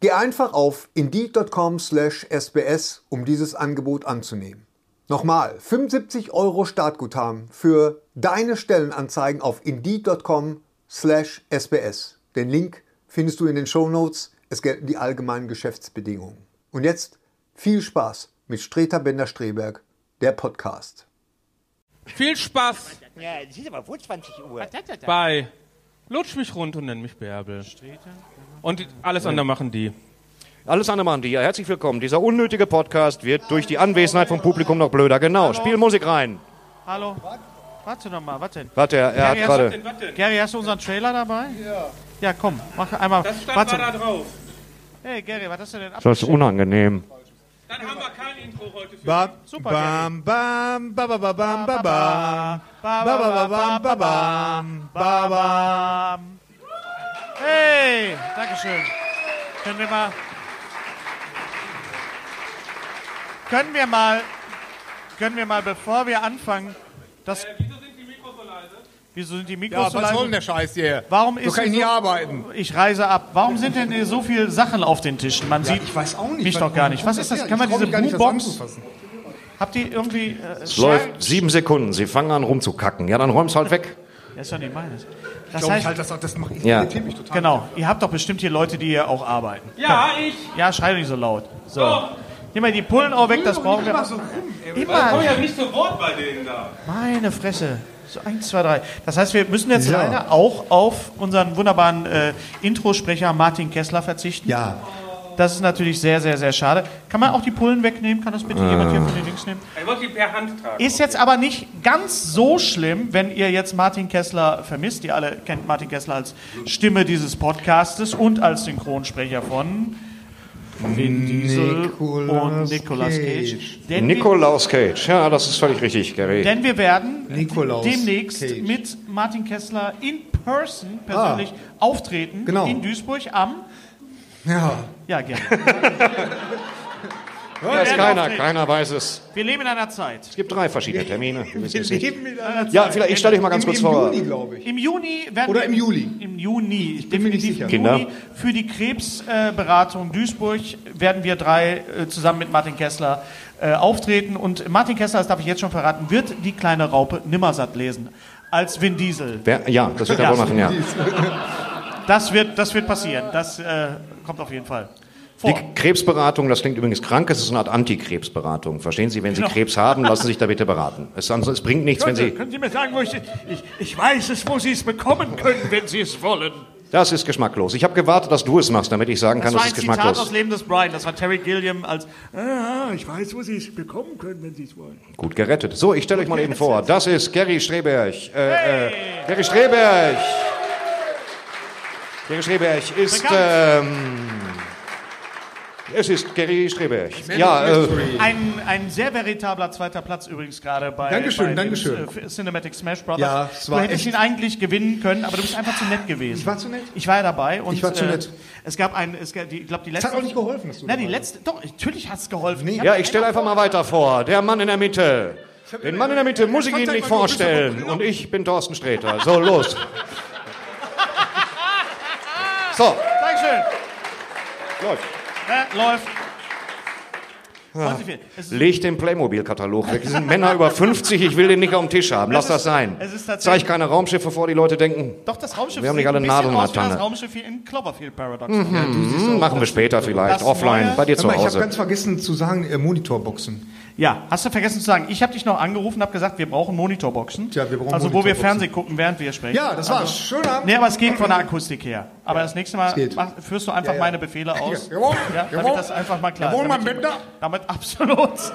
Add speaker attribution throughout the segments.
Speaker 1: Geh einfach auf indeed.com/sbs, um dieses Angebot anzunehmen. Nochmal, 75 Euro Startguthaben für deine Stellenanzeigen auf indeed.com/sbs. Den Link findest du in den Shownotes. Es gelten die allgemeinen Geschäftsbedingungen. Und jetzt viel Spaß mit Streter Bender-Streberg, der Podcast.
Speaker 2: Viel Spaß
Speaker 3: Ja, es ist aber wohl 20 Uhr.
Speaker 2: bei Lutsch mich rund und nenn mich Bärbel. Und alles andere machen die.
Speaker 4: Alles andere machen die. Ja, herzlich willkommen. Dieser unnötige Podcast wird durch die Anwesenheit vom Publikum noch blöder. Genau, spiel Musik rein.
Speaker 5: Hallo. Warte noch mal, warte.
Speaker 4: Warte, er, er hat
Speaker 5: Ja,
Speaker 4: gerade...
Speaker 5: Gary, hast du unseren Trailer dabei? Ja. Ja, komm, mach einmal.
Speaker 2: Das stand
Speaker 5: warte.
Speaker 2: da drauf.
Speaker 5: Hey, Gary, was hast du denn ab?
Speaker 4: Das ist unangenehm.
Speaker 2: Dann haben wir kein Intro heute für
Speaker 6: Bam,
Speaker 5: Super,
Speaker 6: bam, bam, ba, ba, ba, bam, ba, bam,
Speaker 5: Ba,
Speaker 6: ba, ba, ba, ba, bam, ba, bam.
Speaker 5: bam. Hey, Dankeschön. Können wir mal. Können wir mal. Können wir mal, bevor wir anfangen, das.
Speaker 2: Wieso sind die Mikros so leise?
Speaker 5: Wieso sind die
Speaker 6: Ja,
Speaker 5: Mikros so
Speaker 6: was soll denn
Speaker 5: leise?
Speaker 6: der Scheiß hier?
Speaker 5: Warum
Speaker 6: So
Speaker 5: ist
Speaker 6: kann ich
Speaker 5: es
Speaker 6: nie
Speaker 5: so-
Speaker 6: arbeiten.
Speaker 5: Ich reise ab. Warum sind denn hier so viele Sachen auf den Tischen? Man sieht mich doch gar nicht. Was ist das? Kann man diese Blue-Box? Habt ihr irgendwie... Äh,
Speaker 4: Es läuft sieben Sekunden. Sie fangen an rumzukacken. Ja, dann räum's halt weg.
Speaker 5: Das ist doch nicht meines. Das
Speaker 6: Das
Speaker 5: heißt,
Speaker 6: halt, das, das macht
Speaker 4: Ja.
Speaker 6: irritiert mich total.
Speaker 5: genau, ihr habt doch bestimmt hier Leute, die hier auch arbeiten.
Speaker 2: Ja, ich.
Speaker 5: Ja, schrei doch nicht so laut. So. Nimm mal die Pullen auch weg, das brauchen wir. Immer
Speaker 2: Ich komme ja nicht zu Wort bei denen da.
Speaker 5: Meine Fresse. So, eins, zwei, drei. Das heißt, wir müssen jetzt leider auch auf unseren wunderbaren äh, Introsprecher Martin Kessler verzichten.
Speaker 6: Ja.
Speaker 5: Das ist natürlich sehr, sehr, sehr schade. Kann man auch die Pullen wegnehmen? Kann das bitte jemand hier von den Links nehmen?
Speaker 2: Ich wollte die per Hand tragen.
Speaker 5: Ist jetzt aber nicht ganz so schlimm, wenn ihr jetzt Martin Kessler vermisst. Ihr alle kennt Martin Kessler als Stimme dieses Podcastes und als Synchronsprecher von Vin Diesel und Nicolas Cage. Denn
Speaker 4: Nikolaus Cage. Ja, das ist völlig richtig,
Speaker 5: wir,
Speaker 4: Gary.
Speaker 5: denn wir werden
Speaker 6: Nikolaus
Speaker 5: demnächst
Speaker 6: Cage.
Speaker 5: mit Martin Kessler in person persönlich auftreten
Speaker 6: Genau.
Speaker 5: in Duisburg am
Speaker 6: Ja.
Speaker 5: ja, gerne.
Speaker 4: Weiß keiner, keiner weiß es.
Speaker 5: Wir leben in einer Zeit.
Speaker 4: Es gibt drei verschiedene Termine. Wir wissen es nicht.
Speaker 6: Ganz
Speaker 4: Ja, vielleicht, ich stelle dich mal ganz kurz
Speaker 6: Im
Speaker 4: vor.
Speaker 6: Juni, glaube ich.
Speaker 5: Im Juni werden
Speaker 6: Oder
Speaker 5: wir-
Speaker 6: im Juli.
Speaker 5: Im Juni, ich
Speaker 6: bin mir nicht
Speaker 5: definitiv
Speaker 6: sicher.
Speaker 5: im
Speaker 4: Kinder.
Speaker 5: Juni. Für die Krebsberatung Duisburg werden wir drei äh, zusammen mit Martin Kessler äh, auftreten. Und Martin Kessler, das darf ich jetzt schon verraten, wird die kleine Raupe Nimmersatt lesen. Als Vin Diesel.
Speaker 4: Wer, ja, das wird er
Speaker 5: Ja.
Speaker 4: wohl machen, ja.
Speaker 5: Das wird, das wird passieren. Das äh, kommt auf jeden Fall vor.
Speaker 4: Die Krebsberatung, das klingt übrigens krank, es ist eine Art Antikrebsberatung. Verstehen Sie, wenn Sie
Speaker 5: Genau.
Speaker 4: Krebs haben, lassen Sie sich da bitte beraten. Es, ansonsten- es bringt nichts, wenn Sie...
Speaker 5: können Sie mir sagen, wo ich, ich, ich weiß es, wo Sie es bekommen können, wenn Sie es wollen.
Speaker 4: Das ist geschmacklos. Ich habe gewartet, dass du es machst, damit ich sagen
Speaker 5: Das
Speaker 4: kann,
Speaker 5: war
Speaker 4: das
Speaker 5: ein
Speaker 4: ist
Speaker 5: Zitat aus
Speaker 4: geschmacklos.
Speaker 5: Leben des Brian. Das war Terry Gilliam als
Speaker 7: Ah, ich weiß, wo Sie es bekommen können, wenn Sie es wollen.
Speaker 4: Gut gerettet. So, ich stelle euch mal eben vor. Das ist Gary Streberg. Äh, äh, Gary Streberg. Gary Streberg ist... Ähm, es ist Gary Streberg. Ja, äh,
Speaker 5: Ein, ein sehr veritabler zweiter Platz übrigens gerade bei,
Speaker 6: Dankeschön,
Speaker 5: bei den,
Speaker 6: Dankeschön.
Speaker 5: äh, Cinematic Smash Brothers.
Speaker 6: Ja, es war
Speaker 5: du hättest
Speaker 6: echt-
Speaker 5: ihn eigentlich gewinnen können, aber du bist einfach zu nett gewesen. Ich
Speaker 6: war zu nett?
Speaker 5: Ich war ja dabei. Und,
Speaker 6: Ich war zu nett.
Speaker 5: Äh, es gab ein, es gab, die, ich glaube die
Speaker 6: Es
Speaker 5: letzte.
Speaker 6: hat auch nicht geholfen, dass du
Speaker 5: Nein, die
Speaker 6: dabei
Speaker 5: letzte. Doch, natürlich hat es geholfen. Ich hab
Speaker 4: ja, ich stelle einfach mal weiter vor. Der Mann in der Mitte. Den Mann in der Mitte muss ich Ihnen nicht vorstellen. Und ich bin Thorsten Sträter. So, los. So,
Speaker 5: Dankeschön.
Speaker 4: läuft.
Speaker 5: Ja, Äh, läuft. Weiß nicht viel. Es ist-
Speaker 4: Leg den Playmobil-Katalog weg. Das sind Männer über 50, ich will den nicht auf dem Tisch haben. Lass
Speaker 5: Es ist-
Speaker 4: das sein.
Speaker 5: es ist tatsächlich-
Speaker 4: Zeig keine Raumschiffe vor, die Leute denken,
Speaker 5: Doch, das Raumschiff
Speaker 4: Wir haben nicht
Speaker 5: sieht
Speaker 4: alle
Speaker 5: ein bisschen
Speaker 4: Nadeln in der
Speaker 5: aus wie das
Speaker 4: Tanne.
Speaker 5: Raumschiff hier in Cloverfield Paradox.
Speaker 4: hm, machen wir später vielleicht,
Speaker 5: Das
Speaker 4: offline,
Speaker 5: Neue-
Speaker 4: bei dir
Speaker 6: Hör
Speaker 4: zu
Speaker 6: mal, ich habe
Speaker 4: Hause.
Speaker 6: ganz vergessen zu sagen, äh, Monitorboxen.
Speaker 5: Ja, hast du vergessen zu sagen, ich habe dich noch angerufen, habe gesagt, wir brauchen Monitorboxen.
Speaker 6: Tja, wir brauchen
Speaker 5: also wo wir
Speaker 6: Monitorboxen.
Speaker 5: Fernsehen gucken, während wir sprechen.
Speaker 6: Ja, das war's. Schönen Abend.
Speaker 5: Nee, aber es geht von der Akustik her. Aber das nächste Mal
Speaker 6: geht.
Speaker 5: mach, führst du einfach
Speaker 6: ja.
Speaker 5: meine Befehle aus.
Speaker 6: Jawohl,
Speaker 5: ja, damit
Speaker 6: jawohl.
Speaker 5: das einfach mal klar
Speaker 6: Jawohl,
Speaker 5: ist.
Speaker 6: mein
Speaker 5: Damit,
Speaker 6: Binder.
Speaker 5: damit absolut,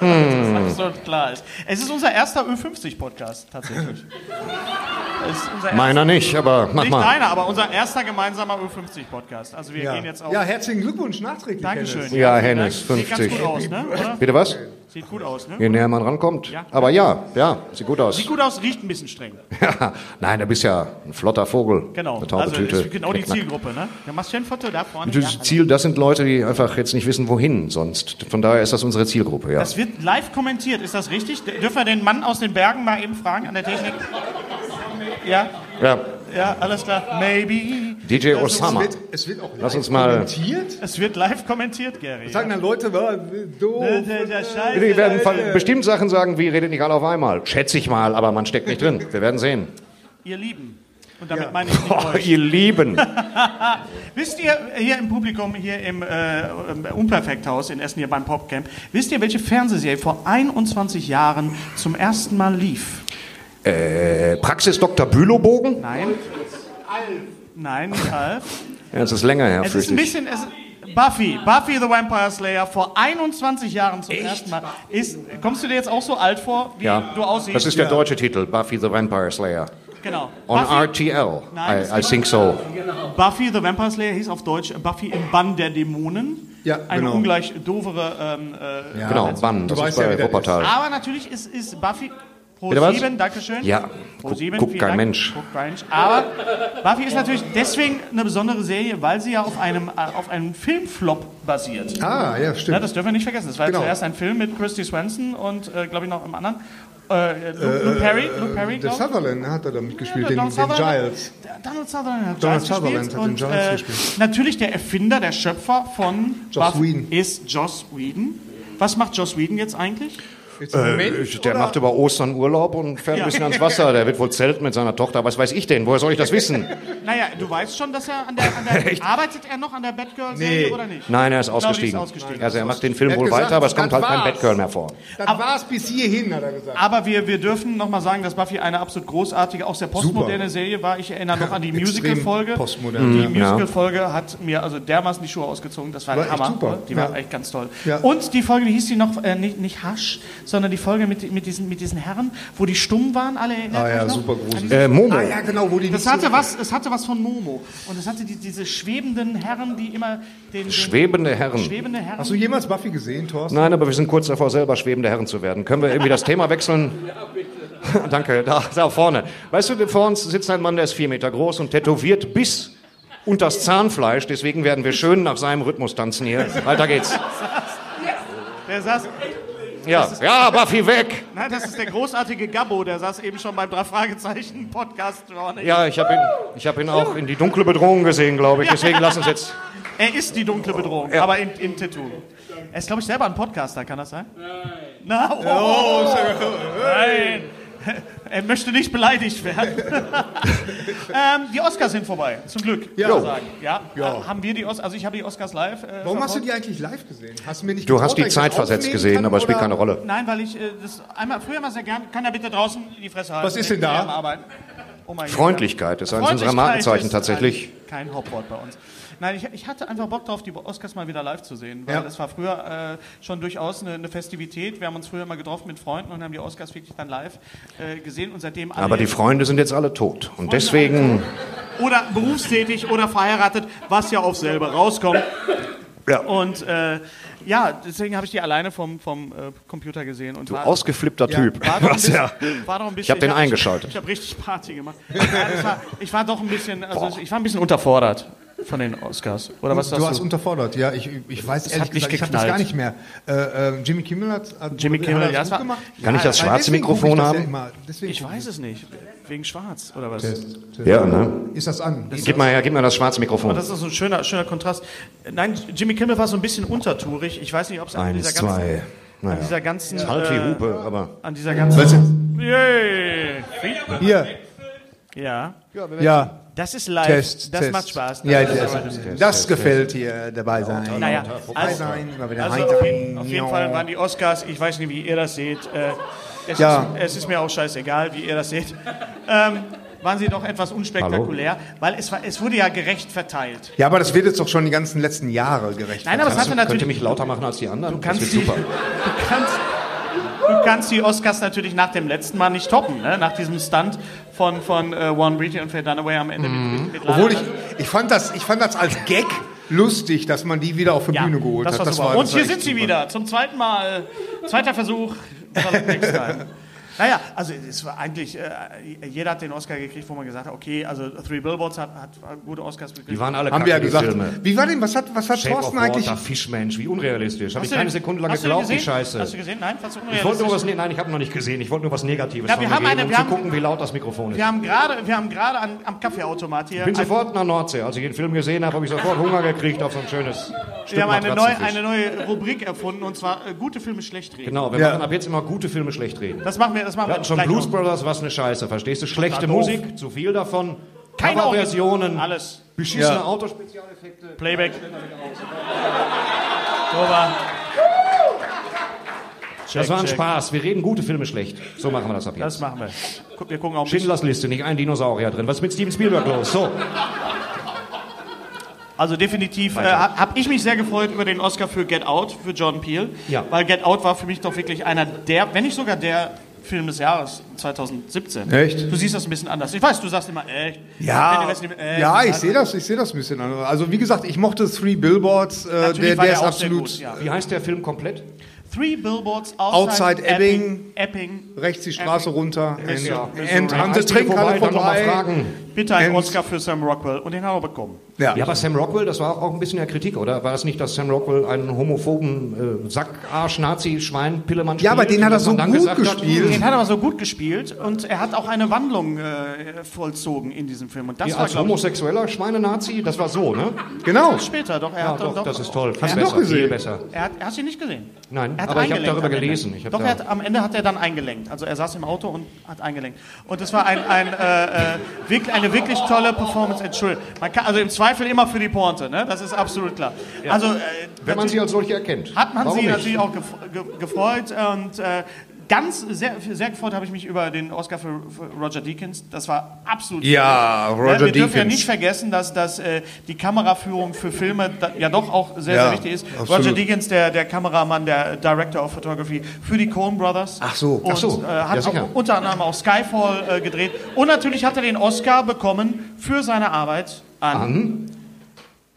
Speaker 4: Hm.
Speaker 5: damit das absolut klar ist. Es ist unser erster Ö50-Podcast tatsächlich. es ist unser erster,
Speaker 4: Meiner nicht, aber mach
Speaker 5: nicht
Speaker 4: mal.
Speaker 5: deiner, aber unser erster gemeinsamer Ö50-Podcast. Also wir gehen jetzt auf.
Speaker 6: Ja, herzlichen Glückwunsch nachträglich.
Speaker 5: Dankeschön.
Speaker 6: Dennis.
Speaker 4: Ja, Hennes,
Speaker 5: Sieht ganz
Speaker 4: 50.
Speaker 5: gut aus, ne? Oder?
Speaker 4: Bitte was?
Speaker 5: Sieht gut aus, ne?
Speaker 4: Je näher man rankommt.
Speaker 5: Ja.
Speaker 4: Aber ja, ja, sieht gut aus.
Speaker 5: Sieht gut aus, riecht ein bisschen streng.
Speaker 4: Ja. Nein, du bist ja ein flotter Vogel.
Speaker 5: Genau.
Speaker 4: Eine taube
Speaker 5: also
Speaker 4: Tüte.
Speaker 5: ist genau die
Speaker 4: Knickknack.
Speaker 5: Zielgruppe, ne? Dann machst du ein Foto da vorne. Ja,
Speaker 4: Das Ziel, das sind Leute, die einfach jetzt nicht wissen, wohin sonst. Von daher ist das unsere Zielgruppe, ja.
Speaker 5: Das wird live kommentiert, ist das richtig? D- Dürfen wir den Mann aus den Bergen mal eben fragen an der Technik? Ja,
Speaker 4: ja.
Speaker 5: ja, alles klar. Maybe.
Speaker 4: DJ Osama.
Speaker 6: Es wird, es wird auch
Speaker 4: Lass
Speaker 6: live
Speaker 4: uns mal-
Speaker 6: kommentiert.
Speaker 5: Es wird live kommentiert, Gary.
Speaker 6: Sagen dann Leute, war doof.
Speaker 5: Der- der- der Scheiße,
Speaker 4: Die werden
Speaker 5: Leute.
Speaker 4: von- bestimmt Sachen sagen, wie redet nicht alle auf einmal. Schätze ich mal, aber man steckt nicht drin. Wir werden sehen.
Speaker 5: Ihr Lieben. Und damit meine ich nicht
Speaker 4: Boah,
Speaker 5: euch.
Speaker 4: ihr Lieben.
Speaker 5: Wisst ihr, hier im Publikum, hier im äh, im Unperfekthaus in Essen, hier beim Popcamp, wisst ihr, welche Fernsehserie vor 21 Jahren zum ersten Mal lief?
Speaker 4: Äh, Praxis Dr. Bülowbogen?
Speaker 5: Nein. Nein, nicht Alf.
Speaker 4: Ja, das ist länger her,
Speaker 5: Es ist
Speaker 4: fürchte
Speaker 5: ein
Speaker 4: ich.
Speaker 5: bisschen. Es, Buffy, Buffy the Vampire Slayer vor 21 Jahren zum ersten Mal. Ist, kommst du dir jetzt auch so alt vor, wie
Speaker 4: Ja.
Speaker 5: du aussiehst?
Speaker 4: Das ist der deutsche Titel, Buffy the Vampire Slayer.
Speaker 5: genau.
Speaker 4: On
Speaker 5: Buffy,
Speaker 4: RTL.
Speaker 5: Nein, das Genau.
Speaker 4: I, I think so.
Speaker 5: Buffy the Vampire Slayer hieß auf Deutsch Buffy im Bann der Dämonen.
Speaker 6: Ja,
Speaker 5: Eine
Speaker 6: genau.
Speaker 5: ungleich doofere. Ähm, äh,
Speaker 4: Genau, Bann. Das
Speaker 6: Du
Speaker 4: ist
Speaker 6: weißt ja,
Speaker 4: bei
Speaker 6: wie das
Speaker 4: Wuppertal.
Speaker 5: Aber natürlich ist, ist Buffy. Pro
Speaker 4: Bitte was?
Speaker 5: 7, Dankeschön.
Speaker 4: Ja,
Speaker 5: Pro
Speaker 4: guck-
Speaker 5: 7,
Speaker 4: guckt
Speaker 5: vielen
Speaker 4: kein
Speaker 5: Dank.
Speaker 4: Mensch.
Speaker 5: Guckt kein Mensch. Aber Buffy ist natürlich deswegen eine besondere Serie, weil sie ja auf einem, äh, auf einem Filmflop basiert.
Speaker 6: Ah, ja, stimmt.
Speaker 5: Ja, das dürfen wir nicht vergessen. Es war
Speaker 6: Genau.
Speaker 5: zuerst ein Film mit Christy Swanson und, äh, glaube ich, noch einem anderen. Äh, Luke, Luke Perry, Luke Perry,
Speaker 6: der
Speaker 5: glaub ich.
Speaker 6: Sutherland hat er damit gespielt,
Speaker 5: Ja,
Speaker 6: den, den
Speaker 5: Donald Sutherland-
Speaker 6: Giles.
Speaker 5: Der- Donald Sutherland hat
Speaker 6: Donald
Speaker 5: Giles
Speaker 6: Sutherland
Speaker 5: gespielt.
Speaker 6: hat den
Speaker 5: und,
Speaker 6: Giles
Speaker 5: äh,
Speaker 6: gespielt.
Speaker 5: Natürlich der Erfinder, der Schöpfer von
Speaker 6: Joss
Speaker 5: Buffy
Speaker 6: Whedon.
Speaker 5: ist Joss Whedon. Was macht Joss Whedon jetzt eigentlich?
Speaker 6: Jetzt ein Mensch,
Speaker 4: Äh, Der
Speaker 6: oder?
Speaker 4: macht über Ostern Urlaub und fährt ein bisschen ans Wasser. Der wird wohl zelten mit seiner Tochter. Was weiß ich denn? Woher soll ich das wissen?
Speaker 5: Naja, du weißt schon, dass er an der, an der arbeitet er noch an der Batgirl-Serie
Speaker 6: Nee.
Speaker 5: oder nicht?
Speaker 4: Nein, er ist
Speaker 5: glaube, Genau, die ist
Speaker 4: ausgestiegen.
Speaker 5: ausgestiegen.
Speaker 4: Also er macht den Film
Speaker 6: Er hat
Speaker 4: wohl
Speaker 6: gesagt,
Speaker 4: weiter, aber es kommt
Speaker 6: das
Speaker 4: halt kein
Speaker 6: war's.
Speaker 4: Batgirl mehr vor.
Speaker 6: Das war's bis hierhin, hat er gesagt.
Speaker 5: Aber wir, wir dürfen nochmal sagen, dass Buffy eine absolut großartige, auch sehr postmoderne Serie war. Ich erinnere noch an die
Speaker 6: Extrem
Speaker 5: Musical-Folge.
Speaker 6: postmodern,
Speaker 4: Mhm.
Speaker 5: Die
Speaker 6: ja.
Speaker 5: Musical-Folge hat mir also dermaßen die Schuhe ausgezogen. Das war,
Speaker 6: War
Speaker 5: ein
Speaker 6: echt
Speaker 5: Hammer.
Speaker 6: super,
Speaker 5: Die
Speaker 6: ja.
Speaker 5: war echt ganz toll.
Speaker 6: Ja.
Speaker 5: Und die Folge, wie hieß die noch? Äh, nicht, nicht Hasch, sondern die Folge mit, mit, diesen, mit diesen Herren, wo die stumm waren, alle erinnert
Speaker 6: ah
Speaker 5: euch
Speaker 6: ja,
Speaker 5: noch?
Speaker 6: super gruselig.
Speaker 4: Äh, Momo.
Speaker 6: Ah ja, genau, wo die
Speaker 5: Das
Speaker 6: nicht so-
Speaker 5: hatte, was, es hatte was von Momo. Und es hatte die, diese schwebenden Herren, die immer den. den
Speaker 4: Schwebende Herren.
Speaker 5: schwebende Herren.
Speaker 6: Hast du jemals Buffy gesehen, Thorsten?
Speaker 4: Nein, aber wir sind kurz davor, selber schwebende Herren zu werden. Können wir irgendwie das Thema wechseln? Danke, da, da vorne. Weißt du, vor uns sitzt ein Mann, der ist vier Meter groß und tätowiert bis unter das Zahnfleisch. Deswegen werden wir schön nach seinem Rhythmus tanzen hier. Weiter geht's.
Speaker 5: Der saß,
Speaker 4: Ja, ja Buffy, weg!
Speaker 5: nein, das ist der großartige Gabbo, der saß eben schon beim Drei-Fragezeichen-Podcast vorne.
Speaker 4: Ja, ich habe ihn, ich hab ihn auch in die dunkle Bedrohung gesehen, glaube ich. Deswegen lass uns jetzt...
Speaker 5: Er ist die dunkle Bedrohung, aber in, in Tattoo. Er ist, glaube ich, selber ein Podcaster, kann das sein? Nein. Na, oh, nein. Er möchte nicht beleidigt werden. ähm, die Oscars sind vorbei, zum Glück. Ja.
Speaker 4: Jo.
Speaker 5: Sagen. ja? Äh, Haben wir die Oscars? Also ich habe die Oscars live. äh,
Speaker 6: Warum hast du
Speaker 5: verfolgt.
Speaker 6: die eigentlich live gesehen? Hast du mir nicht
Speaker 4: Du
Speaker 6: getraut,
Speaker 4: hast die
Speaker 6: dass ich
Speaker 4: Zeit
Speaker 6: das
Speaker 4: versetzt
Speaker 6: aufnehmen
Speaker 4: gesehen,
Speaker 6: kann,
Speaker 4: aber spielt
Speaker 6: oder?
Speaker 4: keine Rolle.
Speaker 5: Nein, weil ich äh, das einmal früher mal sehr gern. Kann er bitte draußen die Fresse halten?
Speaker 6: Was ist denn
Speaker 5: wenn wir
Speaker 6: da?
Speaker 5: am Arbeiten- Oh mein Gott.
Speaker 4: Freundlichkeit ist eines unserer
Speaker 5: Freundlichkeit
Speaker 4: Markenzeichen
Speaker 5: ist
Speaker 4: tatsächlich.
Speaker 5: ein- Kein Hauptwort bei uns. Nein, ich, ich hatte einfach Bock drauf, die Oscars mal wieder live zu sehen, weil
Speaker 6: Ja.
Speaker 5: das war früher äh, schon durchaus eine, eine Festivität. Wir haben uns früher mal getroffen mit Freunden und haben die Oscars wirklich dann live äh, gesehen und seitdem alle
Speaker 4: Aber die Freunde sind jetzt alle tot. Und deswegen...
Speaker 5: oder berufstätig oder verheiratet, was ja auf selber rauskommt.
Speaker 4: Ja.
Speaker 5: Und äh, ja, deswegen habe ich die alleine vom, vom äh, Computer gesehen und
Speaker 4: Du
Speaker 5: war,
Speaker 4: ausgeflippter Typ.
Speaker 5: War doch ein
Speaker 4: Was,
Speaker 5: bisschen,
Speaker 4: ja.
Speaker 5: war doch ein bisschen,
Speaker 4: Ich habe den
Speaker 5: hab-
Speaker 4: eingeschaltet.
Speaker 5: Ich habe richtig Party gemacht. Ja, das war, ich war doch ein bisschen, also ich war ein bisschen unterfordert von den Oscars. Oder was
Speaker 6: Du
Speaker 5: sagst
Speaker 6: hast unterfordert, ja. Ich, ich weiß ehrlich
Speaker 5: hat nicht
Speaker 6: gesagt, ich habe das gar
Speaker 5: geknallt.
Speaker 6: nicht mehr. Äh, äh, Jimmy Kimmel hat, hat
Speaker 5: Jimmy
Speaker 6: hat
Speaker 5: Kimmel,
Speaker 6: das
Speaker 5: ja,
Speaker 6: gut
Speaker 5: es war-
Speaker 6: gemacht.
Speaker 4: Kann ich das
Speaker 6: Ja,
Speaker 4: schwarze
Speaker 6: deswegen gucke ich
Speaker 4: Mikrofon
Speaker 6: das ja
Speaker 4: haben?
Speaker 6: immer. Deswegen
Speaker 5: Ich
Speaker 6: gucke
Speaker 5: weiß es nicht. Wegen Schwarz oder was?
Speaker 6: das.
Speaker 4: Ja, ne?
Speaker 6: Ist das an? Ist
Speaker 4: Gib mal her, gib mal das schwarze Mikrofon.
Speaker 5: Das ist so ein schöner, schöner Kontrast. Nein, Jimmy Kimmel war so ein bisschen untertourig. Ich weiß nicht, ob es an dieser
Speaker 4: Eins,
Speaker 5: ganzen...
Speaker 4: zwei.
Speaker 5: An dieser ganzen...
Speaker 4: Halt die
Speaker 5: äh,
Speaker 4: Hupe, aber.
Speaker 6: Äh.
Speaker 5: An dieser ganzen... Yay!
Speaker 6: Hier.
Speaker 5: Ja.
Speaker 1: Ja,
Speaker 5: Das ist live.
Speaker 1: Tests,
Speaker 5: das
Speaker 1: Tests.
Speaker 5: macht Spaß.
Speaker 1: Ja,
Speaker 5: das ist
Speaker 1: das,
Speaker 5: aber-
Speaker 1: das, gefällt hier dabei sein.
Speaker 5: Naja,
Speaker 6: High
Speaker 5: also,
Speaker 6: sein, immer wieder
Speaker 5: also
Speaker 6: high
Speaker 5: auf,
Speaker 6: sein.
Speaker 5: jeden, auf jeden Fall waren die Oscars, ich weiß nicht, wie ihr das seht. Äh, es,
Speaker 1: Ja.
Speaker 5: ist, es ist mir auch scheißegal, wie ihr das seht. Ähm, waren sie doch etwas unspektakulär, weil es, war, es wurde ja gerecht verteilt.
Speaker 1: Ja, aber das wird jetzt doch schon die ganzen letzten Jahre gerecht.
Speaker 5: Nein, aber es hatte
Speaker 4: Könnt
Speaker 5: natürlich
Speaker 4: ihr mich lauter machen als die anderen?
Speaker 5: Du kannst,
Speaker 4: das
Speaker 5: die,
Speaker 4: wird
Speaker 5: du,
Speaker 4: super.
Speaker 5: kannst, du kannst die Oscars natürlich nach dem letzten Mal nicht toppen, ne? nach diesem Stunt von, von äh, Warren Beatty und Faye Dunaway am Ende mit, mit, mit Lana.
Speaker 1: Obwohl ich,
Speaker 5: Del Rey.
Speaker 1: ich, fand das, ich fand das als Gag lustig, dass man die wieder auf die
Speaker 5: ja,
Speaker 1: Bühne geholt
Speaker 5: das
Speaker 1: hat.
Speaker 5: war super. und
Speaker 1: das
Speaker 5: hier
Speaker 1: echt
Speaker 5: sind sie
Speaker 1: super.
Speaker 5: wieder, zum zweiten Mal. Zweiter Versuch. Next time. Naja, also es war eigentlich, äh, jeder hat den Oscar gekriegt, wo man gesagt hat, okay, also Three Billboards hat, hat gute Oscars gekriegt.
Speaker 4: Die waren alle
Speaker 1: Haben
Speaker 4: kacke,
Speaker 1: wir ja
Speaker 4: die
Speaker 1: gesagt.
Speaker 4: Filme.
Speaker 1: Wie war denn, was hat, was hat
Speaker 4: Shape of
Speaker 1: Thorsten eigentlich?
Speaker 4: Water, Fischmensch, wie unrealistisch. Habe ich
Speaker 5: Hast du-
Speaker 4: keine Sekunde lang
Speaker 5: hast du
Speaker 4: geglaubt, die
Speaker 5: gesehen?
Speaker 4: Scheiße.
Speaker 5: Hast du gesehen? Nein, fandst du
Speaker 4: Ich wollte
Speaker 5: unrealistisch?
Speaker 4: nur was, nee, nein, ich habe noch nicht gesehen. Ich wollte nur was Negatives
Speaker 5: Ja,
Speaker 4: von
Speaker 5: wir
Speaker 4: mir
Speaker 5: haben
Speaker 4: geben,
Speaker 5: eine-
Speaker 4: um
Speaker 5: wir
Speaker 4: zu
Speaker 5: haben-
Speaker 4: gucken, wie laut das Mikrofon ist.
Speaker 5: Wir haben gerade, wir haben gerade an, am Kaffeeautomat hier.
Speaker 4: Ich bin
Speaker 5: ein-
Speaker 4: sofort nach Nordsee. Als ich den Film gesehen habe, habe ich sofort Hunger gekriegt auf so ein schönes Stück
Speaker 5: Wir haben eine neue,
Speaker 4: Matratzenfisch.
Speaker 5: eine neue Rubrik erfunden und zwar äh, gute Filme schlecht reden.
Speaker 4: Genau, wir
Speaker 1: Ja.
Speaker 4: machen ab jetzt immer gute Filme schlecht reden.
Speaker 5: Das machen wir, das machen
Speaker 4: Wir
Speaker 5: wir.
Speaker 4: hatten schon
Speaker 5: gleich
Speaker 4: Blues
Speaker 5: noch.
Speaker 4: Brothers, was eine Scheiße, verstehst du? Schlechte
Speaker 5: Total doof.
Speaker 4: Musik, zu viel davon,
Speaker 5: Keine
Speaker 4: Coverversionen,
Speaker 5: Alles.
Speaker 4: beschissene
Speaker 1: Ja.
Speaker 4: Autos.
Speaker 5: Playback. Dober.
Speaker 4: Das war ein
Speaker 5: check.
Speaker 4: Spaß. Wir reden gute Filme schlecht. So machen wir das ab jetzt.
Speaker 5: Das machen wir. Guck, wir gucken auch ein bisschen.
Speaker 4: Schindlers Liste, nicht ein Dinosaurier drin. Was ist mit Steven Spielberg los? So,
Speaker 5: Also definitiv äh,
Speaker 4: Weiter.
Speaker 5: habe ich mich sehr gefreut über den Oscar für Get Out, für John Peel.
Speaker 4: Ja.
Speaker 5: Weil Get Out war für mich doch wirklich einer der, wenn nicht sogar der Film des Jahres 2017.
Speaker 1: Echt?
Speaker 5: Du siehst das ein bisschen anders. Ich weiß, du sagst immer echt. Wenn du äh,
Speaker 1: Ja,
Speaker 5: das nicht-
Speaker 4: äh,
Speaker 5: echt.
Speaker 1: ja, ich sehe das, ich sehe das ein bisschen anders. Also wie gesagt, ich mochte Three Billboards, äh,
Speaker 5: Natürlich
Speaker 1: der,
Speaker 5: war
Speaker 1: der ist
Speaker 5: auch sehr
Speaker 1: absolut
Speaker 5: gut, ja.
Speaker 4: wie heißt der Film komplett?
Speaker 5: Three Billboards outside,
Speaker 1: Outside Ebbing.
Speaker 5: Epping.
Speaker 1: rechts die Straße runter.
Speaker 4: Ja.
Speaker 1: And, and the
Speaker 4: Heißt die vorbei,
Speaker 1: Trinkhalle
Speaker 4: dann noch mal
Speaker 1: vorbei.
Speaker 4: fragen.
Speaker 5: Bitte einen
Speaker 1: And-
Speaker 5: Oscar für Sam Rockwell und den haben wir bekommen.
Speaker 4: Ja, aber Sam Rockwell, das war auch ein bisschen der Kritik, oder? War es nicht, dass Sam Rockwell einen homophoben äh, Sackarsch, Nazi, Schwein, Pillemann spielt?
Speaker 1: Ja, aber den hat er
Speaker 4: dass man
Speaker 1: so
Speaker 4: dann
Speaker 1: gut
Speaker 4: gesagt
Speaker 1: gespielt.
Speaker 5: Den hat er aber so gut gespielt und er hat auch eine Wandlung äh, vollzogen in diesem Film. Und das
Speaker 4: Hat,
Speaker 5: war,
Speaker 4: als
Speaker 5: glaube ich,
Speaker 4: homosexueller Schweine-Nazi, das war so, ne?
Speaker 1: Genau.
Speaker 5: später. Doch, er
Speaker 4: Ja,
Speaker 5: hat dann
Speaker 4: doch,
Speaker 5: doch,
Speaker 4: das ist toll. Viel
Speaker 1: du doch
Speaker 4: besser, viel
Speaker 1: gesehen?
Speaker 4: besser.
Speaker 5: Er hat, er hat sie nicht gesehen.
Speaker 4: Nein,
Speaker 5: er hat
Speaker 4: aber ich habe
Speaker 5: eingelenkt
Speaker 4: darüber
Speaker 5: am Ende.
Speaker 4: gelesen. Ich hab
Speaker 5: doch,
Speaker 4: da,
Speaker 5: er hat, am Ende hat er dann eingelenkt. Also er saß im Auto und hat eingelenkt. Und es war ein, ein, äh, äh, wirklich, eine wirklich tolle Performance. Entschuldigung. Man kann, also im Zweifel immer für die Pointe, ne? das ist absolut klar. Also äh,
Speaker 4: wenn man sie als solche erkennt.
Speaker 5: hat man
Speaker 4: Warum
Speaker 5: sie
Speaker 4: nicht?
Speaker 5: natürlich auch gef- ge- gefreut und äh, ganz sehr, sehr gefreut habe ich mich über den Oscar für, für Roger Deakins. Das war absolut
Speaker 1: Ja,
Speaker 5: Ne,
Speaker 1: Roger
Speaker 5: wir dürfen ja nicht
Speaker 1: Deakins.
Speaker 5: vergessen, dass, dass äh, die Kameraführung für Filme da, ja doch auch sehr,
Speaker 1: Ja,
Speaker 5: sehr wichtig ist.
Speaker 1: absolut.
Speaker 5: Roger Deakins, der, der Kameramann, der Director of Photography für die Coen Brothers.
Speaker 1: Ach so.
Speaker 5: und,
Speaker 4: Ach so.
Speaker 5: Äh,
Speaker 4: Ja,
Speaker 5: hat
Speaker 4: sicher.
Speaker 5: auch, unter anderem auch Skyfall äh, gedreht. Und natürlich hat er den Oscar bekommen für seine Arbeit an,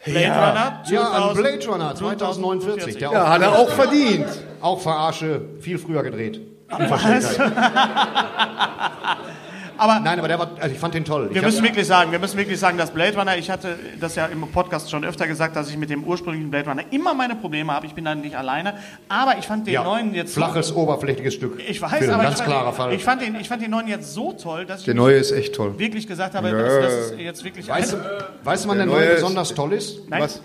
Speaker 5: Blade Runner.
Speaker 4: Ja, an
Speaker 5: 2000
Speaker 4: Blade Runner 2049. Der
Speaker 1: Ja,
Speaker 4: auch,
Speaker 1: hat er auch verdient.
Speaker 4: auch Verarsche viel früher gedreht.
Speaker 5: Aber
Speaker 4: Nein, aber der war, also ich fand den toll.
Speaker 5: Wir
Speaker 4: ich hab-
Speaker 5: müssen wirklich sagen, wir müssen wirklich sagen, dass Blade Runner, ich hatte das ja im Podcast schon öfter gesagt, dass ich mit dem ursprünglichen Blade Runner immer meine Probleme habe. Ich bin da nicht alleine. Aber ich fand den
Speaker 4: ja,
Speaker 5: neuen jetzt.
Speaker 4: flaches, oberflächliches Stück.
Speaker 5: ich weiß,
Speaker 4: Film,
Speaker 5: aber
Speaker 4: ganz
Speaker 5: ich, fand,
Speaker 4: klarer Fall.
Speaker 5: Ich, fand den, ich fand den neuen jetzt so toll, dass ich
Speaker 1: Der neue ist echt toll.
Speaker 5: wirklich gesagt habe, dass das ist jetzt wirklich.
Speaker 4: weißt, du, weißt du, wann der,
Speaker 1: Der
Speaker 4: neue
Speaker 1: neue ist-
Speaker 4: besonders toll ist?
Speaker 5: Äh, Nein,
Speaker 1: Was?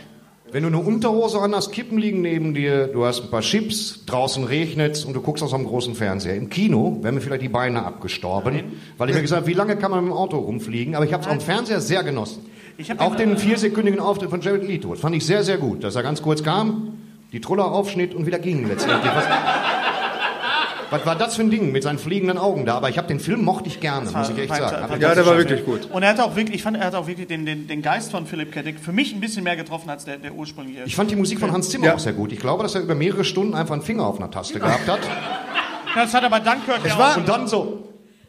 Speaker 4: Wenn du eine Unterhose an hast, Kippen liegen neben dir, du hast ein paar Chips, draußen regnet und du guckst aus einem großen Fernseher. Im Kino wären mir vielleicht die Beine abgestorben, weil ich mir gesagt habe, wie lange kann man mit dem Auto rumfliegen? Aber ich habe es am Fernseher sehr genossen.
Speaker 5: Ich hab
Speaker 4: Auch
Speaker 5: den-
Speaker 4: den viersekündigen Auftritt von Jared Leto. Das fand ich sehr, sehr gut, dass er ganz kurz kam, die Troller aufschnitt und wieder ging letztendlich. Was, was war das für ein Ding mit seinen fliegenden Augen da? Aber ich habe den Film mochte ich gerne, muss ich echt
Speaker 5: Fand-
Speaker 4: sagen.
Speaker 5: fand-
Speaker 4: Hab ich
Speaker 1: Ja, der war
Speaker 5: Schauspiel.
Speaker 1: wirklich gut.
Speaker 5: Und er hat auch wirklich, ich fand, er hat auch wirklich den, den, den Geist von Philipp K. Dick für mich ein bisschen mehr getroffen als der, der ursprüngliche.
Speaker 4: Ich fand die Musik von Hans Zimmer
Speaker 1: Ja.
Speaker 4: auch sehr gut. Ich glaube, dass er über mehrere Stunden einfach einen Finger auf einer Taste gehabt hat.
Speaker 5: das hat aber Dunkirk ja
Speaker 1: war-
Speaker 5: auch.
Speaker 4: Und dann so.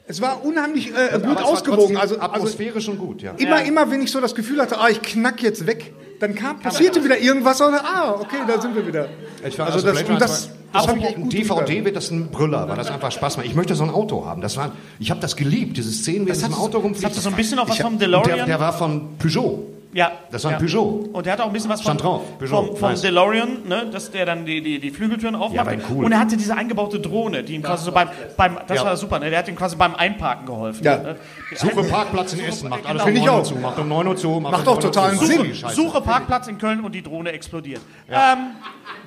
Speaker 1: Es war unheimlich äh,
Speaker 4: Aber
Speaker 1: gut
Speaker 4: es war
Speaker 1: ausgewogen.
Speaker 4: trotzdem
Speaker 1: Also, also
Speaker 4: atmosphärisch und gut, ja.
Speaker 1: immer, immer, wenn ich so das Gefühl hatte, ah, ich knack jetzt weg, dann kam, passierte wieder irgendwas. Und, ah, okay, da sind wir wieder.
Speaker 4: Ich fand,
Speaker 1: Also das,
Speaker 4: Blade
Speaker 1: und
Speaker 4: Runner
Speaker 1: das,
Speaker 4: war-
Speaker 1: das
Speaker 4: auf
Speaker 1: fand ich echt
Speaker 4: einem
Speaker 1: gut.
Speaker 4: DVD wird das ein Brüller, weil das einfach Spaß macht. Ich möchte so ein Auto haben. Das war, ich habe das geliebt, diese Szenen, wie das im Auto
Speaker 5: Das
Speaker 4: rumfliegt.
Speaker 5: hatte so ein bisschen auch was
Speaker 4: Ich hab-
Speaker 5: vom DeLorean.
Speaker 4: Der, der war von Peugeot.
Speaker 5: Ja.
Speaker 4: Das war ein
Speaker 5: ja.
Speaker 4: Peugeot.
Speaker 5: Und er hat auch ein bisschen was
Speaker 4: Stand
Speaker 5: von,
Speaker 4: drauf, Peugeot,
Speaker 5: vom, vom
Speaker 4: nice.
Speaker 5: DeLorean, ne, dass der dann die, die, die Flügeltüren aufmacht.
Speaker 4: aber cool.
Speaker 5: Und er hatte diese eingebaute Drohne, die ihm quasi so beim, beim das war super, ne, der hat ihm quasi beim Einparken geholfen.
Speaker 6: Ja.
Speaker 5: Ne?
Speaker 4: Suche Parkplatz in Essen, macht alles
Speaker 6: Finde
Speaker 4: um
Speaker 6: ich
Speaker 4: 9 Uhr
Speaker 6: auch.
Speaker 4: zu, macht um 9 Uhr zu. Macht, um
Speaker 6: doch
Speaker 4: 9 Uhr
Speaker 6: totalen
Speaker 4: zu.
Speaker 6: Sinn.
Speaker 4: Suche die Scheiße.
Speaker 5: Suche Parkplatz in Köln und die Drohne explodiert. Ähm,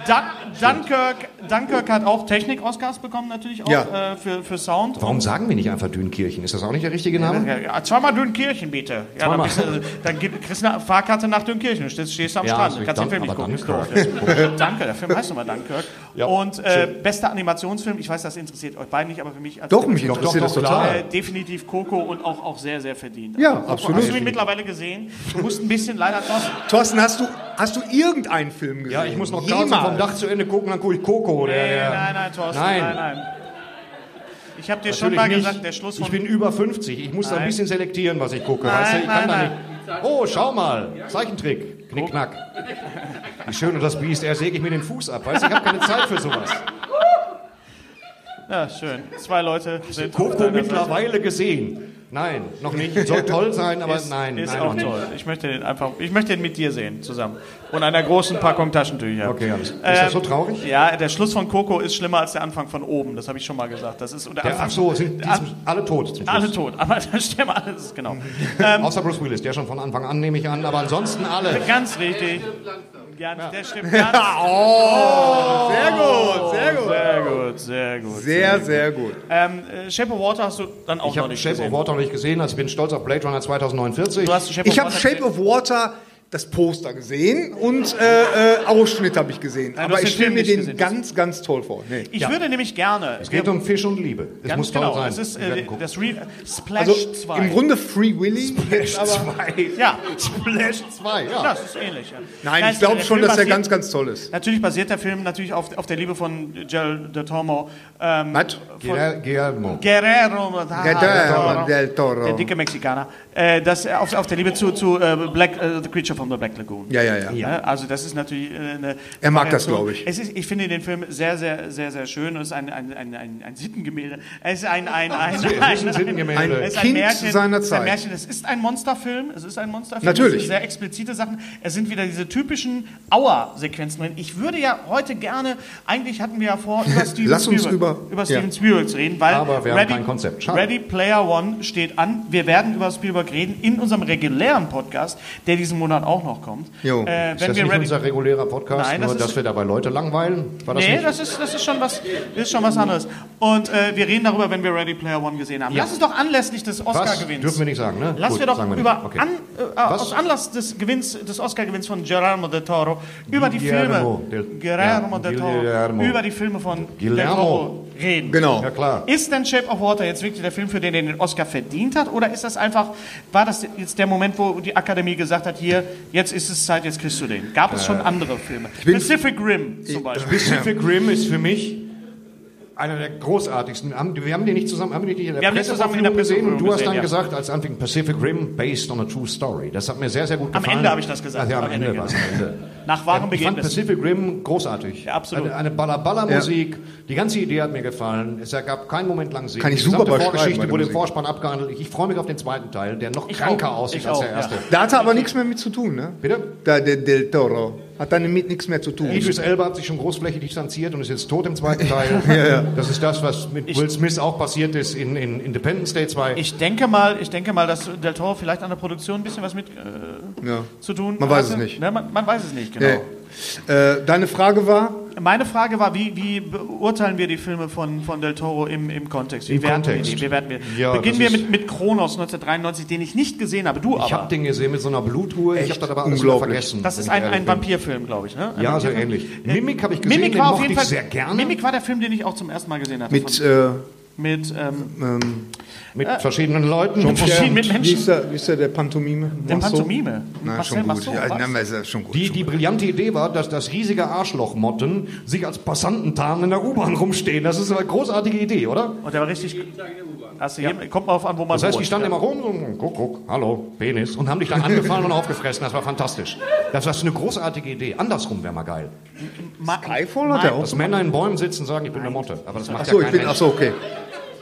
Speaker 5: Dan Dunkirk, Dunkirk hat auch Technik-Oscars bekommen, natürlich auch
Speaker 6: Ja.
Speaker 5: äh, für, für Sound.
Speaker 4: Warum sagen wir nicht einfach Dünkirchen? Ist das auch nicht der richtige Name?
Speaker 5: Ja, ja, zweimal Dünkirchen, bitte. Ja, dann,
Speaker 4: Zweimal.
Speaker 5: bist du, also, dann gibt, kriegst du eine Fahrkarte nach Dünkirchen. Du stehst, stehst am
Speaker 4: Ja,
Speaker 5: Strand.
Speaker 4: ist
Speaker 5: Kannst den Film
Speaker 4: richtig.
Speaker 5: nicht gucken. Ist
Speaker 4: Dann-
Speaker 5: doof.
Speaker 4: aber
Speaker 5: Danke, der Film heißt nochmal Dunkirk.
Speaker 4: Ja,
Speaker 5: Und äh, bester Animationsfilm, ich weiß, das interessiert euch beiden nicht, aber für mich als
Speaker 6: Doch, mich interessiert
Speaker 4: doch,
Speaker 6: das
Speaker 4: klar.
Speaker 6: total.
Speaker 5: äh, definitiv Coco und auch, auch sehr, sehr verdient.
Speaker 6: Ja,
Speaker 5: Coco,
Speaker 6: absolut.
Speaker 5: Hast du ihn
Speaker 4: Also
Speaker 5: mittlerweile gesehen? Du musst ein bisschen leider Thorsten,
Speaker 6: Thorsten, hast du, hast du irgendeinen Film gesehen?
Speaker 4: Ja, ich muss noch Carlsen
Speaker 6: Jemals?
Speaker 4: vom Dach zu Ende gucken, dann gucke ich Coco. Der,
Speaker 5: Nee,
Speaker 4: der.
Speaker 5: nein, nein, Thorsten,
Speaker 4: Nein.
Speaker 5: nein, nein. Ich habe dir schon
Speaker 4: Natürlich
Speaker 5: mal
Speaker 4: nicht.
Speaker 5: gesagt, der Schluss von
Speaker 4: ich bin über 50. Ich muss da ein
Speaker 5: Nein.
Speaker 4: bisschen selektieren, was ich gucke.
Speaker 5: Nein,
Speaker 4: weißt du? Ich kann
Speaker 5: nein,
Speaker 4: da nicht. Oh, schau mal. Zeichentrick. Knickknack. Wie schön und das Biest. Er säge ich mir den Fuß ab. Weißt du, ich habe keine Zeit für sowas.
Speaker 5: Ja, schön. Zwei Leute sind auf
Speaker 4: Coco
Speaker 5: deiner
Speaker 4: mittlerweile gesehen. Nein, noch nicht. Soll toll sein, aber
Speaker 5: Seite. ist,
Speaker 4: nein.
Speaker 5: ist
Speaker 4: nein,
Speaker 5: auch
Speaker 4: noch nicht.
Speaker 5: toll. Ich möchte den einfach, ich möchte den mit dir sehen zusammen und einer großen Packung Taschentücher. Ähm,
Speaker 4: Okay, alles. Ist das so traurig?
Speaker 5: Ja, der Schluss von Coco ist schlimmer als der Anfang von oben. Das habe ich schon mal gesagt. Das ist und der
Speaker 4: Der, ach
Speaker 5: Anfang,
Speaker 4: so, sind die zum, alle tot zum Schluss.
Speaker 5: alle tot. Aber da stehen wir alles genau.
Speaker 4: Außer Bruce Willis, der schon von Anfang an, nehme ich an. Aber ansonsten alle.
Speaker 5: Ganz richtig. Ja, der stimmt ganz.
Speaker 6: Sehr gut, sehr gut.
Speaker 5: Sehr gut, sehr gut.
Speaker 6: Sehr, sehr gut.
Speaker 5: Ähm, äh, Shape of Water hast du dann auch
Speaker 4: Ich
Speaker 5: noch
Speaker 4: habe
Speaker 5: nicht
Speaker 4: Shape of
Speaker 5: gesehen.
Speaker 4: Water noch nicht gesehen, also ich bin stolz auf Blade Runner 2049.
Speaker 5: Du hast Shape
Speaker 6: Ich
Speaker 5: of
Speaker 6: habe
Speaker 5: Water
Speaker 6: Shape of Water das Poster gesehen und äh, äh, Ausschnitt habe ich gesehen.
Speaker 5: Nein, du hast
Speaker 6: Aber ich
Speaker 5: den Film
Speaker 6: stelle mir
Speaker 5: nicht
Speaker 6: den
Speaker 5: gesehen.
Speaker 6: ganz, ganz toll vor. Nee.
Speaker 5: Ich würde nämlich gerne.
Speaker 4: es geht um Fisch und Liebe. Es
Speaker 5: ganz
Speaker 4: muss toll
Speaker 5: genau.
Speaker 4: sein.
Speaker 5: Es ist
Speaker 4: Wir werden
Speaker 5: äh,
Speaker 4: gucken.
Speaker 5: das Re Splash
Speaker 6: Also
Speaker 5: 2.
Speaker 6: im Grunde Free Willy. jetzt aber,
Speaker 5: ja.
Speaker 4: Splash 2, ja.
Speaker 5: Das ist ähnlich. Ja.
Speaker 6: nein, ich
Speaker 5: es-
Speaker 6: glaube
Speaker 5: der
Speaker 6: schon,
Speaker 5: Film
Speaker 6: dass der
Speaker 5: basiert-
Speaker 6: ganz, ganz toll ist.
Speaker 5: Natürlich basiert der Film natürlich auf, auf der Liebe von Gerald de Tomo. Ähm,
Speaker 6: Was?
Speaker 4: Guer- Guillermo.
Speaker 5: Guerrero,
Speaker 6: Guerrero del Toro.
Speaker 5: Ah, der dicke Mexikaner, äh, das auf, auf der Liebe zu, zu äh, Black, äh, The Creature from the Black Lagoon.
Speaker 6: Ja, ja, ja.
Speaker 5: Ne? Also das ist natürlich äh, eine.
Speaker 6: Er mag das,
Speaker 5: Variation.
Speaker 6: glaub ich.
Speaker 5: Es ist, ich finde den Film sehr, sehr, sehr, sehr schön. Es ist ein, ein, ein, ein, ein Sittengemälde. Es ist ein, ein, ein, ein,
Speaker 4: Es ist ein Sittengemälde.
Speaker 5: es ist
Speaker 6: Kind
Speaker 5: Märchen,
Speaker 6: seiner
Speaker 5: es ist ein
Speaker 6: Zeit.
Speaker 5: Märchen. Es ist ein Monsterfilm. Es ist ein Monsterfilm.
Speaker 6: Natürlich.
Speaker 5: Es sind sehr explizite Sachen. Es sind wieder diese typischen Auer-Sequenzen drin. Ich würde ja heute gerne, eigentlich hatten wir ja vor, über Steven
Speaker 6: Lass uns
Speaker 5: Spielberg,
Speaker 6: über-
Speaker 5: über
Speaker 6: ja.
Speaker 5: Steven Spielberg zu reden, weil
Speaker 4: Aber wir haben kein Konzept. Schade.
Speaker 5: Ready Player One steht an. Wir werden über Spielberg reden in unserem regulären Podcast, der diesen Monat auch noch kommt.
Speaker 6: Jo.
Speaker 5: Äh,
Speaker 4: Ist
Speaker 5: wenn
Speaker 4: das
Speaker 5: wir
Speaker 4: nicht
Speaker 5: Ready
Speaker 4: unser regulärer Podcast,
Speaker 5: Nein, das
Speaker 4: nur
Speaker 5: ist-
Speaker 4: dass wir dabei Leute langweilen? War das
Speaker 5: Nee,
Speaker 4: nicht?
Speaker 5: das ist, das ist schon was, das ist schon was anderes. Und äh, wir reden darüber, wenn wir Ready Player One gesehen haben. Lass uns doch anlässlich des
Speaker 4: Was?
Speaker 5: Oscar-Gewinns.
Speaker 4: Dürfen wir nicht sagen, ne?
Speaker 5: Lass
Speaker 4: Gut,
Speaker 5: wir doch
Speaker 4: sagen nicht.
Speaker 5: über
Speaker 4: Okay.
Speaker 5: an, äh, aus Anlass des Gewinns des Oscar-Gewinns von Guillermo del Toro über die
Speaker 4: Guillermo
Speaker 5: Filme
Speaker 4: del-
Speaker 5: Guillermo
Speaker 4: ja,
Speaker 5: del Toro
Speaker 4: Guillermo.
Speaker 5: über die Filme von del
Speaker 4: Guillermo.
Speaker 5: Toro reden.
Speaker 6: Genau.
Speaker 4: Ja, klar.
Speaker 5: Ist denn Shape of Water jetzt wirklich der Film, für den er den Oscar verdient hat? Oder ist das einfach, war das jetzt der Moment, wo die Akademie gesagt hat, hier, jetzt ist es Zeit, jetzt kriegst du den? Gab es
Speaker 4: Äh,
Speaker 5: schon andere Filme?
Speaker 6: bin-
Speaker 5: Pacific Rim zum Beispiel.
Speaker 4: Pacific Rim ist für mich einer der großartigsten. Haben- Wir haben den nicht zusammen, haben wir den nicht in der
Speaker 5: Wir haben den zusammen
Speaker 4: Presseverführung
Speaker 5: in der
Speaker 4: gesehen und du hast
Speaker 5: Presseverführung
Speaker 4: dann
Speaker 5: gesehen,
Speaker 4: gesagt, als Anfang Pacific Rim based on a true story. Das hat mir sehr, sehr gut
Speaker 5: Am
Speaker 4: gefallen.
Speaker 5: Ende habe ich das gesagt.
Speaker 4: Ach ja, am,
Speaker 5: Am
Speaker 4: Ende, genau.
Speaker 5: Ende,
Speaker 4: war es am Ende.
Speaker 5: Nach wahren
Speaker 4: Ich fand
Speaker 5: Begebnissen.
Speaker 4: Pacific Rim großartig.
Speaker 5: Ja, absolut.
Speaker 4: Eine, eine Baller-Baller-Musik. Die ganze Idee hat mir gefallen. Es gab keinen Moment lang Sinn.
Speaker 6: Kann ich
Speaker 4: Die
Speaker 6: super
Speaker 4: gesamte
Speaker 6: bei schreiben, bei
Speaker 4: Vorgeschichte
Speaker 6: der
Speaker 4: wurde im
Speaker 6: Musik.
Speaker 4: Vorspann abgehandelt. Ich, ich freue mich auf den zweiten Teil, der noch
Speaker 5: Ich
Speaker 4: kranker
Speaker 5: auch.
Speaker 4: aussieht
Speaker 5: Ich
Speaker 4: als der
Speaker 5: auch,
Speaker 4: erste.
Speaker 5: ja.
Speaker 6: Da hat er aber nichts mehr mit zu tun, ne?
Speaker 4: Bitte?
Speaker 6: Da, der Del Toro. Hat damit nichts mehr zu tun.
Speaker 4: Idris Elba hat sich schon großflächig distanziert und ist jetzt tot im zweiten Teil. Das ist das, was mit Will Smith auch passiert ist in, in Independence Day 2.
Speaker 5: Ich denke mal, ich denke mal, dass Del Toro vielleicht an der Produktion ein bisschen was mit äh,
Speaker 6: Ja.
Speaker 5: zu tun
Speaker 6: Man weiß
Speaker 5: hatte.
Speaker 6: es nicht.
Speaker 5: Ne, man, man weiß es nicht, genau.
Speaker 6: Nee. Äh, deine Frage war?
Speaker 5: Meine Frage war, wie, wie beurteilen wir die Filme von, von Del Toro im, im Kontext? Wie
Speaker 4: Im
Speaker 5: werten
Speaker 4: Kontext.
Speaker 5: wir die? Wie werten wir?
Speaker 4: Ja, das
Speaker 5: Beginnen wir
Speaker 4: ist-
Speaker 5: mit, mit Kronos 1993, den ich nicht gesehen habe, du
Speaker 4: Ich
Speaker 5: aber.
Speaker 4: habe den gesehen mit so einer Blutruhe. Ich habe das aber alles wieder
Speaker 6: unglaublich.
Speaker 4: vergessen.
Speaker 5: das ist
Speaker 4: wenn ich
Speaker 5: ein, ein
Speaker 4: ehrlich bin.
Speaker 5: Vampirfilm, glaube ich. Ne? Ein
Speaker 4: Ja, so
Speaker 5: Vampirfilm.
Speaker 4: ähnlich. Mimic habe ich gesehen,
Speaker 5: Mimic
Speaker 4: den
Speaker 5: war auf
Speaker 4: mochte
Speaker 5: jeden
Speaker 4: ich
Speaker 5: Fall
Speaker 4: sehr gerne.
Speaker 5: Mimic war der Film, den ich auch zum ersten Mal gesehen hatte.
Speaker 6: Mit,
Speaker 5: von,
Speaker 6: äh,
Speaker 5: mit, ähm,
Speaker 6: ähm,
Speaker 4: Mit
Speaker 5: äh,
Speaker 4: verschiedenen Leuten.
Speaker 5: verschiedenen mit
Speaker 6: wie
Speaker 5: Menschen.
Speaker 6: ist der, wie ist der, der Pantomime?
Speaker 5: Der
Speaker 6: Machst du?
Speaker 5: Pantomime.
Speaker 6: Na,
Speaker 5: Marcel
Speaker 6: schon gut.
Speaker 5: Marceau,
Speaker 6: Ja,
Speaker 5: was?
Speaker 6: na, ist ja schon gut.
Speaker 4: Die, die brillante Idee war, dass das riesige Arschloch-Motten sich als Passanten tarnen in der U-Bahn rumstehen. Das ist eine großartige Idee, oder?
Speaker 5: Und der war richtig. Hast du hier, kommt mal auf an, wo man
Speaker 4: Das heißt,
Speaker 5: wohnt.
Speaker 4: die standen immer rum, und guck, guck, hallo, Penis, und haben dich dann angefallen und aufgefressen. Das war fantastisch. Das war eine großartige Idee. Andersrum wäre mal geil.
Speaker 5: Äh, Ma-
Speaker 6: Skyfall hat er auch.
Speaker 4: Dass Männer in Bäumen sitzen und sagen, ich bin eine Motte. Aber das macht
Speaker 6: Achso,
Speaker 4: ja
Speaker 6: ich
Speaker 4: kein
Speaker 6: bin,
Speaker 4: Mensch.
Speaker 6: achso, okay.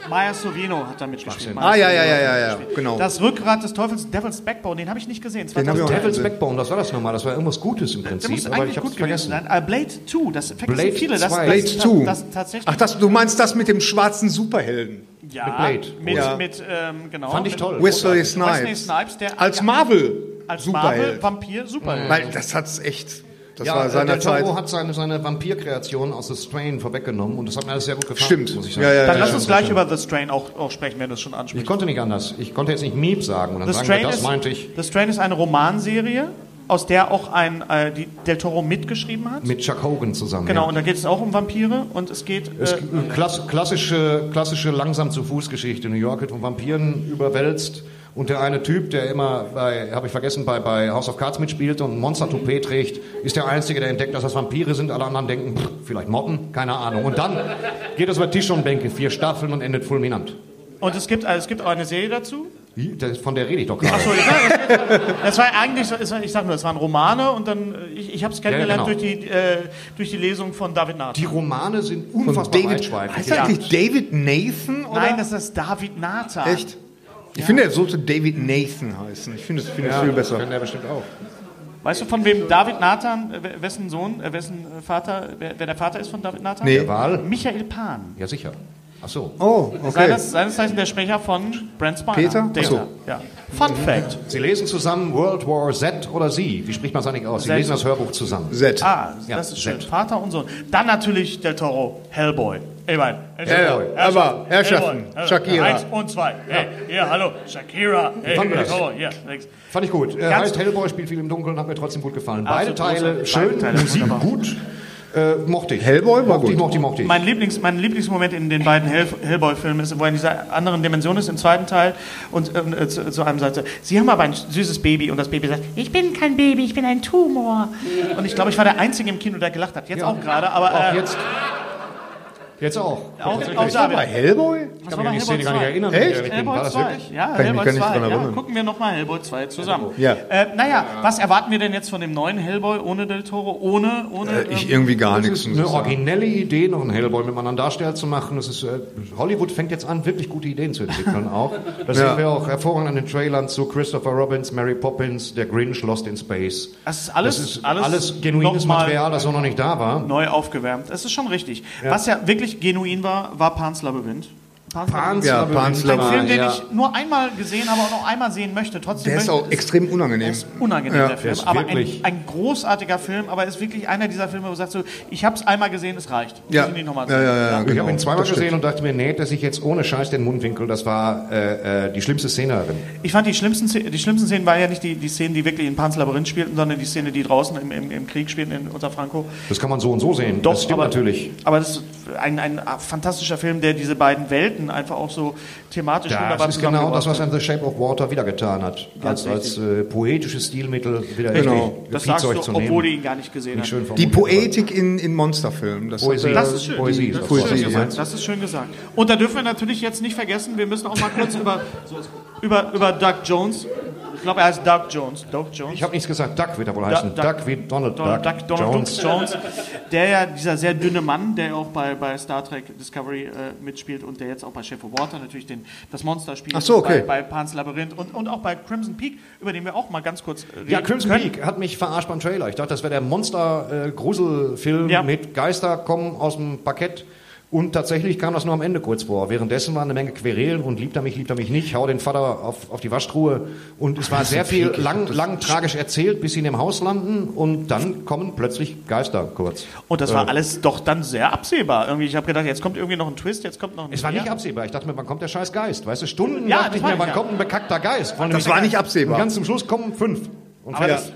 Speaker 5: Maya Sorvino hat da mitgespielt. Maya
Speaker 6: Ah, ja, ja,
Speaker 5: Sorvino
Speaker 6: ja,
Speaker 5: hat da
Speaker 6: ja, ja,
Speaker 5: mitgespielt.
Speaker 6: genau.
Speaker 5: Das Rückgrat des Teufels, Devil's Backbone, den habe ich nicht gesehen.
Speaker 6: Den hab ich auch nicht.
Speaker 4: Devil's Backbone, das war das nochmal. Das war irgendwas Gutes im
Speaker 5: Der muss
Speaker 4: Prinzip, aber
Speaker 5: eigentlich
Speaker 4: ich
Speaker 5: gut
Speaker 4: hab's
Speaker 5: gewesen
Speaker 4: vergessen.
Speaker 5: sein. Ah, Blade 2, das vergessen
Speaker 4: Blade
Speaker 5: viele. Das,
Speaker 4: 2.
Speaker 5: das,
Speaker 6: Blade
Speaker 5: Das,
Speaker 6: 2.
Speaker 5: das tatsächlich.
Speaker 6: Ach, das, du meinst das mit dem schwarzen Superhelden.
Speaker 5: ja,
Speaker 4: mit Blade.
Speaker 5: Mit,
Speaker 6: Ja.
Speaker 5: mit, ähm, genau.
Speaker 4: Fand ich
Speaker 5: mit
Speaker 4: toll.
Speaker 6: Wesley
Speaker 5: Wesley
Speaker 6: Snipes.
Speaker 5: Snipes, der
Speaker 6: Als
Speaker 5: ja,
Speaker 6: Marvel.
Speaker 5: als Marvel,
Speaker 6: Superheld.
Speaker 5: Vampir, Superheld.
Speaker 6: Weil das hat's echt. Das
Speaker 4: Ja,
Speaker 6: war
Speaker 4: äh,
Speaker 6: seiner
Speaker 4: der
Speaker 6: Zeit.
Speaker 4: Tango hat seine, seine Vampirkreation aus The Strain vorweggenommen und das hat mir alles sehr gut gefallen.
Speaker 6: Stimmt.
Speaker 4: Muss ich sagen.
Speaker 6: Ja, ja,
Speaker 5: Dann
Speaker 6: ja.
Speaker 5: lass uns gleich über The Strain auch, auch sprechen, wenn du es schon
Speaker 4: Ich
Speaker 5: ansprichst.
Speaker 4: konnte nicht anders. Ich konnte jetzt nicht Miep sagen und dann
Speaker 5: The
Speaker 4: sagen wir,
Speaker 5: Strain,
Speaker 4: das
Speaker 5: ist,
Speaker 4: meinte ich
Speaker 5: The Strain ist eine Romanserie, aus der auch ein, äh, die Del Toro mitgeschrieben hat.
Speaker 4: mit Chuck Hogan zusammen.
Speaker 5: Genau,
Speaker 4: ja.
Speaker 5: und da geht es auch um Vampire und es geht. Äh,
Speaker 4: Es, klass, klassische, klassische langsam zu Fuß Geschichte. New York wird von Vampiren überwälzt und der eine Typ, der immer bei, habe ich vergessen, bei, bei House of Cards mitspielt und ein Monster-Toupet
Speaker 5: Mhm.
Speaker 4: trägt, ist der Einzige, der entdeckt, dass das Vampire sind. Alle anderen denken, pff, vielleicht Motten, keine Ahnung. Und dann geht es über Tisch und Bänke, vier Staffeln und endet fulminant.
Speaker 5: und es gibt, äh, es gibt auch eine Serie dazu.
Speaker 4: Wie? Das- Von der rede ich doch gerade.
Speaker 5: Achso, ja, das war eigentlich, so- es war- ich sag nur, es waren Romane und dann, äh, ich, ich habe es kennengelernt
Speaker 4: genau.
Speaker 5: durch, die, äh, durch die Lesung von David Nathan.
Speaker 4: Die Romane sind unfassbar
Speaker 6: David,
Speaker 4: weitschweifig.
Speaker 6: heißt er eigentlich David Nathan? Oder?
Speaker 5: Nein, das ist David Nathan.
Speaker 6: Echt? Ich finde, er sollte David Nathan heißen. Ich finde es finde es viel besser.
Speaker 4: Kann der bestimmt auch.
Speaker 5: Weißt du, von wem David Nathan, äh, wessen Sohn, äh, wessen äh, Vater, wer, wer der Vater ist von David Nathan?
Speaker 6: Nee.
Speaker 4: Der Wahl?
Speaker 5: Michael Pan.
Speaker 4: Ja, sicher. Ach so.
Speaker 6: Oh, okay.
Speaker 5: Seines, seines Zeichen der Sprecher von Brent Spiner.
Speaker 6: Peter?
Speaker 5: Data.
Speaker 6: Ach so. Mhm.
Speaker 5: Ja. Fun Fact.
Speaker 4: Sie lesen zusammen World War Z oder Sie? Wie spricht man es eigentlich aus? Sie
Speaker 5: Z.
Speaker 4: lesen das Hörbuch zusammen.
Speaker 6: Z.
Speaker 5: Ah,
Speaker 4: Ja,
Speaker 5: das ist schön.
Speaker 4: Set.
Speaker 5: Vater und Sohn. Dann natürlich Del Toro, Hellboy. Ich mein,
Speaker 6: Hellboy. Aber, Herrschaften,
Speaker 5: Hellboy.
Speaker 6: Shakira.
Speaker 5: Eins und zwei. Hey, hier, hallo, Shakira. Hey,
Speaker 4: Fanden wir
Speaker 5: Del
Speaker 4: das?
Speaker 5: Toro, hier, links.
Speaker 4: Fand ich gut. Äh,
Speaker 5: Ganz-
Speaker 4: heißt Hellboy spielt viel im Dunkeln, hat mir trotzdem gut gefallen.
Speaker 5: Absolut
Speaker 4: beide Teile
Speaker 5: großartig.
Speaker 4: schön,
Speaker 5: Beide Teile
Speaker 4: Musik
Speaker 5: wunderbar.
Speaker 4: gut. Äh, mochte ich.
Speaker 6: Hellboy war
Speaker 4: mochte Ich,
Speaker 6: gut.
Speaker 4: mochte ich, mochte ich.
Speaker 5: Mein, Lieblings, mein Lieblingsmoment in den beiden Hell, Hellboy-Filmen ist, wo er in dieser anderen Dimension ist, im zweiten Teil, und ähm, äh, zu, zu einem sagt, sie haben aber ein süßes Baby, und das Baby sagt, ich bin kein Baby, ich bin ein Tumor. Und ich glaube, ich war der Einzige im Kino, der gelacht hat. Jetzt auch gerade, aber
Speaker 4: auch
Speaker 5: äh,
Speaker 4: jetzt. Jetzt auch.
Speaker 5: auch,
Speaker 4: Tatsächlich.
Speaker 5: auch da wieder.
Speaker 6: Hellboy?
Speaker 4: ich
Speaker 5: Was
Speaker 4: kann
Speaker 5: war
Speaker 4: mich an
Speaker 5: bei
Speaker 4: die Szene gar nicht
Speaker 5: Hellboy 2?
Speaker 4: erinnern.
Speaker 6: Echt?
Speaker 4: wenn ich ehrlich bin.
Speaker 5: Hellboy
Speaker 4: War das
Speaker 5: 2.
Speaker 4: wirklich?
Speaker 5: Ja,
Speaker 6: Kann ich
Speaker 5: Hellboy
Speaker 6: mich gar nicht
Speaker 5: 2.
Speaker 6: dran
Speaker 5: Ja,
Speaker 6: erinnern.
Speaker 5: gucken wir nochmal Hellboy 2 zusammen.
Speaker 6: Ja.
Speaker 5: Äh, naja, was erwarten wir denn jetzt von dem neuen Hellboy ohne Del Toro? Ohne, ohne.
Speaker 6: Äh, Ich
Speaker 5: ähm,
Speaker 6: irgendwie gar nichts.
Speaker 4: Das ist
Speaker 6: muss ich
Speaker 4: eine
Speaker 6: sagen.
Speaker 4: originelle Idee, noch einen Hellboy mit einem anderen Darsteller zu machen. Das ist, äh, Hollywood fängt jetzt an, wirklich gute Ideen zu entwickeln auch. Das
Speaker 6: Ja.
Speaker 4: sehen wir auch hervorragend an den Trailern zu Christopher Robbins, Mary Poppins, der Grinch, Lost in Space.
Speaker 5: das ist alles,
Speaker 4: das ist
Speaker 5: alles,
Speaker 4: alles, genuines
Speaker 5: nochmal
Speaker 4: Material, das auch noch nicht da war.
Speaker 5: Neu aufgewärmt. Das ist schon richtig. Was ja wirklich genuin war, war Pans Labyrinth. Pans Labyrinth.
Speaker 6: Ja, Pan's
Speaker 5: Ein Film, den
Speaker 4: ja.
Speaker 5: ich nur einmal gesehen habe und noch einmal sehen möchte. Trotzdem
Speaker 6: Der ist
Speaker 5: möchte-
Speaker 6: auch extrem unangenehm.
Speaker 5: unangenehm,
Speaker 6: Ja,
Speaker 5: der Film.
Speaker 4: der ist
Speaker 5: aber ein,
Speaker 4: wirklich-
Speaker 5: ein großartiger Film, aber ist wirklich einer dieser Filme, wo du sagst, so, ich habe es einmal gesehen, es reicht. Muss
Speaker 6: Ja.
Speaker 5: ich nicht nochmal
Speaker 6: Ja,
Speaker 5: sehen.
Speaker 6: ja, ja,
Speaker 4: Ich
Speaker 6: genau.
Speaker 4: habe ihn zweimal
Speaker 6: Das stimmt.
Speaker 4: gesehen und dachte mir, nee, dass ich jetzt ohne Scheiß den Mundwinkel, das war äh, äh, die schlimmste Szene darin.
Speaker 5: Ich fand die schlimmsten, Szenen- die schlimmsten Szenen waren ja nicht die, die Szenen, die wirklich in Pans Labyrinth spielten, sondern die Szene, die draußen im, im, im Krieg spielten in, unter Franco.
Speaker 4: Das kann man so und so sehen.
Speaker 5: Doch,
Speaker 4: das stimmt
Speaker 5: aber-
Speaker 4: natürlich.
Speaker 5: Aber das ist ein, ein fantastischer Film, der diese beiden Welten einfach auch so thematisch
Speaker 4: Das
Speaker 5: wunderbar
Speaker 4: ist genau das, was
Speaker 5: zusammengebracht
Speaker 4: an The Shape of Water wieder getan hat. Als, als äh, poetisches Stilmittel wieder
Speaker 6: Genau.
Speaker 5: hat.
Speaker 4: irgendwie
Speaker 5: Das
Speaker 4: Viehzeug
Speaker 5: sagst du,
Speaker 4: zu nehmen.
Speaker 5: obwohl du ihn gar nicht gesehen hast.
Speaker 4: Schön
Speaker 6: Die
Speaker 4: formuliert,
Speaker 6: Poetik in, in Monsterfilmen. Das hat
Speaker 4: Poesie.
Speaker 6: er-
Speaker 5: Das ist schön.
Speaker 4: Poesie,
Speaker 5: das,
Speaker 4: das
Speaker 5: ist
Speaker 6: Wort.
Speaker 5: schön gesagt.
Speaker 6: Poesie,
Speaker 5: das ist schön gesagt. Und da dürfen wir natürlich jetzt nicht vergessen, wir müssen auch mal kurz über, über, über Doug Jones, ich glaube, er heißt Doug Jones, Doug Jones.
Speaker 4: Ich habe nichts gesagt. Duck wird er wohl heißen.
Speaker 5: Duck.
Speaker 4: Duck wie Donald
Speaker 5: Donald
Speaker 4: Duck.
Speaker 5: Duck, Donald
Speaker 4: Jones.
Speaker 5: Jones. Jones, der ja dieser sehr dünne Mann, der ja auch bei, bei Star Trek Discovery äh, mitspielt und der jetzt auch bei Shape of Water natürlich den, das Monster spielt,
Speaker 6: Ach so, okay.
Speaker 5: bei, bei Pan's Labyrinth und, und auch bei Crimson Peak, über den wir auch mal ganz kurz äh, reden
Speaker 4: Ja, Crimson
Speaker 5: können.
Speaker 4: Peak hat mich verarscht beim Trailer. Ich dachte, das wäre der Monster-Gruselfilm
Speaker 5: Ja.
Speaker 4: mit Geister kommen aus dem Parkett. Und tatsächlich kam das nur am Ende kurz vor. Währenddessen waren eine Menge Querelen und liebt er mich, liebt er mich nicht, hau den Vater auf, auf die Waschtruhe. Und es war sehr viel lang, lang tragisch erzählt, bis sie in dem Haus landen und dann kommen plötzlich Geister kurz.
Speaker 5: Und das war alles doch dann sehr absehbar. Irgendwie, ich habe gedacht, jetzt kommt irgendwie noch ein Twist, jetzt kommt noch ein
Speaker 4: Es war
Speaker 5: Ja.
Speaker 4: nicht absehbar. Ich dachte mir, wann kommt der scheiß Geist? Weißt du, Stunden
Speaker 5: Ja, das
Speaker 4: dachte ich mir,
Speaker 5: meine ich
Speaker 4: wann
Speaker 5: ja.
Speaker 4: kommt ein bekackter Geist? Wann
Speaker 6: Das
Speaker 4: ein-
Speaker 6: war nicht absehbar.
Speaker 4: Und ganz zum Schluss kommen fünf. Und
Speaker 5: Aber,
Speaker 4: fertig.
Speaker 5: das,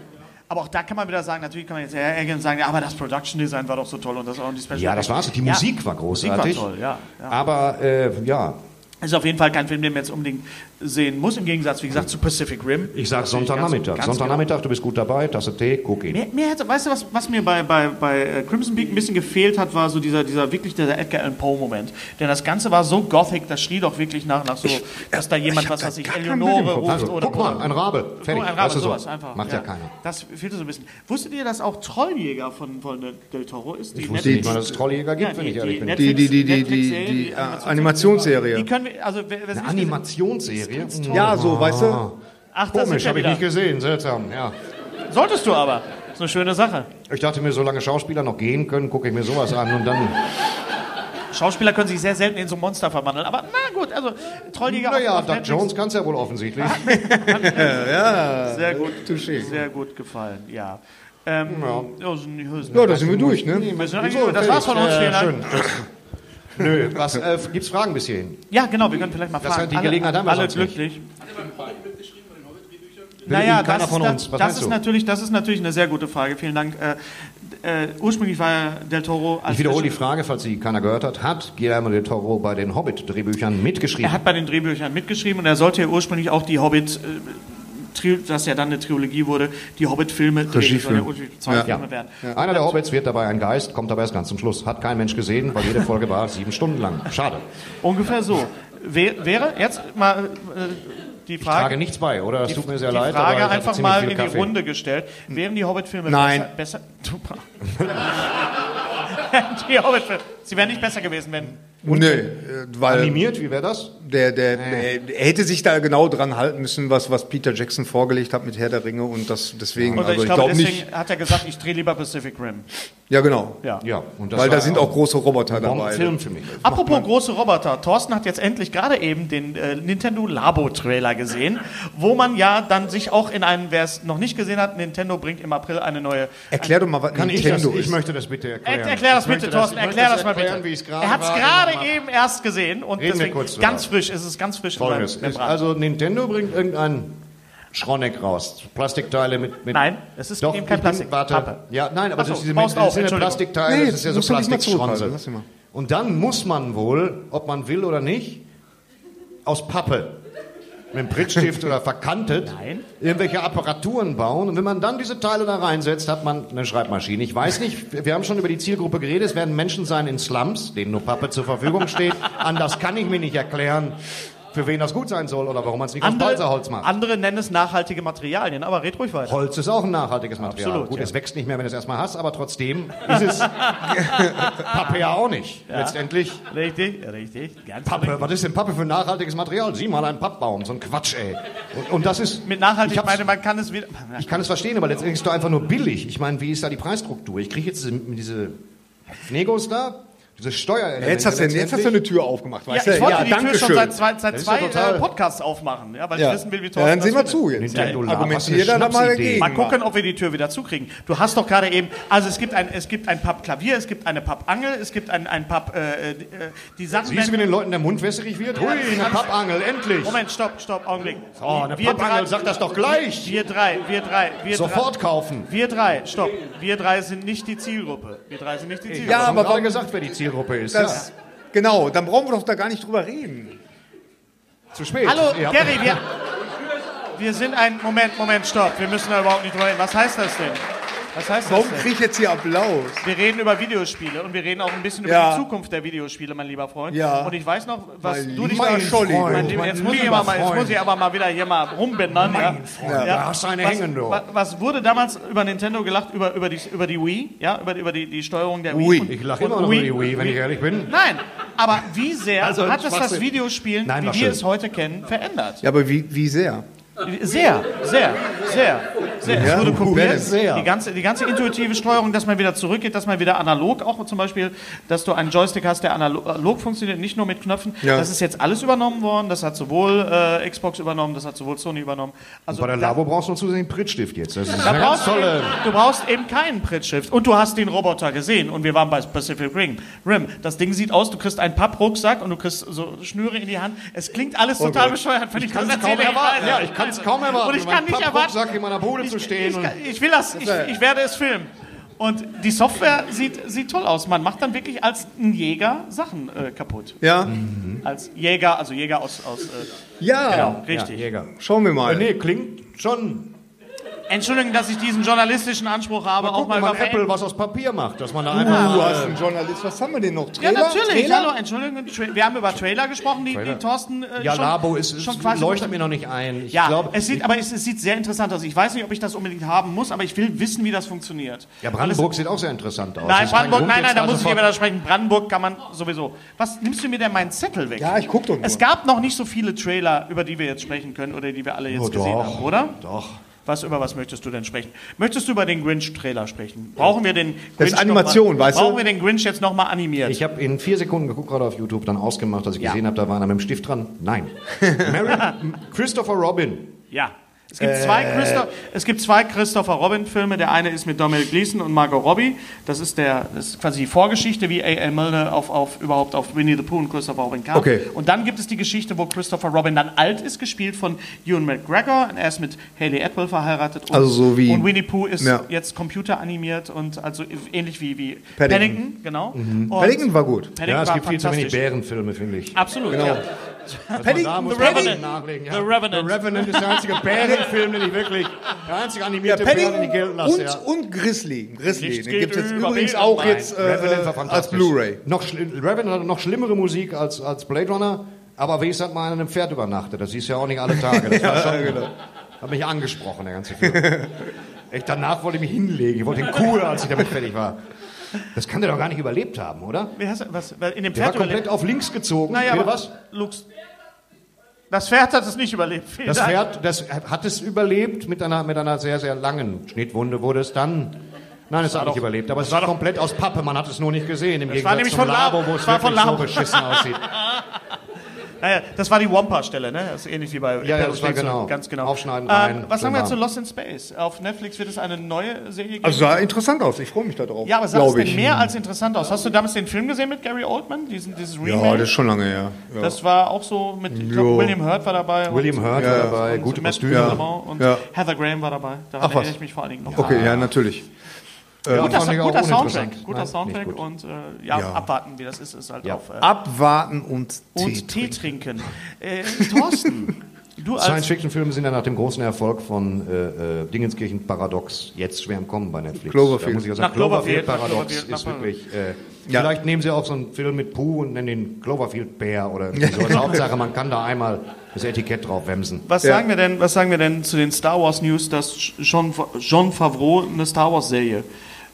Speaker 5: aber auch da kann man wieder sagen, natürlich kann man jetzt sehr ärgern und sagen, ja, aber das Production Design war doch so toll und das auch die Special
Speaker 4: Ja, das war's. Die
Speaker 5: Ja,
Speaker 4: Musik war
Speaker 5: Musik war
Speaker 4: großartig.
Speaker 5: toll, ja, ja.
Speaker 4: Aber äh, ja,
Speaker 5: Ist auf jeden Fall kein Film, den man jetzt unbedingt sehen muss, im Gegensatz, wie gesagt, zu Pacific Rim.
Speaker 4: Ich sag Sonntagnachmittag.
Speaker 5: Ganz- ganz
Speaker 4: Sonntagnachmittag, du bist gut dabei, Tasse Tee, Cookie.
Speaker 5: Mir, mir hätte, weißt du, was, was mir bei, bei, bei äh, Crimson Peak ein bisschen gefehlt hat, war so dieser, dieser wirklich dieser Edgar Allan Poe-Moment. Denn das Ganze war so gothic, das schrie doch wirklich nach, nach so, dass da jemand, was weiß ich, Eleonore ruft
Speaker 4: Also,
Speaker 5: oder.
Speaker 4: guck mal, ein Rabe. Fertig.
Speaker 5: Oh, ein Rabe,
Speaker 4: Weißt du
Speaker 5: sowas
Speaker 4: so.
Speaker 5: einfach.
Speaker 4: Macht ja keiner.
Speaker 5: Das fehlte so ein bisschen. Wusstet ihr, dass auch Trolljäger von, von Del Toro ist? Die
Speaker 4: Ich wusste nicht
Speaker 5: Netflix-
Speaker 4: mal, dass es Trolljäger
Speaker 5: Ja,
Speaker 4: gibt, wenn ich ehrlich bin.
Speaker 5: Netflix-
Speaker 6: Die- die- die- die- die-
Speaker 5: Netflix-Serie,
Speaker 6: die, äh,
Speaker 4: ah,
Speaker 5: Animationsserie.
Speaker 6: Animationsserie.
Speaker 5: Die Ah. können wir, also, wer, wer
Speaker 4: Eine
Speaker 5: nicht gesehen-
Speaker 4: Animationsserie? Mhm.
Speaker 6: Ja, so, weißt du?
Speaker 5: Ach, das
Speaker 4: Komisch, habe ich nicht gesehen, seltsam, ja.
Speaker 5: Solltest du aber. Ist eine schöne Sache.
Speaker 4: Ich dachte mir, solange Schauspieler noch gehen können, gucke ich mir sowas an und dann.
Speaker 5: Schauspieler können sich sehr selten in so Monster verwandeln. Aber na gut, also Trolljäger
Speaker 4: Naja,
Speaker 5: auf
Speaker 4: Doug
Speaker 5: Netflix. Ah,
Speaker 4: Jones kann es ja wohl offensichtlich. Äh,
Speaker 5: Sehr gut,
Speaker 6: Touché.
Speaker 5: sehr gut gefallen, ja. Ähm, ja. sind die Hülsen.
Speaker 6: Ja, da sind wir durch, ne?
Speaker 5: Wir sind eigentlich- das war's von uns.
Speaker 4: Äh,
Speaker 5: Vielen Dank.
Speaker 4: schön. Nö, was, äh, gibt's Fragen bis hierhin?
Speaker 5: Ja, genau, wir können vielleicht mal
Speaker 4: Das
Speaker 5: fragen.
Speaker 4: hat die Gelegenheit haben wir
Speaker 5: alle, alle
Speaker 4: sonst nicht.
Speaker 5: glücklich.
Speaker 4: Will Ihnen keiner
Speaker 5: das
Speaker 4: von
Speaker 5: ist,
Speaker 4: uns. Was
Speaker 5: das,
Speaker 4: meinst
Speaker 5: ist
Speaker 4: du?
Speaker 5: natürlich, das ist natürlich eine sehr gute Frage. Vielen Dank. Äh, äh, ursprünglich war ja Del Toro als
Speaker 4: Ich wiederhole die Frage, falls sie keiner gehört hat. Hat Guillermo del Toro bei den Hobbit-Drehbüchern
Speaker 5: Er
Speaker 4: mitgeschrieben?
Speaker 5: hat bei den Drehbüchern mitgeschrieben und er sollte ja ursprünglich auch die Hobbit, äh, Tri- das ja dann eine Trilogie wurde, die Hobbit-Filme drehen,
Speaker 6: Regiefilm.
Speaker 5: sondern ursprünglich zwei Filme werden.
Speaker 4: Einer der Hobbits wird dabei ein Geist, kommt aber erst ganz zum Schluss. Hat kein Mensch gesehen, weil jede Folge war sieben Stunden lang. Schade.
Speaker 5: Ungefähr so. Wär, wäre jetzt mal äh, die
Speaker 4: Ich trage
Speaker 5: Frage,
Speaker 4: nichts bei, oder? Es tut mir sehr
Speaker 5: die
Speaker 4: leid. aber ich
Speaker 5: Frage
Speaker 4: hatte
Speaker 5: einfach
Speaker 4: ziemlich
Speaker 5: mal
Speaker 4: viel
Speaker 5: in die
Speaker 4: Kaffee. Hm.
Speaker 5: Runde gestellt. Wären die Hobbit-Filme
Speaker 6: Nein.
Speaker 5: besser? besser super. die Hobbit-Filme, sie wären nicht besser gewesen, wenn...
Speaker 6: Nee, äh, weil
Speaker 4: Animiert, wie wäre das?
Speaker 6: der, der, der, er hätte sich da genau dran halten müssen, was, was Peter Jackson vorgelegt hat mit Herr der Ringe und das deswegen,
Speaker 5: Oder
Speaker 6: also
Speaker 5: ich
Speaker 6: ich
Speaker 5: glaube,
Speaker 6: glaube
Speaker 5: deswegen
Speaker 6: nicht.
Speaker 5: hat er gesagt, ich drehe lieber Pacific Rim.
Speaker 6: Ja, genau.
Speaker 5: Ja.
Speaker 4: Ja, und das
Speaker 6: Weil
Speaker 4: war
Speaker 6: da sind auch große Roboter
Speaker 4: ein
Speaker 6: dabei.
Speaker 4: Film für mich.
Speaker 5: Apropos große Roboter, Thorsten hat jetzt endlich gerade eben den äh, Nintendo Labo Trailer gesehen, wo man ja dann sich auch in einen, wer es noch nicht gesehen hat, Nintendo bringt im April eine neue.
Speaker 6: Erklär doch mal, was
Speaker 4: Kann ich, das,
Speaker 6: Nintendo
Speaker 4: ich
Speaker 6: ist.
Speaker 4: möchte das bitte erklären.
Speaker 5: Er, erklär das
Speaker 4: Ich
Speaker 5: bitte,
Speaker 4: möchte
Speaker 5: Thorsten,
Speaker 4: ich möchte
Speaker 5: erklär das mal
Speaker 4: erklären, Wie ich's
Speaker 5: bitte.
Speaker 4: gerade
Speaker 5: Er hat es
Speaker 4: wahrgenommen
Speaker 5: gerade
Speaker 4: habe.
Speaker 5: eben erst gesehen und
Speaker 4: Reden wir
Speaker 5: deswegen
Speaker 4: kurz drüber.
Speaker 5: ganz frisch, es ist ganz frisch in
Speaker 4: Folgendes.
Speaker 5: meinem
Speaker 4: Ist,
Speaker 5: Membran.
Speaker 4: also Nintendo bringt irgendeinen Schroneck raus. Plastikteile mit... mit
Speaker 5: Nein, es ist
Speaker 4: Doch,
Speaker 5: eben kein
Speaker 4: ich bin-
Speaker 5: Plastik.
Speaker 4: Warte.
Speaker 5: Pappe.
Speaker 4: Ja, nein, aber
Speaker 5: Ach so,
Speaker 4: das ist diese
Speaker 5: du baust
Speaker 4: das
Speaker 5: auf,
Speaker 4: sind ja
Speaker 5: Entschuldigung.
Speaker 4: Plastikteile,
Speaker 6: Nee,
Speaker 4: das ist ja so
Speaker 6: musst du nicht mal
Speaker 4: Plastikschronze.
Speaker 6: zurückhalten, lass ihn mal.
Speaker 4: Und dann muss man wohl, ob man will oder nicht, aus Pappe mit einem Prittstift oder verkantet
Speaker 5: Nein.
Speaker 4: irgendwelche Apparaturen bauen. Und wenn man dann diese Teile da reinsetzt, hat man eine Schreibmaschine. Ich weiß nicht, wir haben schon über die Zielgruppe geredet. Es werden Menschen sein in Slums, denen nur Pappe zur Verfügung steht. Anders kann ich mir nicht erklären, für wen das gut sein soll oder warum man es nicht aus
Speaker 5: andere,
Speaker 4: Balsaholz macht.
Speaker 5: andere nennen es nachhaltige Materialien, aber red ruhig weiter.
Speaker 4: Holz ist auch ein nachhaltiges Material.
Speaker 5: Absolut,
Speaker 4: Gut,
Speaker 5: ja.
Speaker 4: es wächst nicht mehr, wenn du es erstmal hast, aber trotzdem ist es Pappe ja auch nicht. Letztendlich,
Speaker 5: Richtig, richtig. Ganz
Speaker 4: Pappe, was ist denn Pappe für ein nachhaltiges Material? Sieh mal einen Pappbaum, so ein Quatsch, ey. Und, und das ist...
Speaker 5: Mit nachhaltig
Speaker 4: ich hab's-
Speaker 5: meine, man kann es wieder.
Speaker 4: Ich kann es verstehen, aber letztendlich ist es doch einfach nur billig. Ich meine, wie ist da die Preisstruktur? Ich kriege jetzt diese, diese Negos da, diese Steuerelemente.
Speaker 6: Jetzt hast, du, jetzt hast du eine Tür aufgemacht,
Speaker 5: Ja,
Speaker 6: weißt
Speaker 5: ich
Speaker 6: du?
Speaker 5: wollte
Speaker 6: ja,
Speaker 5: die
Speaker 6: danke
Speaker 5: Tür schon
Speaker 6: schön.
Speaker 5: seit zwei, seit
Speaker 4: ist ja
Speaker 5: zwei
Speaker 4: total-
Speaker 5: äh, Podcasts aufmachen, ja, weil
Speaker 6: ja.
Speaker 5: ich wissen will, wie
Speaker 6: ja,
Speaker 5: Thorsten
Speaker 6: dann sehen wir
Speaker 5: das findet.
Speaker 6: zu jetzt.
Speaker 4: Nintendo Lab, was
Speaker 6: Argumentier
Speaker 4: eine
Speaker 6: da doch mal
Speaker 4: Schnapsidee.
Speaker 6: dagegen.
Speaker 5: Mal gucken, ob wir die Tür wieder zukriegen. Du hast doch gerade eben, also es gibt ein, es gibt ein Pappklavier, es gibt eine Pappangel, es gibt ein, ein Papp, äh, äh, die Sachen
Speaker 4: Siehst du, wie
Speaker 5: werden-
Speaker 4: den Leuten der Mund wässrig wird? Hui, eine Pappangel, endlich.
Speaker 5: Moment, stopp, stopp, Augenblick.
Speaker 4: Oh, eine Pappangel, sag das doch gleich.
Speaker 5: Wir drei, wir drei, wir
Speaker 4: Sofort
Speaker 5: drei.
Speaker 4: kaufen.
Speaker 5: Wir drei, stopp. Wir drei sind nicht die Zielgruppe. Wir drei sind nicht die Zielgruppe.
Speaker 4: Ja, aber
Speaker 6: warum-
Speaker 4: gerade gesagt, wer die Zielgruppe ist.
Speaker 6: Das, Genau, dann brauchen wir doch da gar nicht drüber reden.
Speaker 4: ja. Zu spät.
Speaker 5: Hallo,
Speaker 4: Ja.
Speaker 5: Gary, wir, wir sind ein. Moment, Moment, stopp. Wir müssen da überhaupt nicht drüber reden. Was heißt das denn? Was heißt
Speaker 6: Warum
Speaker 5: das denn?
Speaker 6: kriege ich jetzt hier Applaus?
Speaker 5: Wir reden über Videospiele und wir reden auch ein bisschen über
Speaker 6: Ja.
Speaker 5: die Zukunft der Videospiele, mein lieber Freund.
Speaker 6: Ja.
Speaker 5: Und ich weiß noch, was
Speaker 6: Mein
Speaker 5: du dich
Speaker 6: lieber
Speaker 5: da
Speaker 6: Scholli,
Speaker 5: Mein
Speaker 6: du.
Speaker 5: lieber, jetzt,
Speaker 4: Mein
Speaker 5: muss ich
Speaker 4: lieber
Speaker 5: aber mal, jetzt
Speaker 4: Freund.
Speaker 5: muss ich aber mal wieder hier mal rumbändern. ja. ja.
Speaker 4: Da hast du eine
Speaker 5: was,
Speaker 4: hängen, du.
Speaker 5: wa- Was wurde damals über Nintendo gelacht über, über, die, über die Wii, ja, über, über die, die Steuerung der Wii?
Speaker 6: Wii.
Speaker 5: Und-
Speaker 4: Ich lache
Speaker 5: und
Speaker 4: immer noch über die Wii, wenn ich ehrlich bin.
Speaker 5: Nein, aber wie sehr
Speaker 4: Also,
Speaker 5: hat es das
Speaker 4: Schwachsinn.
Speaker 5: Videospielen,
Speaker 4: Nein,
Speaker 5: wie
Speaker 4: war
Speaker 5: wir
Speaker 4: schön.
Speaker 5: es heute kennen, verändert?
Speaker 6: Ja, aber wie, wie sehr?
Speaker 5: Sehr, sehr, sehr, sehr. Es
Speaker 6: Ja,
Speaker 5: wurde
Speaker 6: gut,
Speaker 5: kopiert.
Speaker 4: sehr.
Speaker 5: Die ganze, die ganze intuitive Steuerung, dass man wieder zurückgeht, dass man wieder analog, auch zum Beispiel, dass du einen Joystick hast, der analog, analog funktioniert, nicht nur mit Knöpfen.
Speaker 6: Ja.
Speaker 5: Das ist jetzt alles übernommen worden. Das hat sowohl äh, Xbox übernommen, das hat sowohl Sony übernommen. Also
Speaker 4: Bei der
Speaker 5: da-
Speaker 4: Labo brauchst du noch zusätzlich einen Prittstift jetzt. Das ist
Speaker 5: da
Speaker 4: eine ganz
Speaker 5: brauchst du,
Speaker 4: tolle...
Speaker 5: eben, du brauchst eben keinen Prittschiff. Und du hast den Roboter gesehen. Und wir waren bei Pacific Rim. Rim. Das Ding sieht aus, du kriegst einen Papprucksack und du kriegst so Schnüre in die Hand. Es klingt alles total bescheuert. Ich, ich
Speaker 4: Oh kann's kaum erwarten. Ja, ich kann's kaum erwarten,
Speaker 5: Und ich
Speaker 4: mit
Speaker 5: kann
Speaker 4: meinem
Speaker 5: nicht erwarten.
Speaker 4: Papprucksack in meiner Bude zu
Speaker 5: ich,
Speaker 4: stehen
Speaker 5: Ich,
Speaker 4: und-
Speaker 5: kann- ich will das, ich, ich werde es filmen. Und die Software sieht, sieht toll aus. Man macht dann wirklich als ein Jäger Sachen äh, kaputt.
Speaker 6: Ja,
Speaker 4: Mhm.
Speaker 5: Als Jäger, also Jäger aus. aus äh,
Speaker 6: ja.
Speaker 5: genau, richtig.
Speaker 4: Jäger.
Speaker 6: Schauen wir mal.
Speaker 4: Oh, Nee, klingt schon.
Speaker 5: Entschuldigung, dass ich diesen journalistischen Anspruch habe,
Speaker 4: Aber
Speaker 5: auch
Speaker 4: guck mal,
Speaker 5: mal
Speaker 4: man
Speaker 5: über
Speaker 4: Apple was aus Papier macht, dass man da
Speaker 6: Ah, Du
Speaker 4: einfach mal,
Speaker 6: hast einen Journalist. Was haben wir denn noch?
Speaker 5: Ah. Ja,
Speaker 6: Trailer?
Speaker 5: natürlich.
Speaker 6: Trailer?
Speaker 5: Hallo, Entschuldigung. Tra wir haben über Trailer gesprochen, die, die Thorsten äh,
Speaker 4: ja,
Speaker 5: schon,
Speaker 4: Labo ist, ist
Speaker 5: schon quasi
Speaker 4: leuchtet mir noch nicht ein. Ich
Speaker 5: Ja,
Speaker 4: glaub,
Speaker 5: es sieht, aber es, es sieht sehr interessant aus. Ich weiß nicht, ob ich das unbedingt haben muss, aber ich will wissen, wie das funktioniert.
Speaker 4: ja, Brandenburg sieht auch sehr interessant aus.
Speaker 5: Nein,
Speaker 4: Ist kein
Speaker 5: Brandenburg,
Speaker 4: Grund,
Speaker 5: nein, nein,
Speaker 4: jetzt
Speaker 5: da
Speaker 4: also
Speaker 5: muss ich
Speaker 4: von-
Speaker 5: nicht widersprechen. Brandenburg kann man sowieso. Was nimmst du mir denn meinen Zettel weg?
Speaker 6: Ja, ich guck doch nur.
Speaker 5: es gab noch nicht so viele Trailer, über die wir jetzt sprechen können oder die wir alle jetzt
Speaker 4: Oh,
Speaker 5: gesehen
Speaker 4: doch.
Speaker 5: haben, oder?
Speaker 4: Doch.
Speaker 5: Was, über was möchtest du denn sprechen? Möchtest du über den Grinch-Trailer sprechen? Brauchen wir den Grinch
Speaker 6: Das ist Animation,
Speaker 5: noch mal,
Speaker 6: weißt du?
Speaker 5: Brauchen wir den Grinch jetzt nochmal animiert?
Speaker 4: Ich habe in vier Sekunden geguckt, gerade auf YouTube, dann ausgemacht, dass ich gesehen habe, da war einer mit dem Stift dran. Nein. Mary, Christopher Robin.
Speaker 5: Ja. Es gibt, zwei
Speaker 6: Äh.
Speaker 5: Christo es gibt zwei Christopher Robin-Filme. Der eine ist mit Dominic Gleason und Margot Robbie. Das ist, der, das ist quasi die Vorgeschichte, wie A.L. Milne auf, auf, überhaupt auf Winnie the Pooh und Christopher Robin kam.
Speaker 6: Okay.
Speaker 5: Und dann gibt es die Geschichte, wo Christopher Robin dann alt ist, gespielt von Ewan McGregor. Und er ist mit Hayley Atwell verheiratet. Und,
Speaker 6: Also so wie-
Speaker 5: und Winnie Pooh ist
Speaker 6: Ja.
Speaker 5: jetzt computeranimiert und also ähnlich wie, wie
Speaker 6: Paddington. Mhm.
Speaker 5: Paddington. Genau. Und
Speaker 6: Paddington Genau. war gut.
Speaker 5: Paddington
Speaker 4: Ja, es
Speaker 5: war
Speaker 4: gibt viel zu wenig
Speaker 5: fantastisch.
Speaker 4: Bärenfilme, finde ich. Also
Speaker 5: Absolut, ja.
Speaker 4: Paddington,
Speaker 5: The Revenant.
Speaker 4: Nachlegen, ja.
Speaker 5: The Revenant.
Speaker 4: The Revenant ist der einzige Bärenfilm, den ich wirklich, der einzige animierte Bären, den ich gelten lasse.
Speaker 6: und,
Speaker 4: ja.
Speaker 6: und Grizzly. Grizzly,
Speaker 5: Nichts
Speaker 6: den
Speaker 5: geht
Speaker 6: gibt es
Speaker 5: über
Speaker 6: übrigens
Speaker 5: Bären
Speaker 6: auch
Speaker 5: rein.
Speaker 6: jetzt äh,
Speaker 4: Revenant war
Speaker 6: als
Speaker 4: fantastisch.
Speaker 6: Blu-ray.
Speaker 4: Noch schli- Revenant hat noch schlimmere Musik als, als Blade Runner, aber wie ist hat mal an einem Pferd übernachtet? Das siehst du ja auch nicht alle Tage. Das war schon,
Speaker 5: genau.
Speaker 4: hat mich angesprochen, der ganze Film. Echt, danach wollte ich mich hinlegen. Ich wollte den Kuh, als ich damit fertig war. Das kann der doch gar nicht überlebt haben, oder?
Speaker 5: Wie heißt er? Was, in dem
Speaker 4: Der war
Speaker 5: Pferd überlebt.
Speaker 4: komplett auf links gezogen.
Speaker 5: Naja,
Speaker 4: Bitte
Speaker 5: aber was? Lux. Das Pferd hat es nicht überlebt. Vielen
Speaker 4: Das
Speaker 5: Dank.
Speaker 4: Pferd das hat es überlebt mit einer, mit einer sehr, sehr langen Schnittwunde, wurde es dann. Nein, es hat nicht überlebt, aber es war komplett aus Pappe, man hat es nur nicht gesehen. Im
Speaker 5: war
Speaker 4: Gegensatz
Speaker 5: nämlich
Speaker 4: zum
Speaker 5: von Labo,
Speaker 4: Labo, wo
Speaker 5: es
Speaker 4: es
Speaker 5: war von
Speaker 4: wirklich so
Speaker 5: Labo.
Speaker 4: beschissen aussieht.
Speaker 5: Naja, das war die Wampa-Stelle, ne? Das ist ähnlich wie bei
Speaker 4: Ja, ja, das war
Speaker 5: Steve, so
Speaker 4: genau.
Speaker 5: ganz genau.
Speaker 4: Aufschneiden,
Speaker 5: Ähm,
Speaker 4: rein,
Speaker 5: was sagen
Speaker 4: schön
Speaker 5: wir zu
Speaker 4: warm.
Speaker 5: Lost in Space? Auf Netflix wird es eine neue Serie geben.
Speaker 6: Also sah interessant aus. Ich freue mich darauf.
Speaker 5: ja, aber sah es
Speaker 6: Glaub
Speaker 5: denn
Speaker 6: ich.
Speaker 5: mehr als interessant aus? Hast du damals den Film gesehen mit Gary Oldman? Diesen, dieses Remake?
Speaker 6: Ja, das ist schon lange her. Ja.
Speaker 5: Das war auch so mit, ich glaube,
Speaker 6: Jo.
Speaker 5: William Hurt war dabei.
Speaker 4: William Hurt
Speaker 6: äh,
Speaker 4: war dabei,
Speaker 5: und
Speaker 4: gute
Speaker 5: Matt
Speaker 4: Kostüme.
Speaker 5: Damon
Speaker 6: Ja.
Speaker 5: Und
Speaker 6: Ja.
Speaker 5: Heather Graham war dabei. Daran
Speaker 6: Ach was.
Speaker 5: erinnere ich mich vor allen Dingen noch.
Speaker 6: okay, ja, natürlich. Äh,
Speaker 4: Ja,
Speaker 5: Guter,
Speaker 4: fand ich auch
Speaker 5: guter
Speaker 4: uninteressant.
Speaker 5: Soundtrack, guter
Speaker 4: Nein,
Speaker 5: Soundtrack
Speaker 4: nicht gut.
Speaker 5: und äh, ja, abwarten, wie das ist, ist halt
Speaker 4: Ja.
Speaker 5: auf äh,
Speaker 6: Abwarten und, Tee
Speaker 5: und Tee trinken. Äh, Thorsten, du als
Speaker 4: Science-Fiction-Filme sind ja nach dem großen Erfolg von äh, äh, Dingenskirchen Paradox jetzt schwer im Kommen bei Netflix.
Speaker 6: Cloverfield.
Speaker 4: Da muss ich auch
Speaker 5: Nach
Speaker 4: sagen, Cloverfield,
Speaker 5: Cloverfield, nach
Speaker 4: Paradox
Speaker 5: Cloverfield,
Speaker 4: ist
Speaker 5: nach
Speaker 4: wirklich. Äh, Vielleicht nehmen sie auch so einen Film mit Puh und nennen ihn Cloverfield Bär oder irgendwie sowas. Hauptsache, man kann da einmal das Etikett drauf wemsen.
Speaker 5: was sagen wir denn, was sagen wir denn zu den Star Wars News, dass John, John Favreau eine Star Wars Serie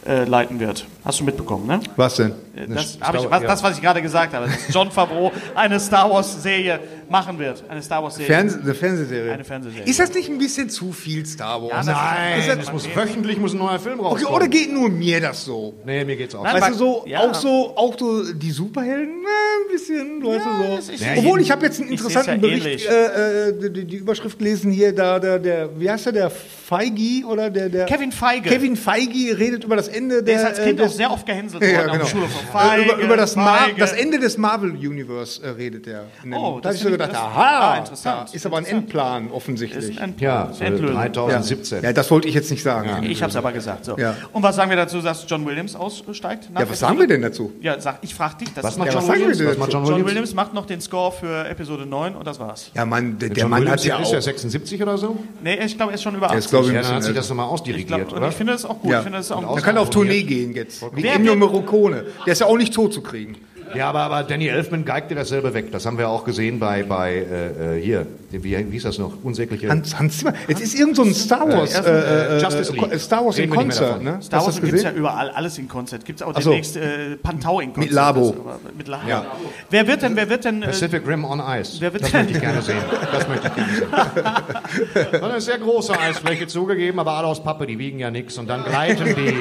Speaker 5: äh, leiten wird? Hast du mitbekommen, ne?
Speaker 6: Was denn?
Speaker 5: Äh,
Speaker 6: Eine
Speaker 5: Das,
Speaker 6: Sch-
Speaker 5: hab ich,
Speaker 4: Star-
Speaker 5: was,
Speaker 4: ja.
Speaker 5: das, was ich gerade gesagt habe, dass John Favreau eine Star Wars Serie machen wird, eine Star Wars Serie.
Speaker 6: Fernseh eine Fernsehserie.
Speaker 5: Eine Fernsehserie.
Speaker 6: Ist das nicht ein bisschen zu viel Star Wars? Ist
Speaker 4: Nein,
Speaker 6: das-
Speaker 4: es muss wöchentlich muss ein neuer Film
Speaker 6: okay,
Speaker 4: rauskommen.
Speaker 6: oder geht nur mir das so?
Speaker 4: nee, mir geht's auch.
Speaker 5: Nein,
Speaker 4: so.
Speaker 6: Weißt du,
Speaker 5: Aber-
Speaker 6: so,
Speaker 5: ja.
Speaker 6: auch so, auch so die Superhelden, ne, ein bisschen, du weißt du,
Speaker 5: das
Speaker 6: so.
Speaker 5: ist-
Speaker 6: Obwohl, ich habe jetzt einen
Speaker 5: Ich seh's
Speaker 6: interessanten
Speaker 5: ja
Speaker 6: Bericht,
Speaker 5: ähnlich.
Speaker 6: äh, äh, die, die Überschrift gelesen hier, da, der, der, wie heißt der, der Feige oder der, der.
Speaker 5: Kevin Feige.
Speaker 6: Kevin Feige redet über das Ende der.
Speaker 5: der ist als Kind
Speaker 6: äh,
Speaker 5: auch
Speaker 6: des,
Speaker 5: sehr oft gehänselt worden
Speaker 6: Ja,
Speaker 5: auf
Speaker 6: genau.
Speaker 5: der Schule von
Speaker 6: äh,
Speaker 5: Feige,
Speaker 6: über, über das, Mar
Speaker 5: Feige.
Speaker 6: das Ende des Marvel-Universe äh, redet er. in dem-
Speaker 5: Oh, das
Speaker 6: da habe ich so
Speaker 5: finde ich
Speaker 6: gedacht,
Speaker 5: interessant.
Speaker 6: aha,
Speaker 5: Ah, interessant.
Speaker 6: da ist aber ein
Speaker 5: Interessant.
Speaker 6: Endplan
Speaker 5: Das
Speaker 6: offensichtlich.
Speaker 5: ist ein
Speaker 4: Ja, so
Speaker 5: Endlösung.
Speaker 4: 2017.
Speaker 6: Ja, das wollte ich jetzt nicht sagen. Ja,
Speaker 5: Ich habe es aber gesagt. So.
Speaker 6: Ja.
Speaker 5: Und was sagen wir dazu, dass John Williams aussteigt? Nach
Speaker 6: was sagen wir denn dazu?
Speaker 5: Ja, sag, ich frage dich. Das
Speaker 4: Was
Speaker 5: ist
Speaker 4: macht
Speaker 5: noch
Speaker 6: Ja,
Speaker 4: John
Speaker 6: was sagen wir
Speaker 4: Williams?
Speaker 6: denn
Speaker 4: Was macht John
Speaker 5: John Williams?
Speaker 4: Williams?
Speaker 5: macht noch den Score für Episode 9 und das war's.
Speaker 6: Ja, Mann, der, der
Speaker 4: John
Speaker 6: Mann
Speaker 4: Williams
Speaker 6: hat ja
Speaker 4: ist
Speaker 6: auch.
Speaker 4: ja 76 oder so.
Speaker 5: Nee, ich glaube, er ist schon über
Speaker 6: Er ist,
Speaker 5: 80.
Speaker 6: glaube ich,
Speaker 4: Ja,
Speaker 6: ein
Speaker 4: dann hat
Speaker 6: bisschen
Speaker 4: sich das
Speaker 6: älter.
Speaker 4: nochmal
Speaker 5: Ich,
Speaker 4: ausdirigiert,
Speaker 5: glaub, und
Speaker 4: oder?
Speaker 5: ich finde das auch gut.
Speaker 6: Ja.
Speaker 5: Ich finde das auch
Speaker 6: Man kann auf Tournee gehen jetzt. Wie
Speaker 5: Wer wird-
Speaker 6: Ennio Morricone. Der ist ja auch nicht tot zu kriegen.
Speaker 4: Ja, aber, aber Danny Elfman geigte dasselbe weg. Das haben wir auch gesehen bei, bei äh, äh, hier, wie, wie hieß das noch? Unsägliche.
Speaker 6: Hans, Hans Zimmer. Es ist irgend so ein Star Wars.
Speaker 4: ersten,
Speaker 6: Äh, äh,
Speaker 4: Justice League.
Speaker 6: Ko- Star Wars in
Speaker 4: Reden wir nicht mehr
Speaker 6: Concert.
Speaker 4: davon.
Speaker 5: Star
Speaker 6: Ne? Hast du
Speaker 5: Wars
Speaker 6: das
Speaker 5: gibt es ja
Speaker 6: gesehen?
Speaker 5: überall alles in Konzert. Gibt es auch
Speaker 6: so.
Speaker 5: demnächst äh, Pantau in Konzert.
Speaker 6: Mit Labo.
Speaker 5: Das- aber Mit Labo.
Speaker 6: Ja.
Speaker 5: Wer wird denn, wer wird denn, äh,
Speaker 4: Pacific Rim on Ice.
Speaker 5: Wer wird-
Speaker 4: das möchte ich gerne sehen. Das möchte ich gerne sehen. Das ist eine sehr große Eisfläche zugegeben, aber alle aus Pappe, die wiegen ja nichts. Und dann gleiten die.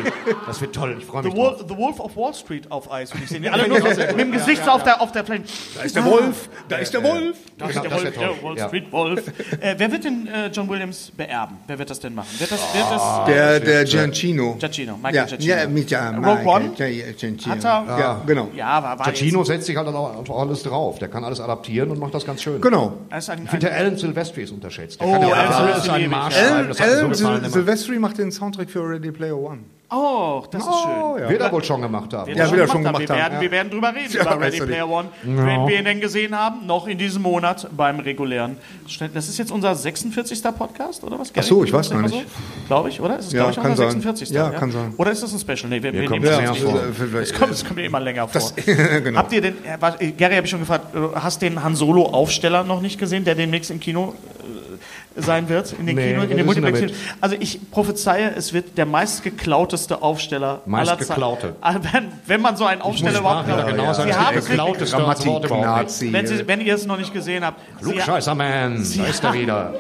Speaker 4: Das wird toll, ich freue
Speaker 5: The,
Speaker 4: mich
Speaker 5: Wol
Speaker 4: drauf.
Speaker 5: The Wolf of Wall Street auf Eis? Würde ich sehen. Alle nur so, mit dem Gesicht so auf der, auf der Fläche.
Speaker 6: Da ist der Wolf. Da ist der Wolf.
Speaker 5: Da ist
Speaker 4: Genau,
Speaker 5: der
Speaker 4: das
Speaker 5: Wolf,
Speaker 4: wär toll.
Speaker 5: der Wall
Speaker 4: Ja.
Speaker 5: Street Wolf. Äh, wer wird denn äh, John Williams beerben? Wer wird das denn machen? Wird das, wird das
Speaker 6: Der, der Giancino.
Speaker 5: Giacchino, Michael
Speaker 6: Ah. Ja,
Speaker 5: Giacchino.
Speaker 6: ja, ähm, mit ja,
Speaker 5: Rogue One?
Speaker 6: Michael Gia- Giacchino.
Speaker 5: Hat er?
Speaker 6: Ja, genau.
Speaker 5: Ja, aber war jetzt-
Speaker 4: Giacchino setzt sich halt dann auch einfach alles drauf. Der kann alles adaptieren und macht das ganz schön.
Speaker 6: Genau.
Speaker 5: Er ist ein,
Speaker 4: Ich finde,
Speaker 5: ein,
Speaker 4: der Alan Silvestri ist unterschätzt. Der
Speaker 5: Oh,
Speaker 4: kann ja
Speaker 5: Alan
Speaker 4: alles
Speaker 5: Silvestri
Speaker 4: einen
Speaker 5: liebe ich.
Speaker 4: Marsch
Speaker 5: Alan-
Speaker 4: schreiben.
Speaker 6: Alan,
Speaker 4: Das hat mir so gefallen
Speaker 6: Alan Ähm, äh, Sil
Speaker 4: immer.
Speaker 6: Silvestri macht den Soundtrack für Ready Player One.
Speaker 5: Oh, das ist schön.
Speaker 4: Wird er wohl schon gemacht haben.
Speaker 6: Ja,
Speaker 5: das
Speaker 6: will er schon
Speaker 5: wir,
Speaker 6: gemacht haben,
Speaker 5: werden,
Speaker 6: ja.
Speaker 5: wir werden drüber reden,
Speaker 6: Ja,
Speaker 5: über
Speaker 6: weiß
Speaker 5: Ready
Speaker 6: er
Speaker 5: Player One, wenn wir ihn denn gesehen haben, noch in diesem Monat beim regulären. Schnitt. Das ist jetzt unser 46. Podcast, oder was? Ach
Speaker 6: so, ich weiß gar nicht.
Speaker 5: glaube ich, oder? Ist es,
Speaker 6: Ja,
Speaker 5: glaube ich, auch
Speaker 6: kann
Speaker 5: unser
Speaker 6: sein.
Speaker 5: 46.
Speaker 6: Ja, kann sein.
Speaker 5: Oder ist das ein Special? Nee, wir, wir
Speaker 4: kommt
Speaker 5: nehmen das
Speaker 4: das
Speaker 5: nicht
Speaker 4: ja
Speaker 5: vor.
Speaker 4: vor.
Speaker 5: Das kommt, das kommt mir immer länger vor.
Speaker 6: genau.
Speaker 5: Habt ihr denn, äh, was- äh, Gary habe ich schon gefragt, äh, hast den Han Solo Aufsteller noch nicht gesehen, der demnächst im Kino äh, sein wird? In den
Speaker 4: Nee,
Speaker 5: Kino,
Speaker 4: was
Speaker 5: in den
Speaker 4: ist denn
Speaker 5: Multiplex Also ich prophezeie, es wird der meistgeklauteste Aufsteller
Speaker 4: Meistgeklaute.
Speaker 5: aller Zeiten. Ah, Wenn, wenn man so einen Aufsteller überhaupt
Speaker 4: Sprache
Speaker 5: kann.
Speaker 4: genau sagen,
Speaker 5: Sie
Speaker 4: es gibt
Speaker 5: haben
Speaker 4: der
Speaker 5: es wirklich,
Speaker 4: klauteste Wort überhaupt nicht.
Speaker 6: Grammatik-Nazi.
Speaker 5: wenn, Sie, wenn ihr es noch nicht gesehen habt, Sie,
Speaker 4: Klugscheißerman, da ist er wieder.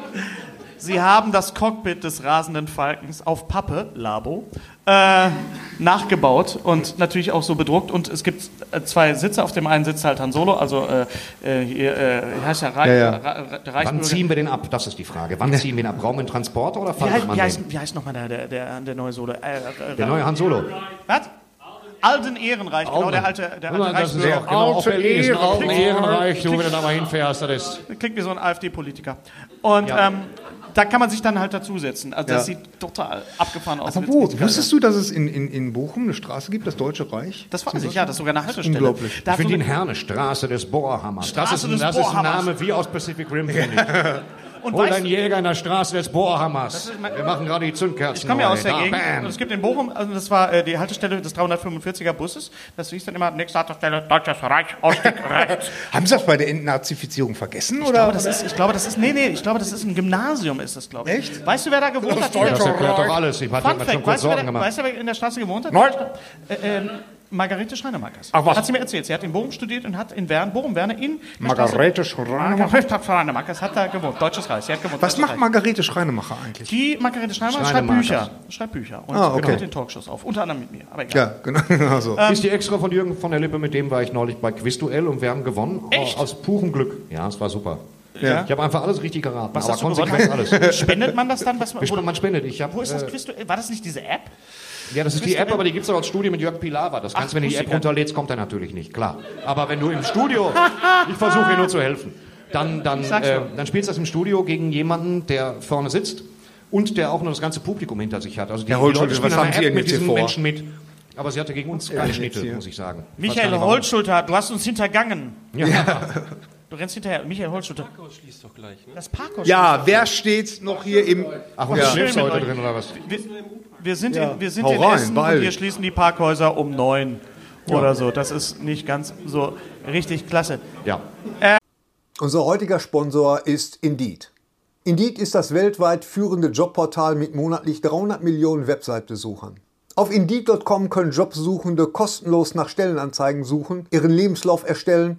Speaker 5: Sie haben das Cockpit des rasenden Falkens auf Pappe, Labo, äh, nachgebaut und natürlich auch so bedruckt. Und es gibt äh, zwei Sitze. Auf dem einen sitzt halt Han Solo, also äh, äh, hier, äh, heißt ja, Reich,
Speaker 6: Ja, ja.
Speaker 5: Ra- Ra- der
Speaker 4: Wann
Speaker 5: Reichsbürger.
Speaker 4: ziehen wir den ab? Das ist die Frage. Wann ziehen wir ihn ab? Brauchen wir einen Transporter oder
Speaker 5: wie
Speaker 4: fahren
Speaker 5: heißt,
Speaker 4: man
Speaker 5: wie heißt,
Speaker 4: den?
Speaker 5: wie heißt nochmal der, der, der, der neue Solo? Äh, äh,
Speaker 4: Der neue Han Solo.
Speaker 5: was? Alden Ehrenreich, genau, der alte, der alte
Speaker 4: das ist auch
Speaker 5: Reichsbürger.
Speaker 4: genau auf Berlin. Ist ein
Speaker 6: Ehrenreich.
Speaker 4: alten Ehrenreich, du, wenn du da mal hinfährst, das ist...
Speaker 5: Klingt wie so ein AfD-Politiker. Und
Speaker 4: Ja.
Speaker 5: ähm, da kann man sich dann halt dazusetzen. Also das
Speaker 6: Ja.
Speaker 5: sieht total abgefahren aus.
Speaker 6: Apropos,
Speaker 5: Witzig.
Speaker 6: wusstest du, dass es in, in, in Bochum eine Straße gibt, das Deutsche Reich?
Speaker 5: Das weiß ich, ja, das ist sogar eine Haltestelle.
Speaker 6: Unglaublich.
Speaker 5: Da
Speaker 4: Ich finde
Speaker 5: so
Speaker 4: ihn Herne, Straße des Bohrhammers.
Speaker 5: Straße
Speaker 4: das ist, ein-
Speaker 5: des
Speaker 4: das ist ein
Speaker 5: Bohrhammers.
Speaker 4: Name wie aus Pacific Rim, finde ich.
Speaker 5: und
Speaker 4: Hol
Speaker 5: weißt,
Speaker 4: deinen
Speaker 5: du,
Speaker 4: Jäger in der Straße des Bohrhammers.
Speaker 5: ist mein-
Speaker 4: Wir machen gerade die Zündkerzen.
Speaker 5: ich komme ja aus der
Speaker 4: neu.
Speaker 5: Gegend.
Speaker 4: Da, bam.
Speaker 5: Und es gibt in Bochum, also das war äh, die Haltestelle des 345er Busses. Das hieß dann immer, nächste Haltestelle, Deutsches Reich, Ausstieg rechts.
Speaker 6: Haben sie das bei der Entnazifizierung vergessen?
Speaker 5: Ich glaube,
Speaker 6: Oder?
Speaker 5: das ist, ich glaube, das ist, nee, nee, ich glaube, das ist ein Gymnasium, ist das, glaube ich.
Speaker 6: Echt?
Speaker 5: Weißt du, wer da gewohnt hat? in der-
Speaker 4: Das erklärt doch alles. Ich hatte
Speaker 5: Fun
Speaker 4: mir schon
Speaker 5: Fact,
Speaker 4: kurz
Speaker 5: weißt du, wer
Speaker 4: Sorgen
Speaker 5: da-
Speaker 4: gemacht.
Speaker 5: weißt du, wer in der Straße gewohnt hat?
Speaker 6: Nein.
Speaker 5: Äh, ähm, Margarete Schreinermakers.
Speaker 6: Ach was.
Speaker 5: Hat sie mir erzählt. Sie hat in Bochum studiert und hat in Wern, Bochum-Werne in... der
Speaker 6: Margarete
Speaker 5: Straße-
Speaker 6: Schreinermacher.
Speaker 5: Margarete Schreinermakers hat da gewohnt. Deutsches Reich. Sie hat gewohnt.
Speaker 6: Was
Speaker 5: Deutsches
Speaker 6: macht
Speaker 5: Reich.
Speaker 6: Margarete Schreinemacher eigentlich?
Speaker 5: Die Margarete Schneimann schreibt
Speaker 4: Schreinemakers.
Speaker 5: Bücher. Schreibt Bücher und
Speaker 6: Ah, okay.
Speaker 5: nimmt den Talkshows auf. Unter anderem mit mir, aber egal.
Speaker 6: Ja, genau. Also.
Speaker 5: Ähm,
Speaker 4: ist die extra von Jürgen von der Lippe, mit dem war ich neulich bei Quizduell und wir haben gewonnen. Oh,
Speaker 5: Echt?
Speaker 4: Aus purem Glück. Ja, es war super.
Speaker 6: Ja.
Speaker 4: Ich habe einfach alles richtig geraten,
Speaker 5: Was
Speaker 4: aber
Speaker 5: hast du
Speaker 4: konsequent alles.
Speaker 5: Spendet man das dann? Was man,
Speaker 4: Wie man spendet. Ich hab,
Speaker 5: wo ist das
Speaker 4: äh,
Speaker 5: Quiz? War das nicht diese App?
Speaker 4: Ja, das ist die App, aber die gibt es auch als Studio mit Jörg Pilawa. Das kannst
Speaker 5: Ach,
Speaker 4: du, wenn du die
Speaker 5: Musiker.
Speaker 4: App runterlädst, kommt er natürlich nicht, klar. Aber wenn du im Studio, ich versuche dir nur zu helfen, dann, dann,
Speaker 5: sag's
Speaker 4: äh,
Speaker 5: schon.
Speaker 4: dann spielst du das im Studio gegen jemanden, der vorne sitzt und der auch nur das ganze Publikum hinter sich hat. Also die,
Speaker 6: Herr
Speaker 4: die Leute
Speaker 6: Holtschulde,
Speaker 4: spielen
Speaker 6: was
Speaker 4: an
Speaker 6: haben
Speaker 4: der
Speaker 6: Sie
Speaker 4: App
Speaker 6: denn
Speaker 4: mit
Speaker 6: jetzt hier
Speaker 4: diesen
Speaker 6: vor?
Speaker 4: Menschen mit. Aber sie hatte gegen uns keine
Speaker 6: jetzt
Speaker 4: Schnitte,
Speaker 6: hier?
Speaker 4: muss ich sagen. Ich weiß gar
Speaker 5: Michael
Speaker 4: nicht, warum.
Speaker 5: Holtschulter, du hast uns hintergangen.
Speaker 4: Ja.
Speaker 5: Du rennst hinterher. Michael Holtschulter. Das Parkhaus
Speaker 6: Ja, wer steht noch hier im.
Speaker 4: Ach, und
Speaker 6: Ja.
Speaker 4: du schläfst
Speaker 5: Schön mit
Speaker 4: heute
Speaker 5: euch.
Speaker 4: drin, oder was?
Speaker 5: Wir, wir sind in, wir sind
Speaker 6: Hau
Speaker 5: in
Speaker 6: rein,
Speaker 5: Essen
Speaker 6: beeil
Speaker 5: und wir
Speaker 6: dich.
Speaker 5: schließen die Parkhäuser um neun oder so. Das ist nicht ganz so richtig klasse.
Speaker 4: Ja.
Speaker 1: Unser heutiger Sponsor ist Indeed. Indeed ist das weltweit führende Jobportal mit monatlich 300 Millionen Website-Besuchern. Auf Indeed.com können Jobsuchende kostenlos nach Stellenanzeigen suchen, ihren Lebenslauf erstellen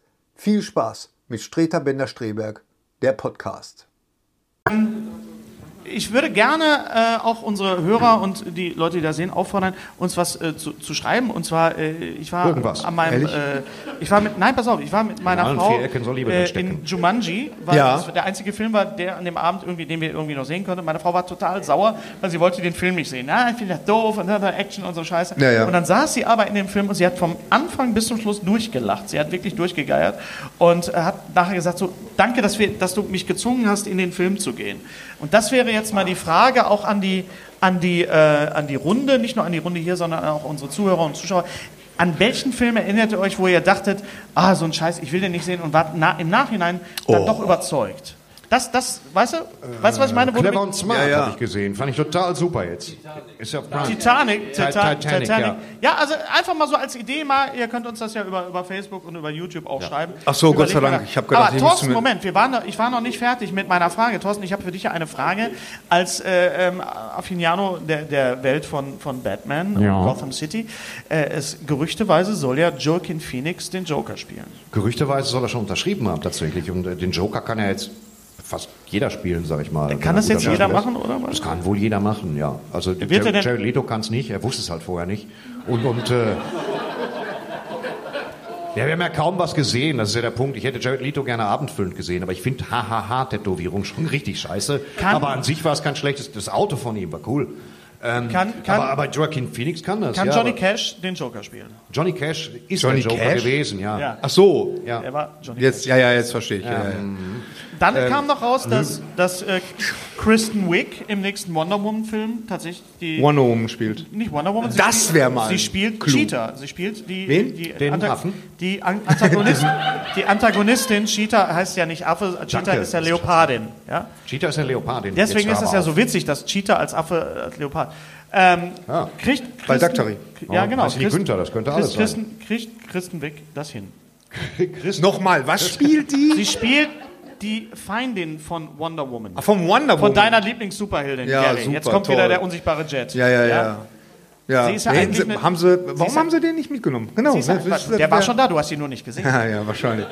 Speaker 1: viel Spaß mit Streter Bender-Streberg, der Podcast.
Speaker 5: Ich würde gerne äh, auch unsere Hörer und die Leute, die da sehen, auffordern, uns was äh, zu, zu schreiben. Und zwar, äh, ich war
Speaker 4: Irgendwas.
Speaker 5: an meinem,
Speaker 6: Ehrlich?
Speaker 5: äh, ich war mit, nein, pass auf, ich war mit meiner
Speaker 4: allen
Speaker 5: Frau
Speaker 4: vier Ecken soll Liebe
Speaker 5: äh,
Speaker 4: drinstecken.
Speaker 5: in Jumanji, weil
Speaker 6: Ja.
Speaker 5: das der einzige Film war, der an dem Abend irgendwie, den wir irgendwie noch sehen konnten. Meine Frau war total sauer, weil sie wollte den Film nicht sehen. Na, ich finde das doof und dann Action und so Scheiße.
Speaker 6: Ja, ja.
Speaker 5: Und dann saß sie aber in dem Film und sie hat vom Anfang bis zum Schluss durchgelacht. Sie hat wirklich durchgegeiert und äh, hat nachher gesagt so, danke, dass, wir, dass du mich gezwungen hast, in den Film zu gehen. Und das wäre jetzt mal die Frage auch an die, an die, äh, an die Runde, nicht nur an die Runde hier, sondern auch unsere Zuhörer und Zuschauer. An welchen Film erinnert ihr euch, wo ihr dachtet, ah, so ein Scheiß, ich will den nicht sehen und wart na, im Nachhinein dann doch überzeugt? Das, das, weißt du, weißt du, was ich meine? Wo du
Speaker 4: Clever
Speaker 5: mit-
Speaker 4: und Smart
Speaker 6: Ja, ja.
Speaker 4: habe ich gesehen. Fand ich total super jetzt. Ist ja Prime.
Speaker 5: Titanic,
Speaker 4: Ti-
Speaker 5: Tita
Speaker 4: Titanic,
Speaker 5: Titanic. Ja. also einfach mal so als Idee mal, ihr könnt uns das ja über, über Facebook und über YouTube auch schreiben.
Speaker 6: Ach so, Gott sei
Speaker 5: Überlegt mal
Speaker 6: Dank.
Speaker 5: da-
Speaker 6: Ich hab gedacht,
Speaker 5: Aber
Speaker 6: ich müsste
Speaker 5: Thorsten,
Speaker 6: mir-
Speaker 5: Moment, wir waren, noch- ich war noch nicht fertig mit meiner Frage. Thorsten, ich habe für dich ja eine Frage. Als äh, ähm, Affiniano der, der Welt von, von Batman
Speaker 4: Ja.
Speaker 5: und Gotham City, äh, es gerüchteweise soll ja Joaquin Phoenix den Joker spielen.
Speaker 4: Gerüchteweise soll er schon unterschrieben haben tatsächlich. Und äh, den Joker kann ja jetzt fast jeder spielen, sag ich mal. wenn
Speaker 5: Kann
Speaker 4: er
Speaker 5: das
Speaker 4: guter
Speaker 5: jetzt jeder
Speaker 4: Schauspieler ist.
Speaker 5: machen, oder was?
Speaker 4: Das kann wohl jeder machen, ja. Also
Speaker 5: Wird er
Speaker 4: Jared
Speaker 5: denn-
Speaker 4: Jared Leto kann es nicht, er wusste es halt vorher nicht. Und, und äh, ja, wir haben ja kaum was gesehen, das ist ja der Punkt. Ich hätte Jared Leto gerne abendfüllend gesehen, aber ich finde Hahaha-Tätowierung schon richtig scheiße.
Speaker 5: Kann-
Speaker 4: aber an sich war es kein schlechtes, das Auto von ihm war cool.
Speaker 5: Kann, kann,
Speaker 4: aber, aber Joaquin Phoenix kann das.
Speaker 5: kann
Speaker 4: ja,
Speaker 5: Johnny
Speaker 4: aber-
Speaker 5: Cash den Joker spielen?
Speaker 4: Johnny Cash ist
Speaker 6: Johnny
Speaker 4: der Joker
Speaker 6: Cash?
Speaker 4: gewesen, ja.
Speaker 5: Ja.
Speaker 6: Ach so.
Speaker 4: Ja.
Speaker 5: Er war Johnny
Speaker 6: Jetzt, ja, ja, jetzt verstehe ich. Ja, ja.
Speaker 5: Dann
Speaker 4: Ähm,
Speaker 5: kam noch raus, dass, dass äh, Kristen Wiig im nächsten Wonder Woman Film tatsächlich die
Speaker 6: Wonder Woman spielt.
Speaker 5: nicht Wonder Woman. sie
Speaker 6: Das
Speaker 5: spielt-
Speaker 6: wär mal
Speaker 5: Also Sie spielt
Speaker 6: Clou.
Speaker 5: Cheetah. Sie spielt die
Speaker 6: Wen?
Speaker 5: die,
Speaker 4: Den Affen?
Speaker 5: die An Antagonist, die Antagonistin. Cheetah heißt ja nicht Affe. Cheetah
Speaker 4: Danke.
Speaker 5: ist ja Leopardin. Ja?
Speaker 4: Cheetah ist eine Leopardin.
Speaker 5: Deswegen
Speaker 4: Jetzt
Speaker 5: ist
Speaker 4: hör
Speaker 5: es
Speaker 4: mal
Speaker 5: ja
Speaker 4: auf.
Speaker 5: so witzig, dass Cheetah als Affe als Leopard. Ähm,
Speaker 4: Ja.
Speaker 5: kriegt Kristen-
Speaker 6: Bei Daktari.
Speaker 5: Ja
Speaker 4: Oh,
Speaker 5: genau.
Speaker 4: weiß ich nicht,
Speaker 5: Christ-
Speaker 4: Günther, das könnte alles
Speaker 5: Christ, Kristen, kriegt Kristen Wiig das hin?
Speaker 6: Nochmal, was spielt die?
Speaker 5: Sie spielt die Feindin von Wonder Woman.
Speaker 6: Vom Wonder Woman.
Speaker 5: Von deiner Lieblings-Superheldin,
Speaker 6: Ja,
Speaker 5: Gary.
Speaker 6: super,
Speaker 5: Jetzt kommt
Speaker 6: toll.
Speaker 5: wieder der unsichtbare Jet.
Speaker 6: Ja, ja, ja. ja.
Speaker 5: Sie ist ja
Speaker 6: Nee,
Speaker 5: eigentlich
Speaker 6: sie-
Speaker 5: eine-
Speaker 6: haben sie, warum
Speaker 5: sie ist ja-
Speaker 6: haben sie den nicht mitgenommen? Genau.
Speaker 5: Sie ist
Speaker 6: ne,
Speaker 5: einfach-
Speaker 6: das- das
Speaker 5: der war
Speaker 6: wär-
Speaker 5: schon da, du hast ihn nur nicht gesehen.
Speaker 6: Ja, ja, wahrscheinlich.